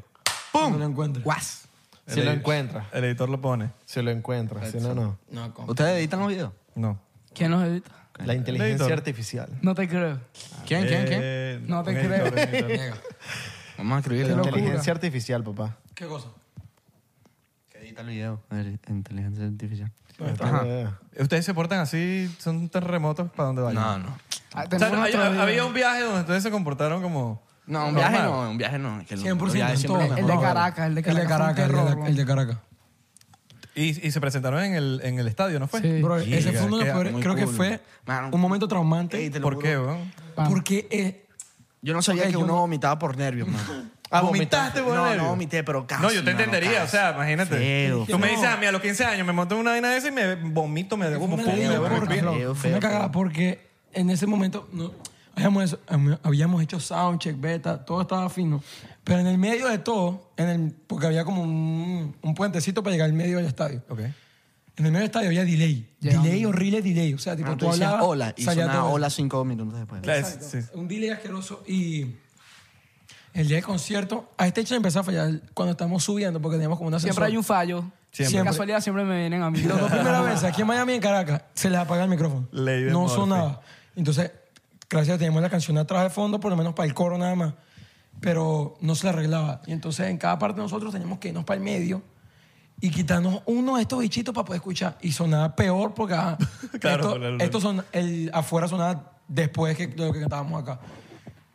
Speaker 4: ¡Pum! No lo encuentro.
Speaker 5: Guas.
Speaker 2: si lo encuentra.
Speaker 1: El editor lo pone.
Speaker 2: Si lo encuentra. Si no, no.
Speaker 4: No, con...
Speaker 3: ¿Ustedes editan los videos?
Speaker 1: No.
Speaker 5: ¿Quién nos edita?
Speaker 2: La inteligencia
Speaker 1: Editor.
Speaker 2: artificial.
Speaker 5: No te creo.
Speaker 3: ¿Quién, quién, quién?
Speaker 1: Eh,
Speaker 5: No te
Speaker 1: un
Speaker 5: creo.
Speaker 1: editor, un editor. Eh,
Speaker 3: Vamos a escribirle.
Speaker 2: La
Speaker 5: locura.
Speaker 2: inteligencia artificial, papá.
Speaker 4: ¿Qué cosa?
Speaker 3: Que edita el video. A ver, Inteligencia artificial.
Speaker 2: Ajá.
Speaker 1: Ustedes se portan así, son tan remotos para donde vayan.
Speaker 3: No, no.
Speaker 5: Ah,
Speaker 1: O sea,
Speaker 5: tenemos
Speaker 1: hay-
Speaker 5: otro video.
Speaker 1: había un viaje donde ustedes se comportaron como.
Speaker 3: No, un viaje
Speaker 1: normal.
Speaker 3: no, un viaje no. es que el-
Speaker 4: 100%
Speaker 3: el viaje
Speaker 4: en
Speaker 3: siempre
Speaker 4: todo.
Speaker 3: es mejor.
Speaker 5: El de Caracas, el de
Speaker 4: El de
Speaker 5: Caracas.
Speaker 4: Caracas,
Speaker 5: fue un
Speaker 4: el de
Speaker 5: terror,
Speaker 4: la- el de Caracas.
Speaker 1: Y, y se presentaron en el, en el estadio, ¿no fue?
Speaker 5: Sí.
Speaker 4: Bro,
Speaker 1: Verga,
Speaker 4: ese fue uno de
Speaker 1: qué-
Speaker 4: los peores.
Speaker 3: muy
Speaker 4: Creo que
Speaker 3: cool.
Speaker 4: fue
Speaker 3: Man.
Speaker 4: un momento traumante.
Speaker 3: Ey, te lo
Speaker 1: ¿Por
Speaker 3: juro.
Speaker 1: qué, weón?
Speaker 5: Vamos.
Speaker 4: Porque eh,
Speaker 3: Yo no sabía
Speaker 4: Ok,
Speaker 3: que
Speaker 4: yo
Speaker 3: uno
Speaker 4: no-
Speaker 3: vomitaba por nervios, man.
Speaker 2: Ah,
Speaker 1: ¿Vomitaste, por
Speaker 3: No,
Speaker 1: nervio?
Speaker 3: no vomité, pero casi.
Speaker 1: No, yo te
Speaker 3: mano,
Speaker 1: entendería, o
Speaker 3: casi.
Speaker 1: sea, imagínate.
Speaker 3: Feo.
Speaker 1: Tú me
Speaker 4: No.
Speaker 1: dices "Ah, a mí a los 15 años, me monto en una vaina de esa y me vomito, me
Speaker 4: fue
Speaker 1: debo
Speaker 4: una,
Speaker 1: como pum, me
Speaker 4: cagada
Speaker 1: debo
Speaker 4: porque-
Speaker 1: pipí.
Speaker 3: feo,
Speaker 4: fue
Speaker 3: feo,
Speaker 4: una cagada
Speaker 3: feo.
Speaker 4: porque en ese momento no, habíamos, eso- habíamos hecho soundcheck, beta, todo estaba fino. Pero en el medio de todo, en el, porque había como un, un puentecito para llegar al medio del estadio.
Speaker 1: Ok.
Speaker 4: En el medio del estadio había delay.
Speaker 5: Llegando.
Speaker 4: Delay, horrible delay. O sea, tipo,
Speaker 3: Cuando
Speaker 4: tú
Speaker 3: Ah, tú decías
Speaker 4: hablabas,
Speaker 3: hola y
Speaker 4: salía
Speaker 3: sonaba
Speaker 4: todo.
Speaker 3: hola cinco minutos después.
Speaker 1: Claro, es- sí.
Speaker 4: Un delay asqueroso y el día del concierto, a este hecho le empezó a fallar cuando estamos subiendo porque teníamos como una
Speaker 5: Siempre hay un fallo.
Speaker 1: Siempre.
Speaker 5: Siempre. casualidad siempre me vienen a mí.
Speaker 4: Las dos primeras veces aquí en Miami y en Caracas se les apaga el micrófono.
Speaker 1: Ley de
Speaker 4: no
Speaker 1: Murphy.
Speaker 4: sonaba. Entonces, gracias a Dios, teníamos la canción atrás de fondo, por lo menos para el coro nada más. Pero no se la arreglaba. Y entonces en cada parte nosotros teníamos que irnos para el medio y quitarnos uno de estos bichitos para poder escuchar. Y sonaba peor
Speaker 1: [laughs]
Speaker 4: porque ajá,
Speaker 1: Claro,
Speaker 4: esto,
Speaker 1: por el-
Speaker 4: esto son, el, afuera sonaba después que, de lo que cantábamos acá.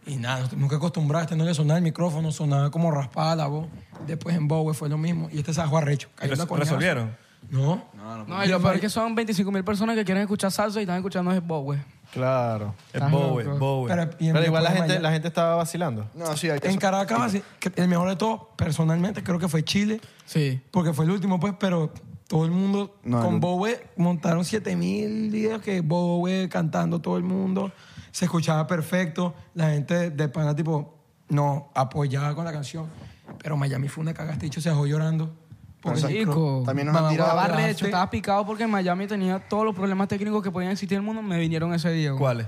Speaker 4: Y nada, nunca acostumbrado, este no le sonaba el micrófono, sonaba como raspada la voz. Después en Bowie fue lo mismo. Y este se bajó arrecho. cayó
Speaker 1: Res-
Speaker 4: una coñazo.
Speaker 1: ¿Resolvieron?
Speaker 4: No. pues,
Speaker 5: No, y lo peor es que son 25 mil personas que quieren escuchar salsa y están escuchando es Bowie.
Speaker 2: Claro.
Speaker 1: Es
Speaker 5: Estás
Speaker 1: Bowie,
Speaker 5: loco.
Speaker 1: Bowie.
Speaker 4: Pero, y en-
Speaker 2: Pero igual la
Speaker 4: después de
Speaker 2: gente,
Speaker 4: mañana-
Speaker 2: la gente estaba vacilando.
Speaker 3: No, sí, hay que-
Speaker 4: En Caracas, así, que el mejor de todo, personalmente, creo que fue Chile,
Speaker 5: Sí.
Speaker 4: porque fue el último, pues, pero todo el mundo
Speaker 3: No,
Speaker 4: con
Speaker 3: el-
Speaker 4: Bowie montaron 7000 días que Bowie cantando todo el mundo, se escuchaba perfecto, la gente de pana, tipo, no apoyaba con la canción, pero Miami fue una cagada, este bicho se dejó llorando. Porque
Speaker 3: Exacto.
Speaker 5: Chico.
Speaker 3: También nos han
Speaker 4: Mamá,
Speaker 3: tirado.
Speaker 5: Estaba
Speaker 1: Ah,
Speaker 4: Ahora,
Speaker 5: recho,
Speaker 4: sí.
Speaker 5: estaba picado porque en Miami tenía todos los problemas técnicos que podían existir en el mundo, me vinieron ese día.
Speaker 2: [laughs]
Speaker 5: güey.
Speaker 1: ¿Cuáles?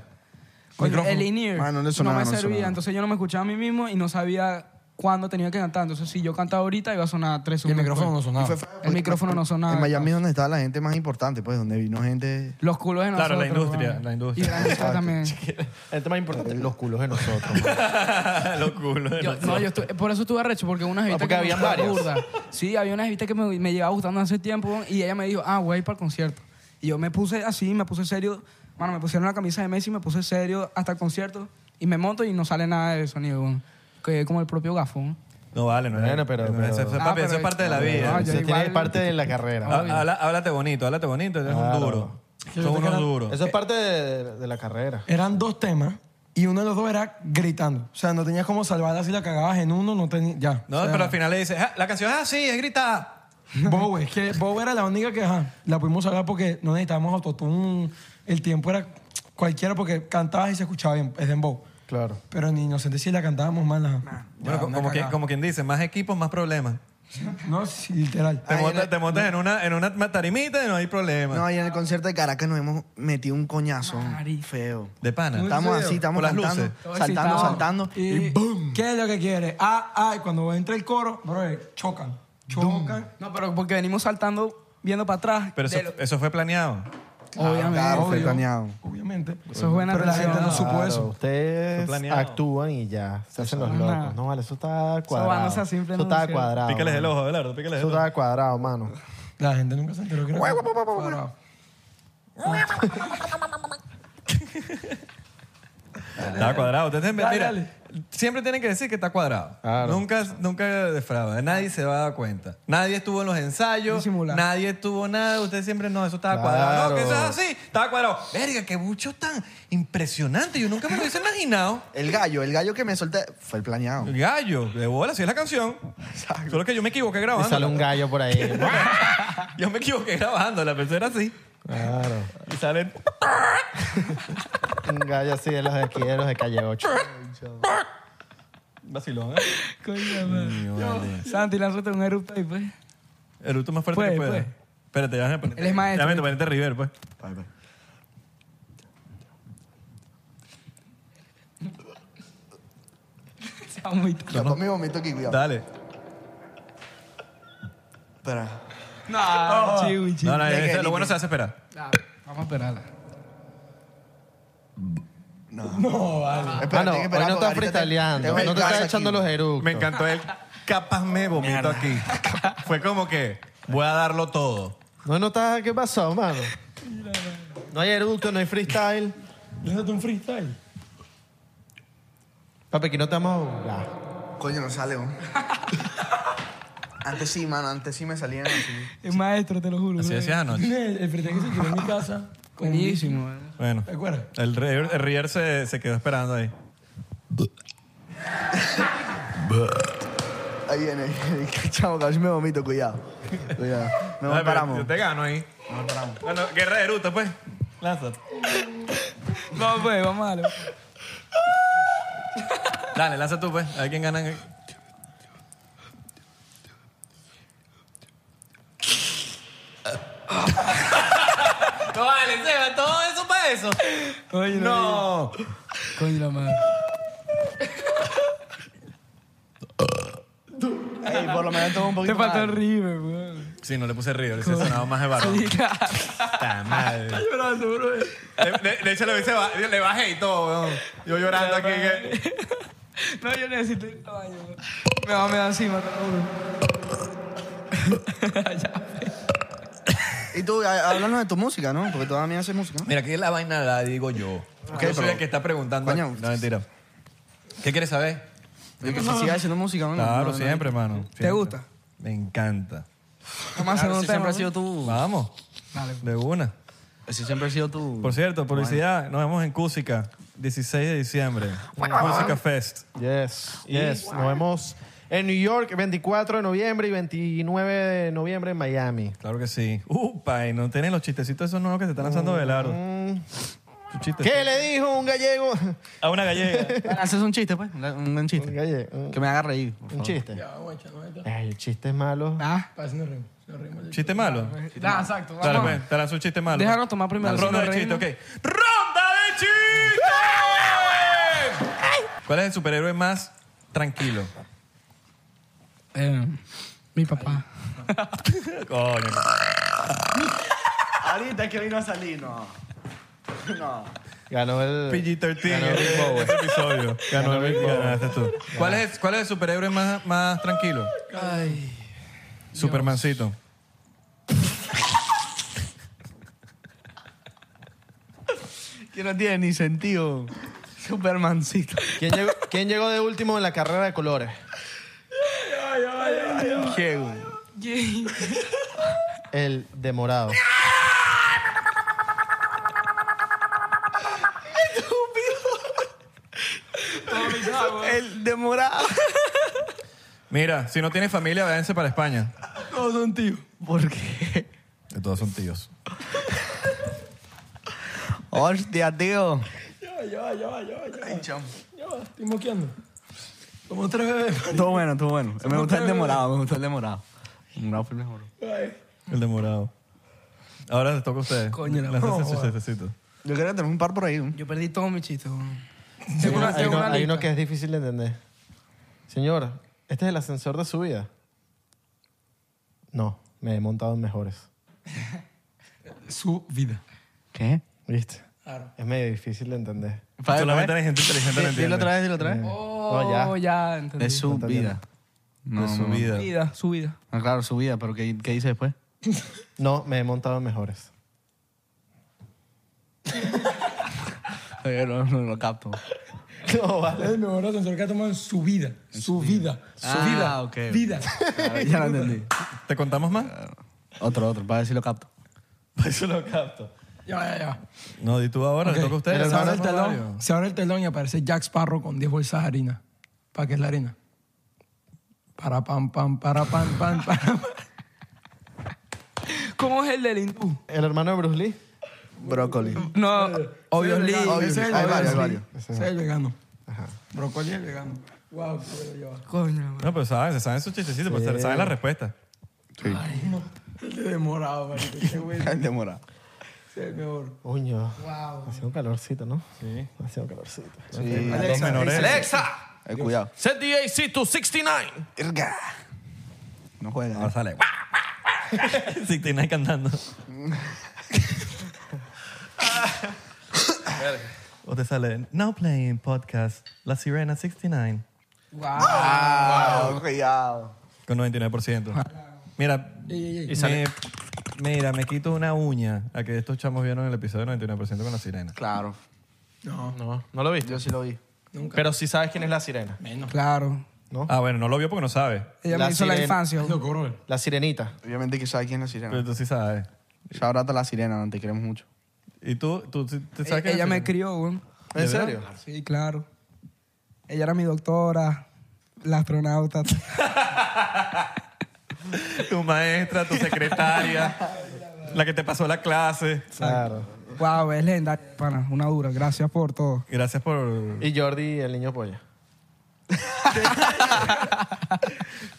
Speaker 5: Coño,
Speaker 3: Micrófono.
Speaker 5: el in-ear
Speaker 3: Ah, no le
Speaker 5: no,
Speaker 3: sonaba,
Speaker 5: me
Speaker 3: no le
Speaker 5: servía,
Speaker 3: sonaba.
Speaker 5: entonces yo no me escuchaba a mí mismo y no sabía cuándo tenía que cantar. Entonces, si yo cantaba ahorita, iba a sonar tres
Speaker 4: y el
Speaker 5: segundos
Speaker 4: micrófono no
Speaker 5: después.
Speaker 4: sonaba.
Speaker 3: Fue feo, porque-
Speaker 5: El micrófono no sonaba.
Speaker 3: En Miami es donde estaba la gente más importante, pues, donde vino gente.
Speaker 5: Los culos de
Speaker 1: Claro,
Speaker 5: nosotros.
Speaker 1: la industria,
Speaker 5: güey.
Speaker 1: la industria.
Speaker 5: Y de la industria también.
Speaker 2: El tema importante, los culos de [laughs] nosotros.
Speaker 1: Los culos de
Speaker 5: Yo-
Speaker 1: los-
Speaker 5: no, yo estu- por eso estuve arrecho, porque una jevita
Speaker 2: porque
Speaker 5: que me
Speaker 2: habían
Speaker 5: gustaba
Speaker 2: varias.
Speaker 5: burda. Sí, había una jevita que me, me llevaba gustando hace tiempo y ella me dijo, ah, voy a ir para el concierto. Y yo me puse así, me puse serio. Mano, me pusieron la camisa de Messi, me puse serio hasta el concierto y me monto y no sale nada de sonido, güey. que es como el propio gafón.
Speaker 1: No vale, no es-
Speaker 2: Bueno, pero-
Speaker 1: no es- eso,
Speaker 2: pero-
Speaker 1: es-
Speaker 5: Ah,
Speaker 1: papi,
Speaker 5: pero-
Speaker 1: eso es parte de la vida.
Speaker 5: Ah,
Speaker 2: Eso
Speaker 5: yo
Speaker 2: tiene
Speaker 5: igual-
Speaker 2: parte de la carrera.
Speaker 1: Habla- habla- háblate bonito, háblate bonito, eres un
Speaker 2: Claro.
Speaker 1: duro.
Speaker 4: Yo
Speaker 1: Son
Speaker 4: te
Speaker 1: unos
Speaker 4: quedan-
Speaker 1: duros.
Speaker 2: Eso es parte de, de la carrera.
Speaker 4: Eran dos temas y uno de los dos era gritando. O sea, no tenías como salvarla si la cagabas en uno, no tenías. Ya.
Speaker 1: No,
Speaker 4: O sea,
Speaker 1: pero al final le dices, "Ah, la canción es así, es gritada.
Speaker 4: Bowie, es que Bowie era la única que ajá, la pudimos hablar porque no necesitábamos autotune. El tiempo era cualquiera porque cantabas y se escuchaba bien, es dembow.
Speaker 2: Claro.
Speaker 4: Pero ni Inocente si la cantábamos mal. ajá. Ya,
Speaker 1: Bueno, co-
Speaker 4: una
Speaker 1: como, que-
Speaker 4: cagada.
Speaker 1: como quien dice, más equipos, más problemas.
Speaker 4: No, sí, literal.
Speaker 1: Te,
Speaker 3: Ay,
Speaker 1: montas,
Speaker 3: la-
Speaker 1: te montas en una, en una tarimita y no hay problema.
Speaker 3: No, y en el concierto de Caracas nos hemos metido un coñazo feo.
Speaker 1: de pana.
Speaker 3: Estamos así,
Speaker 1: Por
Speaker 3: estamos
Speaker 1: las
Speaker 3: cantando,
Speaker 1: luces.
Speaker 5: Todo
Speaker 3: saltando,
Speaker 5: excitado.
Speaker 3: saltando.
Speaker 4: Y, ¿Qué es lo que quiere? Ah, ah, y cuando entra el coro, brother, chocan. Chocan.
Speaker 5: No, pero porque venimos saltando, viendo para atrás.
Speaker 1: Pero eso,
Speaker 5: de lo-
Speaker 1: eso fue planeado.
Speaker 5: Obviamente.
Speaker 3: Claro, fue
Speaker 4: obvio.
Speaker 3: planeado.
Speaker 4: Obviamente.
Speaker 5: Eso es buena
Speaker 4: Pero la gente
Speaker 5: atención.
Speaker 4: no supo
Speaker 2: Claro,
Speaker 4: eso.
Speaker 2: Ustedes
Speaker 1: planeado.
Speaker 2: actúan y ya. Se hacen los
Speaker 5: Eso no es nada.
Speaker 2: locos. No vale, eso está cuadrado.
Speaker 5: van, o sea, simple
Speaker 2: eso está
Speaker 5: anuncio.
Speaker 2: cuadrado.
Speaker 1: Pícales el
Speaker 2: mano.
Speaker 1: ojo, Abelardo, pícales el
Speaker 2: Ah, Eso
Speaker 1: ojo.
Speaker 2: está cuadrado, mano.
Speaker 4: La gente nunca se enteró que era cuadrado.
Speaker 1: Está cuadrado. Ustedes,
Speaker 4: Dale,
Speaker 1: mira,
Speaker 4: dale.
Speaker 1: siempre tienen que decir que está cuadrado.
Speaker 2: Claro.
Speaker 1: Nunca, nunca defrauda. Nadie se va a dar cuenta. Nadie estuvo en los ensayos.
Speaker 5: Disimulado.
Speaker 1: Nadie estuvo nada. Ustedes siempre, no, eso estaba
Speaker 2: Claro.
Speaker 1: cuadrado. No, que eso es así. Estaba cuadrado. Verga, qué bucho tan impresionante. Yo nunca me lo hubiese imaginado.
Speaker 3: El gallo, el gallo que me solté fue el planeado.
Speaker 1: Gallo, de bola, así es la canción. Solo que yo me equivoqué
Speaker 2: Y sale
Speaker 1: grabando. [laughs]
Speaker 2: un gallo por ahí.
Speaker 1: Yo me equivoqué grabando, la persona así.
Speaker 2: Claro.
Speaker 1: Y salen.
Speaker 2: Un gallo así de los de aquí, de los de calle 8.
Speaker 1: Vacilón, ¿eh?
Speaker 4: Coño, madre.
Speaker 1: Coño, vale.
Speaker 4: Santi, lánzate un erupto ahí, pues. [laughs]
Speaker 1: El último más fuerte
Speaker 4: Puede,
Speaker 1: que pueda.
Speaker 4: puede.
Speaker 1: Espérate, déjame ponerte.
Speaker 4: Él es maestro.
Speaker 1: Déjame ponerte River, pues.
Speaker 3: Bye, bye.
Speaker 4: Está muy tarde.
Speaker 3: Yo mi vomito aquí, cuidado.
Speaker 1: Dale.
Speaker 3: Espera.
Speaker 4: No, chiwi, chiwi.
Speaker 1: No, no,
Speaker 3: Ya
Speaker 1: eso-
Speaker 3: que-
Speaker 1: lo bueno se hace esperar.
Speaker 4: Ah, Vamos a esperarla.
Speaker 3: Espera,
Speaker 2: Mano,
Speaker 3: tengo que
Speaker 2: hoy
Speaker 3: esperar
Speaker 2: Ah, no
Speaker 3: porque
Speaker 2: estás
Speaker 3: ahorita te-
Speaker 2: freestyleando.
Speaker 3: tengo
Speaker 2: No
Speaker 3: mi
Speaker 2: te
Speaker 3: casa
Speaker 2: estás
Speaker 3: aquí.
Speaker 2: echando los eructos.
Speaker 1: Me encantó el capas me vomito [laughs] aquí. Fue como que voy a darlo todo.
Speaker 2: No, no estás... ¿Qué pasó, mano? No hay eructo, no hay freestyle.
Speaker 9: Déjate un freestyle.
Speaker 2: Papi, aquí no te vamos a jugar.
Speaker 3: Coño, no sale, [laughs] weón. Antes sí, mano, antes sí me salían así.
Speaker 4: Es maestro, te lo juro.
Speaker 1: Así
Speaker 4: güey.
Speaker 1: decías anoche.
Speaker 9: El freestyle que se tiró en mi casa. con
Speaker 4: Buenísimo, güey.
Speaker 1: Bueno.
Speaker 9: ¿Te acuerdas?
Speaker 1: El River, el River se, se quedó esperando ahí.
Speaker 3: Ahí viene. [laughs] Chamo, casi me vomito, cuidado. Cuidado. No,
Speaker 1: Ay, pero
Speaker 3: paramos.
Speaker 1: Yo te gano ahí.
Speaker 3: No paramos.
Speaker 1: Bueno, guerra de ruta, pues. Lánzate.
Speaker 4: Vamos, pues, vamos a darle.
Speaker 1: Dale, lanza tú, pues. A ver quién gana. [laughs] no vale, Seba, todo eso para eso.
Speaker 4: Oye,
Speaker 1: No.
Speaker 4: Coño, la madre.
Speaker 3: Ey, por lo menos tomo un poquito
Speaker 4: Te faltó
Speaker 3: más.
Speaker 4: el river, güey.
Speaker 1: Sí, no le puse River, ese sonaba más de barro.
Speaker 4: Sí, claro.
Speaker 1: Está mal.
Speaker 4: llorando, bro.
Speaker 1: De, de- de hecho, le, hice ba- le bajé y todo, weón. Yo llorando aquí. que-
Speaker 4: No, yo necesito ir al baño, güey. Me va a meter encima, te lo juro.
Speaker 3: Y tú, a- háblanos de tu música, ¿no? Porque todavía haces música.
Speaker 1: Mira, aquí la vaina la digo yo. Ah.
Speaker 3: Ok,
Speaker 1: yo soy
Speaker 3: pero-
Speaker 1: el que está preguntando.
Speaker 3: Coño.
Speaker 1: No, mentira. ¿Qué quieres saber?
Speaker 3: Yo que si sigas haciendo música, ¿no?
Speaker 1: Claro,
Speaker 3: No, no,
Speaker 1: siempre, hermano. Siempre.
Speaker 4: gusta?
Speaker 1: Me encanta.
Speaker 4: Vamos a hacer
Speaker 3: Claro,
Speaker 4: un
Speaker 3: ese siempre
Speaker 4: tema.
Speaker 3: ha sido tu.
Speaker 1: Vamos.
Speaker 4: Dale,
Speaker 1: De una.
Speaker 3: Ese siempre ha sido tu.
Speaker 1: Por cierto, publicidad, nos vemos en Cúsica, 16 de diciembre. Cúsica Fest.
Speaker 2: Yes, yes. Nos vemos en New York 24 de noviembre y 29 de noviembre en Miami.
Speaker 1: Claro que sí. Upa, y no tienen los chistecitos esos nuevos que se están lanzando Belardo. Sus chistes.
Speaker 2: Mm. ¿Qué le dijo un gallego? [laughs]
Speaker 1: A una [laughs] gallega.
Speaker 3: Haces un chiste, pues. Un, un
Speaker 2: Un
Speaker 3: chiste.
Speaker 2: gallego. Un,
Speaker 3: Que me haga reír. por
Speaker 2: un
Speaker 3: favor.
Speaker 2: chiste.
Speaker 9: Ya, vamos a echar con esto.
Speaker 2: Ay, chistes malos.
Speaker 4: Ah,
Speaker 9: Para si nos reímos. si nos reímos.
Speaker 1: ¿Chiste malo?
Speaker 4: ah, exacto.
Speaker 1: Dale,
Speaker 4: Vamos.
Speaker 1: pues, te lanzo un chiste malo.
Speaker 4: Déjanos tomar primero.
Speaker 1: Ronda
Speaker 4: si
Speaker 1: de
Speaker 4: nos
Speaker 1: chistes,
Speaker 4: reímos.
Speaker 1: ok. ¡Ronda de chistes! ¿Cuál es el superhéroe más tranquilo?
Speaker 4: Eh, mi papá.
Speaker 1: Coño.
Speaker 3: Ahorita que vino a salir, no. No.
Speaker 2: Ganó el.
Speaker 1: PG-13
Speaker 2: Ganó
Speaker 1: en
Speaker 2: Big Bowl.
Speaker 1: este episodio. Ganó
Speaker 2: Ganó
Speaker 1: Big
Speaker 2: Big
Speaker 1: Bowl.
Speaker 2: Bowl.
Speaker 1: Ganaste tú. ¿Cuál es, ¿Cuál es el superhéroe más, más tranquilo?
Speaker 4: Ay.
Speaker 1: Supermancito.
Speaker 3: Que no tiene ni sentido. Supermancito.
Speaker 2: ¿Quién llegó, quién llegó de último en la carrera de colores?
Speaker 3: ¿Qué, güey?
Speaker 2: El de morado.
Speaker 3: El demorado. [laughs]
Speaker 1: Mira, si no tienes familia, váyanse para España.
Speaker 4: Todos son tíos.
Speaker 3: ¿Por qué?
Speaker 1: De todos son tíos.
Speaker 3: Hostia, tío.
Speaker 9: Ya, ya, ya, ya, ya.
Speaker 3: Ay, chamo.
Speaker 9: Ya, estoy moqueando. Como tres bebés.
Speaker 3: Todo bueno, todo bueno. Me gusta el demorado, me gusta el demorado. El demorado fue el mejor.
Speaker 9: Ay.
Speaker 1: El de morado. Ahora les toca a ustedes.
Speaker 4: Coño, la
Speaker 1: Láncense
Speaker 4: madre.
Speaker 1: sus chistecitos.
Speaker 3: Yo creo que tenemos un par por ahí. ¿no?
Speaker 4: Yo perdí todos mis chistes, güey.
Speaker 2: Hay
Speaker 4: Tengo
Speaker 2: uno,
Speaker 4: una-
Speaker 2: hay
Speaker 4: tengo
Speaker 2: uno-
Speaker 4: una
Speaker 2: hay uno
Speaker 4: lista.
Speaker 2: que es difícil de entender. Señor, ¿este es el ascensor de su vida? No, me he montado en mejores.
Speaker 4: Su vida.
Speaker 3: ¿Qué?
Speaker 2: ¿Viste? Es medio difícil de entender.
Speaker 1: Solamente la gente inteligente lo
Speaker 3: Dilo
Speaker 1: entiende.
Speaker 3: otra vez, dilo otra vez.
Speaker 4: Oh,
Speaker 2: ya.
Speaker 4: ya entendí.
Speaker 3: De su
Speaker 2: entendí.
Speaker 3: vida.
Speaker 1: De su vida.
Speaker 4: Su vida, su vida.
Speaker 3: Ah, claro, su vida, pero ¿qué, qué dice después?
Speaker 2: No, me he montado en mejores.
Speaker 3: Oye, no, no lo capto.
Speaker 2: No, vale.
Speaker 9: Es el mejor ascensor que ha tomado en su vida. Su vida. Su
Speaker 3: Ah,
Speaker 9: vida.
Speaker 3: ok.
Speaker 4: [laughs]
Speaker 9: Vida.
Speaker 3: Ah, ya lo entendí.
Speaker 1: ¿Te contamos más?
Speaker 3: Otro, otro, para ver si lo capto.
Speaker 1: Por Pues eso lo capto.
Speaker 9: Ya, ya, ya.
Speaker 1: No, di tú ahora, le toca a ustedes.
Speaker 9: Se abre el
Speaker 1: Lanza,
Speaker 9: telón.
Speaker 1: Mario.
Speaker 9: Se abre el telón y aparece Jack Sparrow con 10 bolsas de harina. ¿Para qué es la harina? [laughs] Para pam, pam, para pam, pam, para pam.
Speaker 4: ¿Cómo es el del hindú?
Speaker 2: El hermano de Bruce Lee.
Speaker 3: Brócoli.
Speaker 4: No, obviously.
Speaker 5: Ese es el
Speaker 3: Hay varios, hay
Speaker 5: vegano,
Speaker 3: varios.
Speaker 5: sí. Ese es el vegano. Brócoli es vegano. Wow,
Speaker 4: Coño,
Speaker 1: No, pero saben, se saben sus chistecitos, pues se saben la respuesta.
Speaker 5: El de morado, marico. Qué
Speaker 3: [laughs]
Speaker 5: bueno.
Speaker 3: Demorado.
Speaker 5: Ese es el mejor.
Speaker 2: Coño. Wow. Hacía un calorcito, ¿no? Sí. Hacía un calorcito.
Speaker 3: Sí.
Speaker 1: Los menores. [laughs]
Speaker 10: Alexa,
Speaker 3: Eh, cuidado.
Speaker 10: set the AC to 69.
Speaker 3: Irga. No juega. eh.
Speaker 1: Ahora sale. Si te imaginas cantando. O te sale Now Playing Podcast La Sirena 69
Speaker 3: Ah, cuidado.
Speaker 1: con 99%. Mira, me, mira, me quito una uña a que estos chamos vieron el episodio 99% con la sirena.
Speaker 3: Claro.
Speaker 2: No, no lo viste.
Speaker 3: Yo sí lo vi.
Speaker 2: Pero sí sabes quién es la sirena.
Speaker 4: Claro.
Speaker 1: Ah, bueno, no lo vio porque no sabe.
Speaker 4: Ella
Speaker 2: La
Speaker 4: me hizo la
Speaker 2: sirena.
Speaker 4: infancia.
Speaker 5: Lo corro. él.
Speaker 2: La sirenita.
Speaker 3: Obviamente que sabe quién es la
Speaker 1: Pero
Speaker 3: sirena.
Speaker 1: tú sí sabes.
Speaker 3: Shout out a la sirena, no te queremos mucho.
Speaker 1: ¿Y tú? ¿Tú sí- te sabes
Speaker 4: Ella,
Speaker 1: que
Speaker 4: ella me crió, güey.
Speaker 2: ¿En serio?
Speaker 4: Sí, claro. Ella era mi doctora, la
Speaker 5: [laughs]
Speaker 4: astronauta.
Speaker 1: Tu maestra, tu secretaria, la que te pasó la clase.
Speaker 2: Claro.
Speaker 4: wow, es lenda, pana. Una dura. Gracias por todo.
Speaker 1: Gracias por...
Speaker 2: Y Jordi, el niño polla.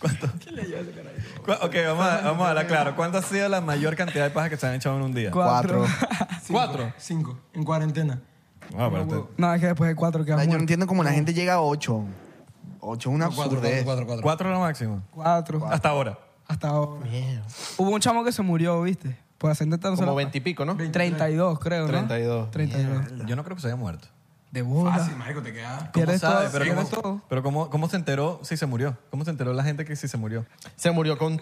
Speaker 1: Cu- Ok, vamos a, vamos a hablar claro. ¿Cuánto ha sido la mayor cantidad de paja que se han echado en un día?
Speaker 3: Cuatro.
Speaker 5: ¿Cuatro? [laughs] Cinco. En cuarentena.
Speaker 1: Ah, pero te-
Speaker 4: No, es que después de cuatro
Speaker 3: Ay,
Speaker 4: quedamos.
Speaker 3: Yo no entiendo cómo la gente llega a ocho. Ocho es una absurdez.
Speaker 1: ¿Cuatro es lo máximo?
Speaker 4: Cuatro.
Speaker 1: Hasta ahora.
Speaker 4: Hasta ahora. Hubo un chamo que se murió, ¿viste? Por hacer tanto
Speaker 2: Como veintipico, ¿no?
Speaker 4: 32, creo, ¿no?
Speaker 2: 32.
Speaker 4: 32.
Speaker 1: Yo no creo que se haya muerto.
Speaker 4: De bola.
Speaker 5: Fácil, marico, te queda.
Speaker 4: Pierdes
Speaker 1: sabe?
Speaker 4: todo.
Speaker 1: Pero
Speaker 4: pierdes
Speaker 1: ¿cómo-
Speaker 4: todo.
Speaker 1: Pero ¿cómo, ¿cómo se enteró si se murió? ¿Cómo se enteró la gente que si se murió?
Speaker 2: Se murió con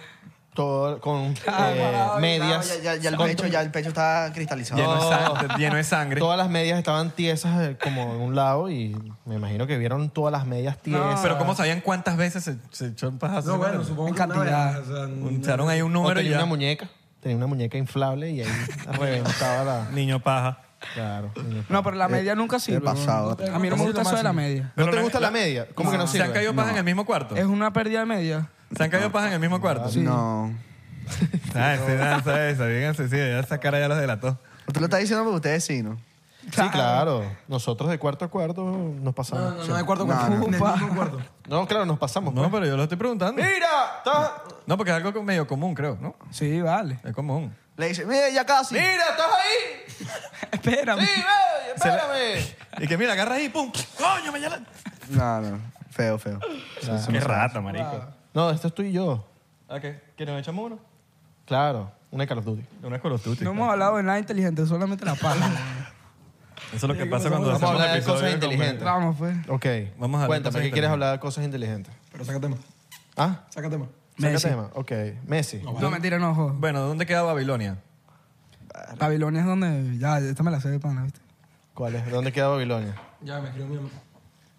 Speaker 2: todo,
Speaker 1: [laughs]
Speaker 2: con
Speaker 1: Ah,
Speaker 2: eh, medias.
Speaker 3: Ya, ya, ya el
Speaker 2: Con
Speaker 3: pecho, ya el pecho está cristalizado.
Speaker 1: Lleno, de
Speaker 2: Oh.
Speaker 1: sangre, lleno de sangre.
Speaker 2: Todas las medias estaban tiesas eh, como en un lado y me imagino que vieron todas las medias tiesas.
Speaker 1: Pero ¿cómo sabían cuántas veces se, se echó un pajazo?
Speaker 5: No, bueno, supongo
Speaker 4: En
Speaker 5: que una
Speaker 4: cantidad.
Speaker 5: vez, o sea, n-
Speaker 1: Usaron ahí un
Speaker 2: O
Speaker 1: número y
Speaker 2: tenía
Speaker 1: ya.
Speaker 2: una muñeca. Tenía una muñeca inflable y ahí
Speaker 1: [laughs]
Speaker 2: reventaba la...
Speaker 1: Niño paja.
Speaker 2: Claro.
Speaker 4: No, pero la media nunca sirve.
Speaker 3: he pasado.
Speaker 4: A mí no me gusta eso de la media.
Speaker 2: ¿No
Speaker 1: Pero
Speaker 2: te
Speaker 1: la-
Speaker 2: gusta la,
Speaker 1: la-
Speaker 2: media? ¿Cómo que no
Speaker 1: ¿Se
Speaker 2: sirve?
Speaker 1: han caído paja en el mismo cuarto?
Speaker 4: Es una pérdida de media.
Speaker 1: ¿Se han caído paja en el mismo cuarto?
Speaker 3: No.
Speaker 1: Ah, sí, no, sabes, sabían, sí, sí, ya esa cara ya los delató.
Speaker 3: Usted lo está diciendo porque ustedes sí, ¿no?
Speaker 2: Sí, claro. Nosotros de cuarto a cuarto nos pasamos.
Speaker 5: No, no, de cuarto
Speaker 3: No,
Speaker 5: cuarto.
Speaker 3: no.
Speaker 5: En el mismo cuarto.
Speaker 2: No, claro, nos pasamos.
Speaker 1: No,
Speaker 2: pues.
Speaker 1: pero yo lo estoy preguntando.
Speaker 2: ¡Mira! ¡Estás,
Speaker 1: No, porque es algo co- medio común, creo, ¿no?
Speaker 4: [laughs] Sí, vale.
Speaker 1: Es común.
Speaker 3: Le dice, mira, ya casi.
Speaker 2: mira, estás ahí!
Speaker 4: Espérame.
Speaker 2: ¡Sí, ve, ¡Espérame!
Speaker 1: Y que mira, agarra ahí, pum. ¡Coño, me llama!
Speaker 3: No, no. Feo, feo.
Speaker 1: Qué rata, marico.
Speaker 2: No, esto es tú y yo.
Speaker 1: ¿A qué? ¿Que nos echamos uno?
Speaker 2: Claro, una de Call of Duty.
Speaker 1: Una Call of Duty.
Speaker 4: No hemos hablado de nada inteligente, solamente
Speaker 5: [laughs]
Speaker 4: la paja.
Speaker 1: Eso es lo que pasa cuando
Speaker 2: Vamos a
Speaker 1: hacemos
Speaker 2: hablar de
Speaker 1: episodios
Speaker 2: cosas
Speaker 1: con-
Speaker 2: inteligentes.
Speaker 4: Vamos, pues.
Speaker 2: Ok.
Speaker 1: Vamos a hablar de
Speaker 2: Cuéntame,
Speaker 1: cosas
Speaker 2: ¿qué quieres
Speaker 1: inteligentes.
Speaker 2: hablar de cosas inteligentes?
Speaker 5: Pero saca tema.
Speaker 2: ¿Ah?
Speaker 5: Saca tema.
Speaker 2: ¿Saca
Speaker 4: Messi.
Speaker 2: tema? Ok. Messi.
Speaker 4: No, mentira, no, joder.
Speaker 1: Bueno, ¿dónde queda Babilonia?
Speaker 4: Babilonia es donde. Ya, esta me la sé de pana, ¿viste?
Speaker 2: ¿Cuál es? ¿Dónde queda Babilonia?
Speaker 5: Ya, me escribió mi mamá.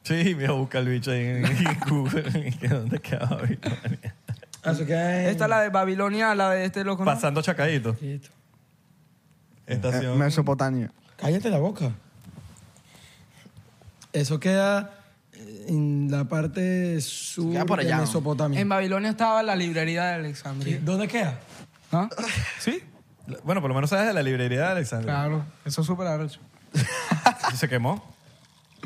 Speaker 1: Sí, me voy a buscar el bicho ahí en en Google. [laughs] ¿Que ¿Dónde queda Babilonia?
Speaker 5: Así que...
Speaker 4: Esta es la de Babilonia, la de este loco. ¿no?
Speaker 1: Pasando Chacaíto.
Speaker 5: Listo.
Speaker 1: Estación.
Speaker 3: Eh, Mesopotamia.
Speaker 5: Cállate la boca. Eso queda eh, en la parte sur
Speaker 3: Queda por allá,
Speaker 5: de
Speaker 3: ¿no?
Speaker 5: Mesopotamia.
Speaker 4: En Babilonia estaba la librería de Alexandria.
Speaker 5: ¿Dónde queda?
Speaker 4: ¿Ah? ¿Sí?
Speaker 1: Bueno, por lo menos sabes de la librería de Alexandra.
Speaker 4: Claro, eso es súper arrecho.
Speaker 1: Se quemó.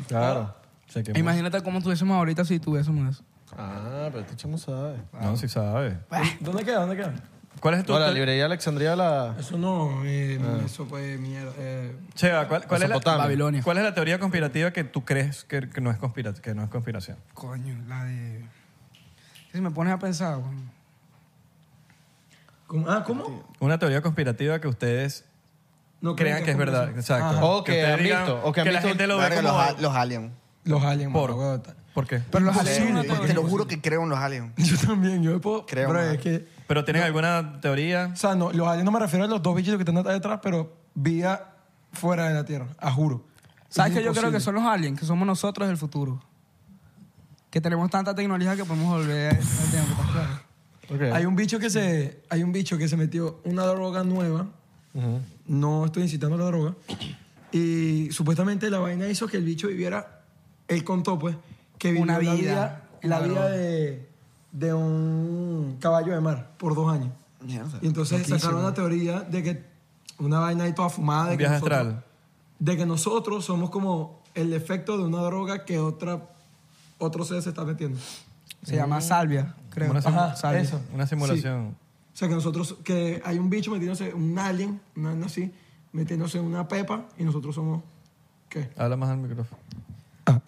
Speaker 2: Claro.
Speaker 1: Se quemó.
Speaker 4: Imagínate cómo estuviésemos ahorita si tuviésemos eso.
Speaker 2: Ah, pero tú chamo sabes.
Speaker 1: No, Ah, sí sabes.
Speaker 5: ¿Dónde queda? ¿Dónde queda?
Speaker 1: ¿Cuál es tu...
Speaker 2: No, la librería de Alexandria la...
Speaker 5: Eso
Speaker 3: Ah.
Speaker 5: no, eh, eso fue mierda. eh,
Speaker 1: Cheva, ah, ¿cuál, cuál es la,
Speaker 2: Mesopotamia.
Speaker 4: Babilonia.
Speaker 1: ¿Cuál es la teoría conspirativa que tú crees que, que no, es conspira que no es conspiración?
Speaker 4: Coño, la de. Si me pones a pensar, bueno.
Speaker 5: ¿cómo? Ah, ¿cómo?
Speaker 1: Una teoría conspirativa que ustedes
Speaker 5: No
Speaker 1: crean que es verdad.
Speaker 5: conspiración.
Speaker 1: Exacto.
Speaker 2: O que
Speaker 1: ustedes
Speaker 2: han
Speaker 1: digan
Speaker 2: visto, o que han
Speaker 1: la
Speaker 2: visto-
Speaker 1: gente lo ve
Speaker 3: Verga,
Speaker 1: como...
Speaker 3: los, a- los aliens.
Speaker 5: Los aliens,
Speaker 1: Por-
Speaker 5: mano, huevota.
Speaker 1: ¿Por qué?
Speaker 4: Pero los
Speaker 5: Imposible.
Speaker 4: alienígenas
Speaker 5: Porque
Speaker 3: Te lo juro que creo en los aliens.
Speaker 5: [laughs] Yo también, yo puedo.
Speaker 3: Creo,
Speaker 5: Bro,
Speaker 3: man.
Speaker 5: es que.
Speaker 1: ¿Pero tienen alguna teoría?
Speaker 5: O sea, no, los aliens no me refiero a los dos bichitos que están detrás, pero vía fuera de la Tierra, a juro.
Speaker 4: ¿Sabes
Speaker 5: Es
Speaker 4: que yo creo que
Speaker 5: imposible.
Speaker 4: son los aliens, que somos nosotros del futuro? Que tenemos tanta tecnología que podemos volver a ese tiempo, ¿estás claro?
Speaker 2: Ok.
Speaker 5: Hay un bicho que se. Hay un bicho que se metió una droga nueva. No estoy incitando a la droga. Y supuestamente la vaina hizo que el bicho viviera. Él contó, pues, que vivió
Speaker 4: Una
Speaker 5: la
Speaker 4: vida,
Speaker 5: vida,
Speaker 4: una
Speaker 5: la vida
Speaker 4: droga.
Speaker 5: de, de un caballo de mar por dos años.
Speaker 3: Mierda.
Speaker 5: Y entonces sacaron la teoría de que una vaina ahí toda fumada. De
Speaker 1: Un
Speaker 5: que
Speaker 1: viaje
Speaker 5: nosotros-
Speaker 1: astral.
Speaker 5: De que nosotros somos como el efecto de una droga que otra, otro ser se está metiendo.
Speaker 4: Se
Speaker 5: Mm.
Speaker 4: llama salvia, creo.
Speaker 1: Una, simu-
Speaker 4: Ajá, salvia.
Speaker 1: eso, una simulación.
Speaker 5: O sea, que nosotros, que hay un bicho metiéndose, un alien, una vaina así, metiéndose en una pepa y nosotros somos, ¿qué?
Speaker 1: Habla más al micrófono.
Speaker 5: Ah,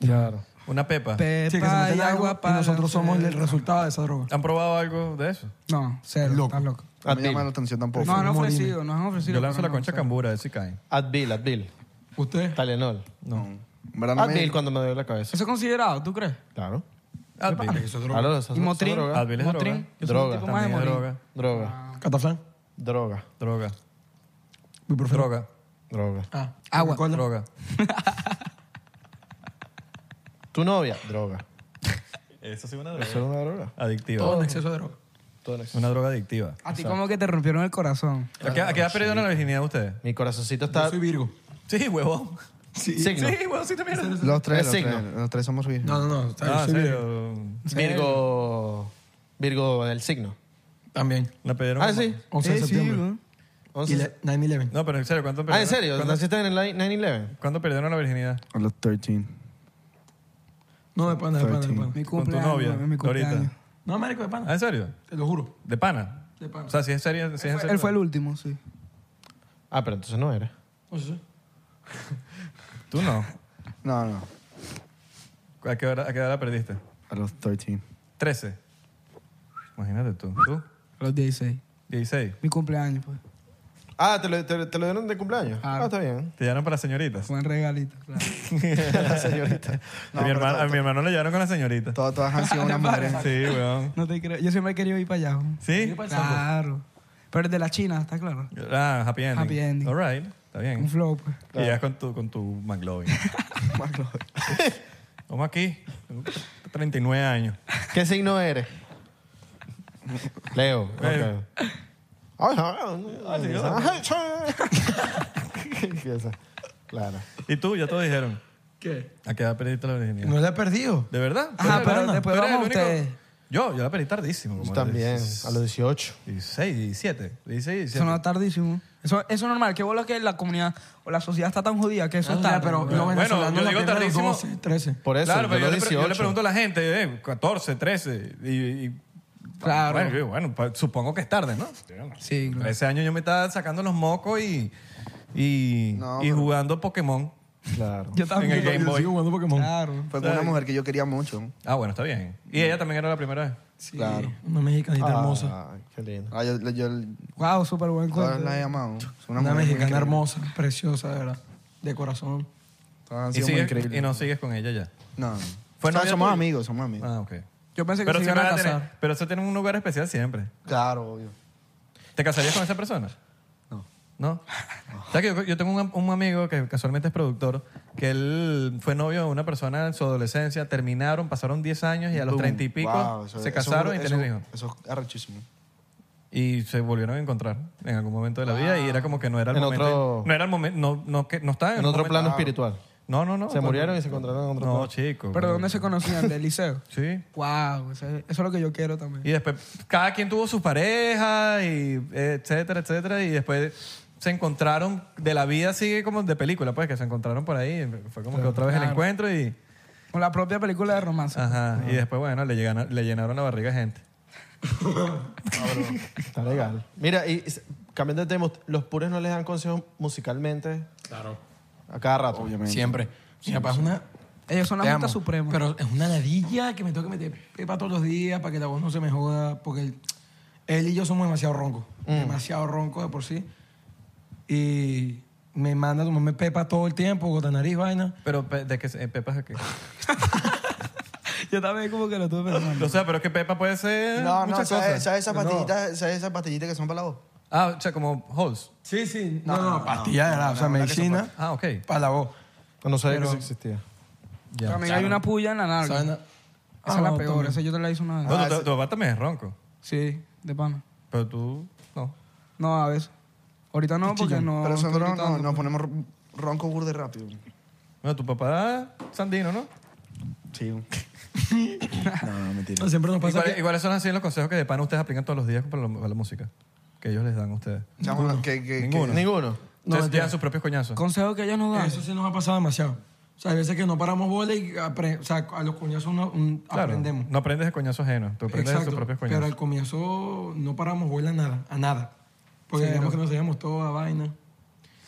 Speaker 5: Claro.
Speaker 1: Una pepa.
Speaker 4: Pepa
Speaker 5: Sí, que se meten
Speaker 4: y agua
Speaker 5: y
Speaker 4: para
Speaker 5: nosotros somos el
Speaker 4: hacer-
Speaker 5: resultado de esa droga.
Speaker 1: ¿Han probado algo de eso?
Speaker 4: No, cero.
Speaker 3: Loco.
Speaker 4: Estás loco.
Speaker 3: No me llama la atención tampoco.
Speaker 4: Nos han ofrecido, nos han ofrecido.
Speaker 1: Yo lanzo
Speaker 4: pero
Speaker 1: la
Speaker 4: no,
Speaker 1: concha
Speaker 4: cero.
Speaker 1: cambura, a ver si caen.
Speaker 2: Advil, Advil.
Speaker 5: ¿Usted?
Speaker 2: Talenol.
Speaker 3: No. En verdad no me-
Speaker 2: Advil cuando me duele la cabeza.
Speaker 4: ¿Eso es considerado, tú crees?
Speaker 2: Claro.
Speaker 1: Advil.
Speaker 2: Claro, esa-
Speaker 4: ¿Y
Speaker 2: esa
Speaker 4: Motrin?
Speaker 2: droga.
Speaker 1: Advil es
Speaker 4: Motrin.
Speaker 1: droga.
Speaker 4: Yo soy un
Speaker 2: Droga,
Speaker 4: tipo más de
Speaker 1: También es
Speaker 4: Motrin. Ah.
Speaker 1: droga.
Speaker 2: Droga.
Speaker 5: Cataflán.
Speaker 2: Droga.
Speaker 1: Droga.
Speaker 5: Droga.
Speaker 2: Droga.
Speaker 5: Ah,
Speaker 4: Agua.
Speaker 5: Coca-Cola.
Speaker 1: Droga.
Speaker 2: ¿Tu novia? Droga.
Speaker 1: [laughs] Eso sí es una
Speaker 2: Eso es una droga.
Speaker 1: Adictiva.
Speaker 5: Todo en exceso de droga.
Speaker 2: Todo en exceso.
Speaker 1: Una droga adictiva.
Speaker 4: A ti como que te rompieron el corazón.
Speaker 1: ¿A qué, a qué edad perdieron la virginidad ustedes?
Speaker 2: Mi corazoncito está...
Speaker 5: Soy Virgo.
Speaker 1: Sí, huevón.
Speaker 2: Signo.
Speaker 1: Sí, huevón, sí te mierda.
Speaker 3: Los tres,
Speaker 2: Es
Speaker 3: los
Speaker 2: signo.
Speaker 3: tres, los tres somos virgen.
Speaker 5: No, no, no. está bien,
Speaker 1: Ah,
Speaker 5: soy
Speaker 1: sí,
Speaker 5: Virgo.
Speaker 1: o-
Speaker 2: Virgo... Virgo del signo.
Speaker 5: También.
Speaker 1: La pidieron.
Speaker 2: Ah, sí.
Speaker 5: 11 de
Speaker 4: Eh, sí,
Speaker 5: septiembre.
Speaker 4: bro.
Speaker 5: Y
Speaker 2: 11
Speaker 5: la- 9-11.
Speaker 1: No, pero en serio, ¿cuánto
Speaker 2: Ah,
Speaker 1: perdieron?
Speaker 2: ¿en serio?
Speaker 1: ¿Cuándo,
Speaker 2: ¿Naciste en el 9-11?
Speaker 1: cuándo perdieron la virginidad?
Speaker 3: A los 13.
Speaker 5: No, de pana, de pana, de pana.
Speaker 1: Con
Speaker 4: Mi
Speaker 1: tu
Speaker 4: cumpleaños.
Speaker 1: novia.
Speaker 4: mi cumpleaños.
Speaker 1: Ahorita.
Speaker 5: No, marico, de pana.
Speaker 1: Ah, ¿en serio?
Speaker 5: Te lo juro.
Speaker 1: ¿De pana?
Speaker 5: De pana.
Speaker 1: O sea, si es serio, si es en serio.
Speaker 4: Él fue el último, sí.
Speaker 2: Ah, pero entonces no era.
Speaker 5: No sé, sí.
Speaker 1: Tú no.
Speaker 3: No, no.
Speaker 1: ¿A qué hora, a qué edad la perdiste?
Speaker 3: A los 13.
Speaker 1: 13. Imagínate tú. ¿Tú?
Speaker 4: A los 16.
Speaker 1: 16.
Speaker 4: Mi cumpleaños, pues.
Speaker 2: Ah, ¿te lo, te, te lo dieron de cumpleaños?
Speaker 4: Claro.
Speaker 2: Ah, está bien.
Speaker 1: Te llevaron para las señoritas.
Speaker 4: [laughs] Fue un regalito, claro.
Speaker 1: la señorita.
Speaker 3: No,
Speaker 1: a, [laughs] mi
Speaker 3: pero
Speaker 1: hermano,
Speaker 3: todo-
Speaker 1: a mi hermano le llevaron con la señorita.
Speaker 3: Todas, todas
Speaker 1: [laughs]
Speaker 3: han sido unas mujeres.
Speaker 1: Sí, weón.
Speaker 4: No te creo. Yo siempre he querido ir para allá. ¿no?
Speaker 1: ¿Sí?
Speaker 4: Claro. Pero es de la China, está claro.
Speaker 1: Ah, happy ending.
Speaker 4: Happy ending.
Speaker 1: All right. Está bien.
Speaker 4: Un flow, pues.
Speaker 1: Y llegas con tu, con tu McLovin.
Speaker 4: [laughs]
Speaker 1: [laughs] Toma aquí. Tengo 39 años.
Speaker 2: ¿Qué signo eres? Leo.
Speaker 1: Leo.
Speaker 2: ok. Ay,
Speaker 1: Ah,
Speaker 2: ay, ay, ay. [laughs] Empieza. Claro.
Speaker 1: ¿Y tú? Ya te lo dijeron.
Speaker 5: ¿Qué?
Speaker 1: ¿A qué edad perdiste la virginidad?
Speaker 5: No la he perdido.
Speaker 1: ¿De verdad?
Speaker 4: Ajá,
Speaker 1: ¿Tú eres-
Speaker 4: pero
Speaker 1: tú eres
Speaker 4: después
Speaker 1: el
Speaker 4: vamos
Speaker 1: único?
Speaker 4: ustedes.
Speaker 1: Yo, yo la perdí tardísimo. como
Speaker 2: Yo
Speaker 1: a
Speaker 2: también,
Speaker 1: los
Speaker 2: a los 18.
Speaker 1: 16, 17. 16, 17.
Speaker 4: Eso no es tardísimo. Eso, eso es normal. Qué bola que la comunidad o la sociedad está tan jodida que eso está.
Speaker 5: pero
Speaker 1: Bueno,
Speaker 5: los venezolanos
Speaker 1: yo
Speaker 5: la
Speaker 1: digo
Speaker 5: pierden a los
Speaker 1: tardísimo.
Speaker 5: 12, 13.
Speaker 2: Por eso,
Speaker 1: claro, pero yo,
Speaker 2: yo,
Speaker 1: le,
Speaker 2: los
Speaker 1: pre- yo le
Speaker 2: 18.
Speaker 1: pregunto a la gente, eh, 14, 13, y... y-
Speaker 4: Claro.
Speaker 1: Bueno, yo, bueno, pa- supongo que es tarde, ¿no?
Speaker 4: Sí,
Speaker 1: Con
Speaker 4: claro.
Speaker 1: 13 años yo me estaba sacando los mocos y, y,
Speaker 3: No,
Speaker 1: y
Speaker 3: pero-
Speaker 1: jugando Pokémon
Speaker 2: Claro.
Speaker 1: en
Speaker 4: Yo
Speaker 1: el
Speaker 4: también.
Speaker 1: Game Boy.
Speaker 5: Sigo jugando Pokémon.
Speaker 4: Claro.
Speaker 3: Fue con una mujer que yo quería mucho.
Speaker 1: Ah, bueno, está bien. Y ella también era la primera vez.
Speaker 5: Sí,
Speaker 3: Claro.
Speaker 5: Una
Speaker 2: Ah.
Speaker 5: mexicanita hermosa.
Speaker 2: Ay, qué lindo.
Speaker 3: Ah, yo, yo, yo
Speaker 4: Wow, súper buen cuento.
Speaker 3: todas las he amado. Son unas
Speaker 5: Una
Speaker 3: mujeres muy
Speaker 5: mexicana
Speaker 3: increíbles.
Speaker 5: hermosa, preciosa, de verdad. De corazón.
Speaker 3: Todas han
Speaker 1: Y,
Speaker 3: sido muy
Speaker 1: sigues-
Speaker 3: increíbles.
Speaker 1: y no sigues con ella ya.
Speaker 3: No.
Speaker 1: Fue
Speaker 3: O sea,
Speaker 1: novia
Speaker 3: somos
Speaker 1: tuya.
Speaker 3: amigos, somos amigos.
Speaker 1: Ah, ok.
Speaker 4: Yo pensé que
Speaker 1: Pero,
Speaker 4: se
Speaker 1: si
Speaker 4: iban a
Speaker 1: vas a tener-
Speaker 4: casar.
Speaker 1: pero eso tiene un lugar especial siempre.
Speaker 3: Claro, obvio.
Speaker 1: ¿Te casarías con esa persona?
Speaker 3: No.
Speaker 1: ¿No? ¿Sabes que yo, yo tengo un, un amigo que casualmente es productor, que él fue novio de una persona en su adolescencia, terminaron, pasaron 10 años y a los 30 y pico
Speaker 3: Wow, eso-
Speaker 1: se
Speaker 3: eso-
Speaker 1: casaron y
Speaker 3: eso-
Speaker 1: tienen hijos.
Speaker 3: Eso es arrechísimo.
Speaker 1: Y se volvieron a encontrar en algún momento de la vida y era como que no era el
Speaker 2: En
Speaker 1: momento.
Speaker 2: otro-
Speaker 1: No era el momento, no, no, que, no estaban
Speaker 2: En otro
Speaker 1: el
Speaker 2: plano
Speaker 1: momento.
Speaker 2: espiritual.
Speaker 1: No, no, no.
Speaker 2: Se murieron y se encontraron en otro
Speaker 1: No,
Speaker 2: plano.
Speaker 1: chico.
Speaker 4: Pero ¿dónde se conocían? ¿Del liceo?
Speaker 1: Sí.
Speaker 4: Wow, eso eso es lo que yo quiero también.
Speaker 1: Y después cada quien tuvo sus parejas y etcétera, etcétera. Y después se encontraron de la vida sigue como de película, pues que se encontraron por ahí. Fue como que otra vez el
Speaker 4: Claro.
Speaker 1: encuentro y
Speaker 4: Con la propia película de romance.
Speaker 1: ajá. Y después, bueno, le llegaron, le llenaron la barriga a gente.
Speaker 2: Está legal. Mira, y s- cambiando de tema, ¿los puros no les dan consejos musicalmente
Speaker 5: Claro.
Speaker 2: a cada rato?
Speaker 3: Obviamente.
Speaker 5: Siempre. Mi papá es una...
Speaker 4: Ellos son la
Speaker 3: Te
Speaker 4: Junta
Speaker 3: amo.
Speaker 4: Suprema.
Speaker 5: Pero es una ladilla que me tengo que meter pepa todos los días para que la voz no se me joda, porque él, él y yo somos demasiado roncos, demasiado roncos de por sí. Y me manda a tomarme pepa todo el tiempo, gota nariz, vaina.
Speaker 1: Pero Pe- de que eh, Pepa es aquí.
Speaker 4: yo también como que lo tuve pensando.
Speaker 1: O sea, pero es que Pepa puede ser
Speaker 3: No, no,
Speaker 1: muchas
Speaker 3: ¿sabes,
Speaker 1: cosas.
Speaker 3: ¿sabes esas pastillitas, ¿sabes esas pastillitas que son para la voz?
Speaker 1: Ah, o sea, como Halls.
Speaker 5: Sí, sí. No, no, pastilla de la, o sea, medicina
Speaker 1: Ah, ok.
Speaker 5: para la voz.
Speaker 2: No sabía
Speaker 5: Pero-
Speaker 2: que eso existía.
Speaker 1: Ya.
Speaker 4: También hay una puya en la narga.
Speaker 5: ¿Saben?
Speaker 4: Esa
Speaker 5: Ah,
Speaker 4: es la
Speaker 5: no,
Speaker 4: peor.
Speaker 5: también.
Speaker 4: Esa yo te la hice una vez.
Speaker 1: No,
Speaker 3: Ah,
Speaker 1: tu, tu- tu papá también es ronco.
Speaker 4: Sí, de pana.
Speaker 1: Pero tú, no.
Speaker 4: No, a veces. Ahorita no, porque no.
Speaker 3: Pero
Speaker 4: estoy
Speaker 3: nosotros
Speaker 4: gritando.
Speaker 3: no, nos ponemos ro- ronco burde rápido.
Speaker 1: Bueno, tu papá es sandino, ¿no?
Speaker 3: Sí. No, no, mentira.
Speaker 5: No, siempre nos
Speaker 1: ¿Y
Speaker 5: pasa
Speaker 1: cuáles-
Speaker 5: que-
Speaker 1: y cuáles son así los consejos que de pan ustedes aplican todos los días para la, a la música? Que ellos les dan a ustedes.
Speaker 3: Chamo, que- que- que-
Speaker 1: Ninguno.
Speaker 2: Ninguno.
Speaker 1: Ustedes
Speaker 5: mentira.
Speaker 1: llevan sus propios coñazos.
Speaker 4: Consejo que ellos nos dan.
Speaker 5: Eso sí nos ha pasado demasiado. O sea, hay veces que no paramos bola y apre- o sea, a los coñazos no, mm,
Speaker 1: Claro,
Speaker 5: aprendemos.
Speaker 1: No aprendes de coñazos ajenos, tú aprendes de tus propios
Speaker 5: pero al
Speaker 1: coñazos.
Speaker 5: comienzo no paramos bola a nada, a nada. Porque digamos que nos sabíamos toda vaina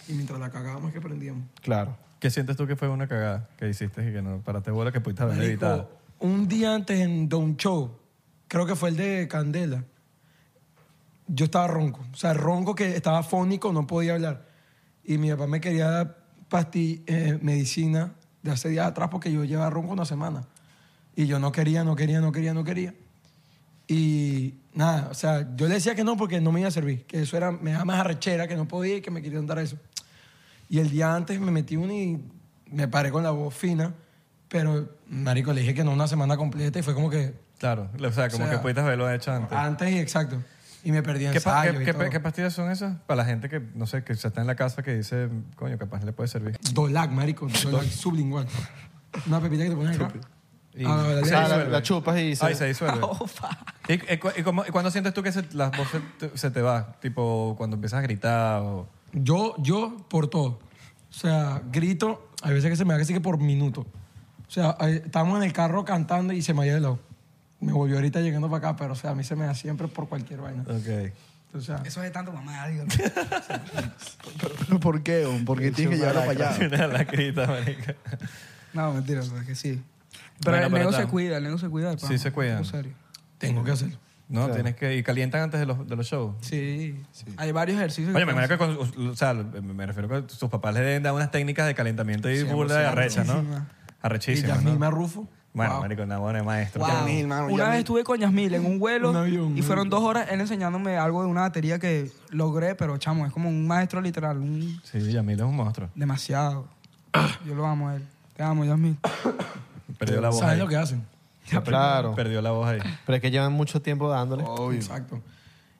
Speaker 5: y mientras la cagábamos que aprendíamos.
Speaker 1: Claro. ¿Qué sientes tú que fue una cagada que hiciste y que no paraste bola que pudiste haber
Speaker 5: Marico,
Speaker 1: evitado?
Speaker 5: un día antes en Don Show, creo que fue el de Candela, yo estaba ronco. O sea, ronco que estaba fónico, no podía hablar. Y mi papá me quería dar pasti- eh, medicina de hace días atrás porque yo llevaba ronco una semana. Y yo no quería, no quería, no quería, no quería. Y nada, o sea, yo le decía que no porque no me iba a servir, que eso era, me daba más arrechera, que no podía y que me querían dar eso. Y el día antes me metí una y me paré con la voz fina, pero marico, le dije que no una semana completa y fue como que
Speaker 1: Claro, o sea, como
Speaker 5: O sea,
Speaker 1: que pudiste haberlo hecho antes.
Speaker 5: antes y exacto. Y me perdí
Speaker 1: ¿Qué, pa-
Speaker 5: ensayo
Speaker 1: qué-
Speaker 5: y
Speaker 1: qué-
Speaker 5: todo.
Speaker 1: qué pastillas son esas? Para la gente que, no sé, que se está en la casa que dice, coño, capaz le puede servir.
Speaker 5: Dolac, marico, Dolac sublingual. Una pepita que te pones acá.
Speaker 1: Y
Speaker 5: Ah, la-
Speaker 1: se
Speaker 5: la-
Speaker 1: disuelve.
Speaker 2: la chupas y se-
Speaker 1: Ay, se
Speaker 5: [laughs]
Speaker 1: disuelve.
Speaker 5: Oh,
Speaker 1: ¿Y, y cu- y cómo- y cuándo sientes tú que se- las voces te- se te va? Tipo, cuando empiezas a gritar o...
Speaker 5: Yo, yo por todo. O sea, grito, hay veces que se me da casi que por minuto. O sea, hay- estábamos en el carro cantando y se me había de lado. Me volvió ahorita llegando para acá, pero o sea, a mí se me da siempre por cualquier vaina.
Speaker 1: Ok.
Speaker 5: O sea,
Speaker 4: Eso es de tanto mamá. digo.
Speaker 3: ¿Pero ¿Por qué? hom? Porque tienes que llevarlo
Speaker 5: Pues
Speaker 3: para
Speaker 1: [laughs]
Speaker 3: allá.
Speaker 1: la grita, marica.
Speaker 4: No, mentira, o sea, es que sí. Pero
Speaker 1: Bueno,
Speaker 4: el
Speaker 1: pero
Speaker 4: nego
Speaker 1: está.
Speaker 4: se cuida, el nego se cuida.
Speaker 1: Sí, se cuidan.
Speaker 4: En serio.
Speaker 5: tengo que hacerlo.
Speaker 1: No, tienes que... Y calientan antes de los, de los shows.
Speaker 4: Sí. Hay varios ejercicios.
Speaker 1: Oye,
Speaker 4: que
Speaker 1: me, imagino que con- o sea, me refiero que sus papás les deben dar unas técnicas de calentamiento y burda de arrecha, ¿no?
Speaker 5: Y
Speaker 1: Arrechísimas,
Speaker 5: Yasmín
Speaker 1: ¿no?
Speaker 5: Marrufo.
Speaker 1: Bueno, marico, nada bueno, es maestro.
Speaker 3: Yasmín, mano,
Speaker 4: Una
Speaker 3: Yasmín.
Speaker 4: vez estuve con Yasmil en un vuelo
Speaker 5: Un avión,
Speaker 4: y fueron
Speaker 5: marico.
Speaker 4: dos horas él enseñándome algo de una batería que logré, pero chamo, es como un maestro literal, un
Speaker 1: Sí, Yamil es un monstruo.
Speaker 4: demasiado. Yo lo amo a él. Te amo, Yasmil.
Speaker 1: Perdió la voz
Speaker 5: ¿Sabes
Speaker 1: ahí.
Speaker 5: lo que hacen?
Speaker 1: Perdió-
Speaker 2: Claro.
Speaker 1: Perdió la voz ahí.
Speaker 2: Pero es que llevan mucho tiempo dándole.
Speaker 3: Oh,
Speaker 5: Exacto.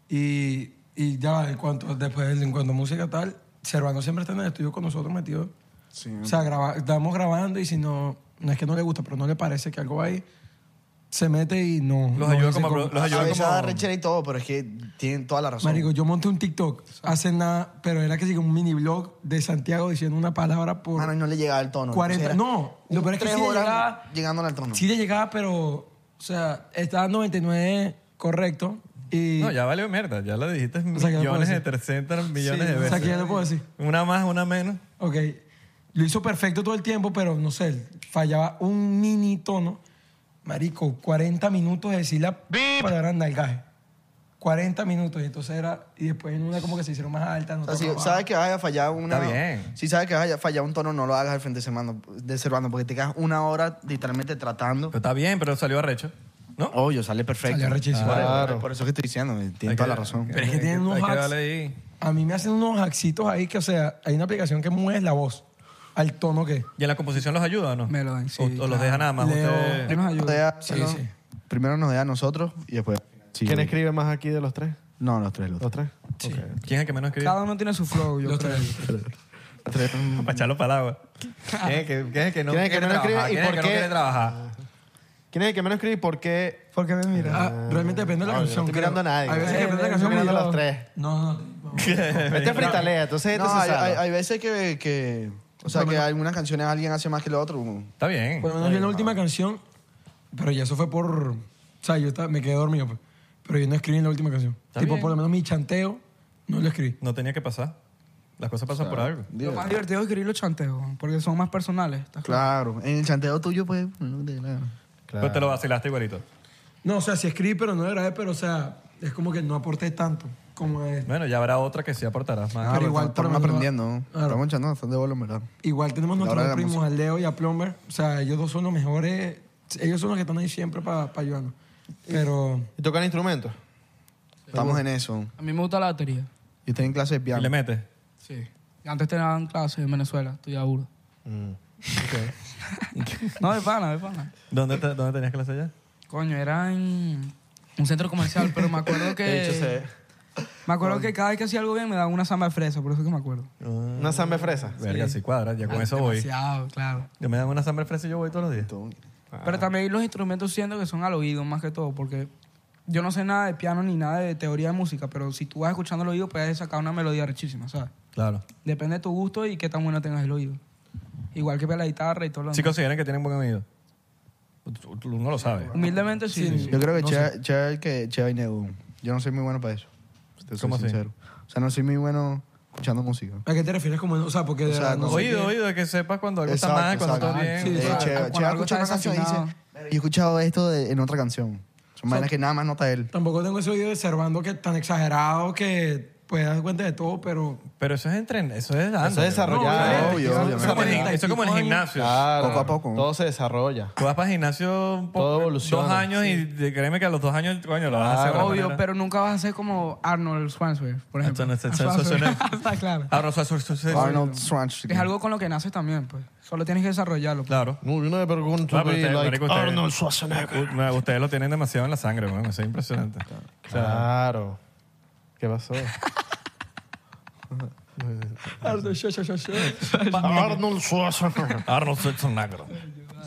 Speaker 5: Y, y ya, va, en cuanto, después, en cuanto a música tal, Servano siempre está en el estudio con nosotros metido. o sea, graba- estamos grabando y si no, no es que no le gusta, pero no le parece que algo va ahí, se mete y no.
Speaker 1: Los
Speaker 5: no
Speaker 1: ayuda
Speaker 5: dice
Speaker 1: como...
Speaker 5: cómo.
Speaker 1: Los
Speaker 3: a
Speaker 1: ayuda
Speaker 3: veces da
Speaker 1: como...
Speaker 3: rechera y todo, pero es que tienen toda la razón.
Speaker 5: Marico, yo monté un TikTok hace nada, pero era que sigue un mini blog de Santiago diciendo una palabra por
Speaker 3: Mano, y no le llegaba el tono.
Speaker 5: 40.
Speaker 3: Era
Speaker 5: no, lo
Speaker 3: un
Speaker 5: peor es que
Speaker 3: tres
Speaker 5: sí le
Speaker 3: horas
Speaker 5: llegaba-
Speaker 3: llegándole al tono.
Speaker 5: Sí le llegaba, pero, o sea, está 99 correcto y...
Speaker 1: No, ya valió mierda. Ya lo dijiste
Speaker 5: O sea, ¿qué le puedo
Speaker 1: millones de
Speaker 5: decir?
Speaker 1: 300 millones
Speaker 5: Sí,
Speaker 1: de
Speaker 5: o sea,
Speaker 1: veces.
Speaker 5: que ya lo puedo decir.
Speaker 1: Una más, una menos.
Speaker 5: Ok. Lo hizo perfecto todo el tiempo, pero no sé, fallaba un mini tono. Marico, 40 minutos de decir la palabra nalgaje. 40 minutos. Y entonces era. Y después en una como que se hicieron más altas.
Speaker 3: O
Speaker 5: no
Speaker 3: sea, si
Speaker 5: tocaban.
Speaker 3: sabes que vaya a fallar una.
Speaker 1: Está bien.
Speaker 3: Si sabes que vaya a fallar un tono, no lo hagas al frente de Servando, de Servando, porque te quedas una hora literalmente tratando.
Speaker 1: Pero está bien, pero salió arrecho. ¿No?
Speaker 3: Obvio, sale perfecto.
Speaker 5: Salió rechísimo.
Speaker 3: Por-
Speaker 2: Claro.
Speaker 3: Por eso que estoy diciendo, tiene
Speaker 1: Hay
Speaker 3: toda
Speaker 1: que-
Speaker 3: la razón.
Speaker 5: Pero es que tienen unos
Speaker 1: Hay que
Speaker 5: hacks.
Speaker 1: darle ahí.
Speaker 5: A mí me hacen unos hacksitos ahí que, o sea, hay una aplicación que mueve la voz al tono que.
Speaker 1: ¿Y en la composición los ayuda o no?
Speaker 4: Me lo dan, sí,
Speaker 1: O, o los
Speaker 4: claro.
Speaker 1: deja nada más.
Speaker 5: Leo-
Speaker 1: ustedes-
Speaker 4: Él nos
Speaker 3: Nos deja-
Speaker 4: ayuda.
Speaker 5: Sí,
Speaker 3: primero-
Speaker 5: sí.
Speaker 3: Primero nos da a nosotros y después. Sí.
Speaker 2: ¿Quién escribe más aquí de los tres?
Speaker 3: No, los tres, los
Speaker 2: ¿Los
Speaker 3: tres.
Speaker 2: tres?
Speaker 5: Sí.
Speaker 1: ¿Quién es el que menos escribe?
Speaker 4: Cada uno tiene su flow, yo
Speaker 5: Los
Speaker 4: creo.
Speaker 5: tres.
Speaker 1: [laughs] Para echarlo para el agua. ¿Quién es el que, quién es el que no
Speaker 2: ¿Quién es
Speaker 1: quiere
Speaker 2: el que menos escribe
Speaker 1: trabajar? ¿Quién
Speaker 2: y
Speaker 1: es el
Speaker 2: por
Speaker 1: que no
Speaker 2: qué?
Speaker 1: quiere trabajar?
Speaker 2: ¿Quién es el que menos escribe y por qué?
Speaker 4: ¿Por qué me miras?
Speaker 5: Ah, realmente depende de la
Speaker 2: No, yo no
Speaker 5: canción.
Speaker 2: estoy
Speaker 5: creo.
Speaker 2: mirando a nadie.
Speaker 5: Hay veces
Speaker 2: Eh,
Speaker 5: que depende de la
Speaker 2: estoy
Speaker 5: canción.
Speaker 2: mirando
Speaker 5: y
Speaker 2: a los
Speaker 5: yo-
Speaker 2: tres.
Speaker 5: No, no. vamos.
Speaker 2: Este es fritalea, entonces este
Speaker 3: No,
Speaker 2: se
Speaker 3: hay,
Speaker 2: sabe.
Speaker 3: hay- hay veces que, que- O sea, que algunas canciones alguien hace más que el otro.
Speaker 1: Está bien.
Speaker 5: Por lo menos yo en Pues la última canción, pero ya eso fue por. O sea, yo estaba- me quedé dormido, pues. pero yo no escribí en la última canción. tipo,
Speaker 1: bien.
Speaker 5: por lo menos mi chanteo no lo escribí.
Speaker 1: No tenía que pasar. Las cosas pasan por algo.
Speaker 4: Lo más divertido es escribir los chanteos, porque son más personales. ¿estás
Speaker 3: Claro. En el chanteo tuyo, pues. no te- claro.
Speaker 1: Pero te lo vacilaste igualito.
Speaker 5: No, o sea, sí escribí, pero no lo grabé, pero o sea, es como que no aporté tanto como es.
Speaker 1: Bueno, ya habrá otra que sí aportarás más.
Speaker 5: Ah,
Speaker 3: Claro,
Speaker 5: igual, por lo
Speaker 3: estamos
Speaker 5: menos-
Speaker 3: aprendiendo. ¿no?
Speaker 5: Claro.
Speaker 3: Estamos echando bastante bola, en verdad.
Speaker 5: Igual tenemos
Speaker 3: La hora
Speaker 5: nuestros
Speaker 3: de la
Speaker 5: primos, a Leo y a Plumber. O sea, ellos dos son los mejores. Ellos son los que están ahí siempre para ayudarnos. Pero.
Speaker 2: ¿Y tocan instrumentos?
Speaker 3: Estamos en eso.
Speaker 4: A mí me gusta la batería.
Speaker 3: Yo estoy en clase de
Speaker 1: ¿Y le
Speaker 3: piano.
Speaker 1: metes?
Speaker 4: Sí. Antes te daban clases en Venezuela, estudiaba burda. [laughs] no, de pana, de pana.
Speaker 1: ¿Dónde, te- ¿Dónde tenías clase ya?
Speaker 4: Coño, era en un centro comercial, pero me acuerdo que... Me acuerdo que cada vez que hacía algo bien me daban una samba de fresa, por eso que me acuerdo.
Speaker 2: ¿Una samba de fresa?
Speaker 1: Verga, sí cuadra. Ya con eso voy.
Speaker 4: Ah, Demasiado, claro.
Speaker 1: Yo me dan una sangre fresca y yo voy todos los días.
Speaker 4: Pero también los instrumentos siento que son al oído más que todo, porque yo no sé nada de piano ni nada de teoría de música, pero si tú vas escuchando el oído puedes sacar una melodía rechísima, ¿sabes?
Speaker 1: Claro.
Speaker 4: Depende de tu gusto y qué tan bueno tengas el oído. Igual que para la guitarra y todo lo
Speaker 1: Si
Speaker 4: demás.
Speaker 1: consideran que tienen buen oído. Tú- tú- Uno lo sabe.
Speaker 4: Humildemente sí.
Speaker 3: Yo creo que Chea Chea es el que Chea y Nebo. Yo no soy muy bueno para eso. si te soy
Speaker 1: ¿Cómo así?
Speaker 3: sincero. O sea, no soy muy bueno escuchando música.
Speaker 5: ¿A qué te refieres? Como, o sea, porque... de
Speaker 3: O sea,
Speaker 5: verdad,
Speaker 3: no-
Speaker 5: sé
Speaker 1: Oído,
Speaker 5: qué-
Speaker 1: oído, de que sepas cuando algo está
Speaker 3: Exacto,
Speaker 1: mal, cuando está
Speaker 3: exacto.
Speaker 1: bien.
Speaker 4: Sí,
Speaker 3: Eh,
Speaker 4: exacto.
Speaker 3: Chea-
Speaker 4: Cuando
Speaker 3: Chea
Speaker 4: algo
Speaker 3: escucha
Speaker 4: está
Speaker 3: una canción y
Speaker 4: desafinado.
Speaker 3: dice, yo he escuchado esto de- en otra canción. Son vainas que nada más nota él.
Speaker 5: Tampoco tengo ese oído de Servando que es tan exagerado que puedes dar cuenta de todo, pero...
Speaker 1: Pero eso es entrenar, eso es dando.
Speaker 2: Eso es desarrollado.
Speaker 1: No,
Speaker 3: obvio,
Speaker 1: eso es
Speaker 3: obviamente.
Speaker 1: como en el- Eso es como en el gimnasio.
Speaker 2: Claro,
Speaker 3: Poco a poco.
Speaker 2: Todo se desarrolla.
Speaker 1: Tú vas para el gimnasio un poco-
Speaker 2: Todo evoluciona.
Speaker 1: dos años y de- créeme que a los dos años, coño, lo vas a hacer. de otra
Speaker 4: Obvio,
Speaker 1: manera.
Speaker 4: pero nunca vas a ser como Arnold Schwarzenegger, por ejemplo.
Speaker 1: Entonces, eso- eso- eso-
Speaker 4: [laughs]
Speaker 1: eso-
Speaker 4: Está claro.
Speaker 1: Ah, no, eso- eso- eso- eso-
Speaker 3: Arnold Schwarzenegger.
Speaker 4: Es algo con lo que naces también, pues. Solo tienes que desarrollarlo. pues.
Speaker 1: Claro.
Speaker 2: No, yo no me pregunto.
Speaker 1: Ah, pero ustedes- marico, ustedes-
Speaker 2: Schwarzenegger.
Speaker 1: U- no, Ustedes lo tienen demasiado en la sangre, weón. Eso es impresionante. O sea,
Speaker 2: Claro. ¿Qué pasó?
Speaker 5: Ardo, sho, sho, sho, sho.
Speaker 2: [laughs] Arnold Schwarzenegger.
Speaker 1: Arnold Schwarzenegger.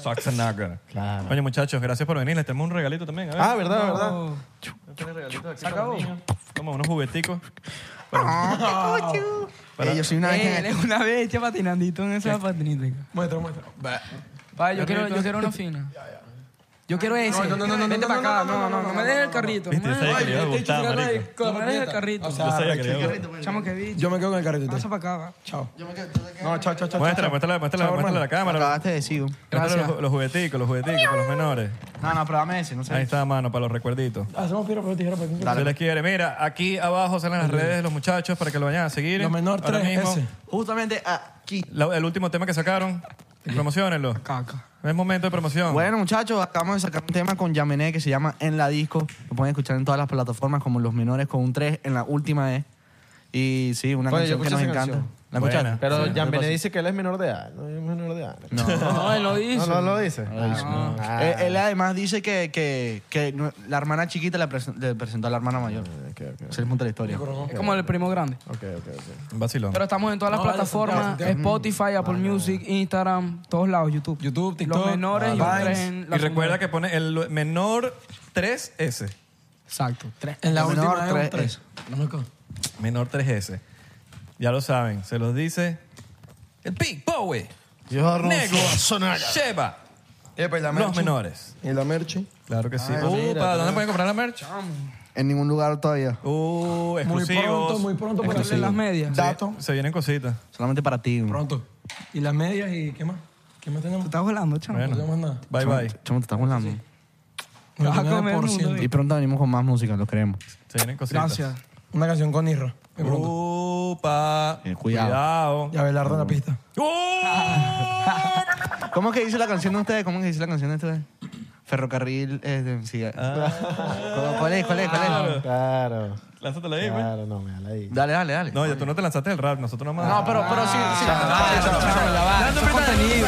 Speaker 1: Schwarzenegger.
Speaker 2: Claro.
Speaker 1: Coño, muchachos, gracias por venir. Les tenemos un regalito también. A ver.
Speaker 2: Ah, verdad, verdad.
Speaker 1: Se acabó. Como unos jugueticos.
Speaker 3: Eh, yo soy una
Speaker 4: Eh, él
Speaker 3: vez
Speaker 4: es una bestia patinandito en esa patinítica.
Speaker 5: Muestra, muestra.
Speaker 4: Pa, yo quiero, yo [laughs] quiero uno fino. Yo quiero ese. No, no, no, no, Vente para acá. No, no, no, me dejes el carrito.
Speaker 1: Viste, yo
Speaker 4: No me
Speaker 1: sabía que le iba a
Speaker 5: Este
Speaker 1: gustar,
Speaker 5: chicharrón
Speaker 1: marico.
Speaker 5: ahí con la
Speaker 4: no me dejes el
Speaker 5: raqueta.
Speaker 4: carrito.
Speaker 5: O sea,
Speaker 1: Yo sabía que le iba a gustar.
Speaker 4: Chamo, que bicho.
Speaker 5: yo me quedo con el carrito.
Speaker 4: Pasa para acá, va.
Speaker 5: Chao.
Speaker 2: No, chao, chao, chao.
Speaker 1: Muéstrala, muéstrala, muéstrala, muéstrala a la
Speaker 3: que
Speaker 1: cámara.
Speaker 3: acabaste de decir.
Speaker 1: Muéstrala los, los jugueticos, los jugueticos, para los menores.
Speaker 3: No, no, pruébame ese, no sé.
Speaker 1: Ahí está, mano, para los recuerditos.
Speaker 5: Hacemos piedra, papel, tijera, papel.
Speaker 1: Se les quiere. Mira, aquí abajo salen las redes de los muchachos para que lo vayan a seguir.
Speaker 5: Lo menor
Speaker 1: Ahora
Speaker 5: 3
Speaker 1: mismo,
Speaker 5: S.
Speaker 3: Justamente aquí.
Speaker 1: la- el último tema que sacaron, promocionenlo.
Speaker 4: Caca.
Speaker 1: Es momento de promoción.
Speaker 3: [laughs] Bueno, muchachos, acabamos de sacar un tema con Yamené que se llama En la Disco. Lo pueden escuchar en todas las plataformas, como Los Menores con un 3 en la última E. Y sí, una
Speaker 2: Oye, yo
Speaker 3: canción que nos
Speaker 2: escuché esa
Speaker 3: encanta.
Speaker 2: canción.
Speaker 3: ¿La
Speaker 1: Buena.
Speaker 3: escucharon?
Speaker 2: Pero
Speaker 3: Sí.
Speaker 2: Jan Benet dice que él es menor de edad. No, es menor de edad.
Speaker 3: No.
Speaker 2: [laughs]
Speaker 4: No, él lo dice.
Speaker 2: No, no lo dice. Ah.
Speaker 3: Eh, él además dice que, que, que no- la hermana chiquita le, presen- le presentó a la hermana mayor.
Speaker 2: Ok, ok,
Speaker 3: Ese es el punto de la historia.
Speaker 4: Es como el primo grande.
Speaker 2: ok, ok, ok.
Speaker 1: Un vacilón.
Speaker 4: Pero estamos en todas las
Speaker 5: No, vale,
Speaker 4: plataformas:
Speaker 5: Santiago,
Speaker 4: Spotify, Apple Music, Instagram, todos lados, YouTube. ah,
Speaker 5: YouTube,
Speaker 4: Los
Speaker 5: TikTok,
Speaker 4: menores y
Speaker 5: Vines.
Speaker 4: un tres en la
Speaker 1: y recuerda
Speaker 4: segunda.
Speaker 1: que pone el menor 3S.
Speaker 4: Exacto, tres.
Speaker 5: En la
Speaker 3: Lo menor,
Speaker 5: última es un
Speaker 3: tres
Speaker 5: 3. No me acuerdo.
Speaker 1: Menor 3S. Ya lo saben, se los dice el Big Bowie.
Speaker 2: Yo Arnold
Speaker 1: Nego,
Speaker 2: Schwarzenegger.
Speaker 1: Sheba,
Speaker 3: la
Speaker 1: los menores.
Speaker 2: ¿Y la merch?
Speaker 1: Claro que sí.
Speaker 5: Ah,
Speaker 2: Ay,
Speaker 1: Uh,
Speaker 2: mira,
Speaker 1: ¿Para dónde
Speaker 2: claro.
Speaker 1: pueden comprar la merch?
Speaker 3: En ningún lugar todavía.
Speaker 1: Uh,
Speaker 5: Muy
Speaker 1: exclusivos.
Speaker 5: pronto, muy pronto para
Speaker 4: En las medias.
Speaker 5: Dato.
Speaker 1: Se vienen cositas.
Speaker 3: Solamente para ti. güey.
Speaker 5: Pronto. ¿Y las medias y qué más? ¿Qué más tenemos?
Speaker 4: Estás volando, chamo.
Speaker 5: No tenemos
Speaker 1: Bueno,
Speaker 5: nada.
Speaker 1: bye bye.
Speaker 3: Chamo, te estás volando.
Speaker 4: Vas a comer
Speaker 5: 99%.
Speaker 3: Y pronto venimos con más música, lo creemos.
Speaker 1: Se vienen cositas.
Speaker 4: Gracias.
Speaker 5: Una canción con Irra. Muy pronto.
Speaker 1: Upa.
Speaker 3: Eh, cuidado.
Speaker 5: Y Abelardo en la pista.
Speaker 3: [laughs]
Speaker 1: Uh,
Speaker 3: ¿Cómo es que dice la canción de ustedes? ¿Cómo es que dice la canción de ustedes? Ferrocarril eh, de siga- ¿Cuál es? ¿Cuál es? ¿Cuál es?
Speaker 2: Claro.
Speaker 1: Lánzatela ahí, güey.
Speaker 2: Claro, no, me da la ahí.
Speaker 3: Dale, dale, dale.
Speaker 1: No, ya tú no te lanzaste el rap, nosotros nomás.
Speaker 3: No, pero, pero sí, sí. Ah, chamo, chamo, la va. Eso es contenido.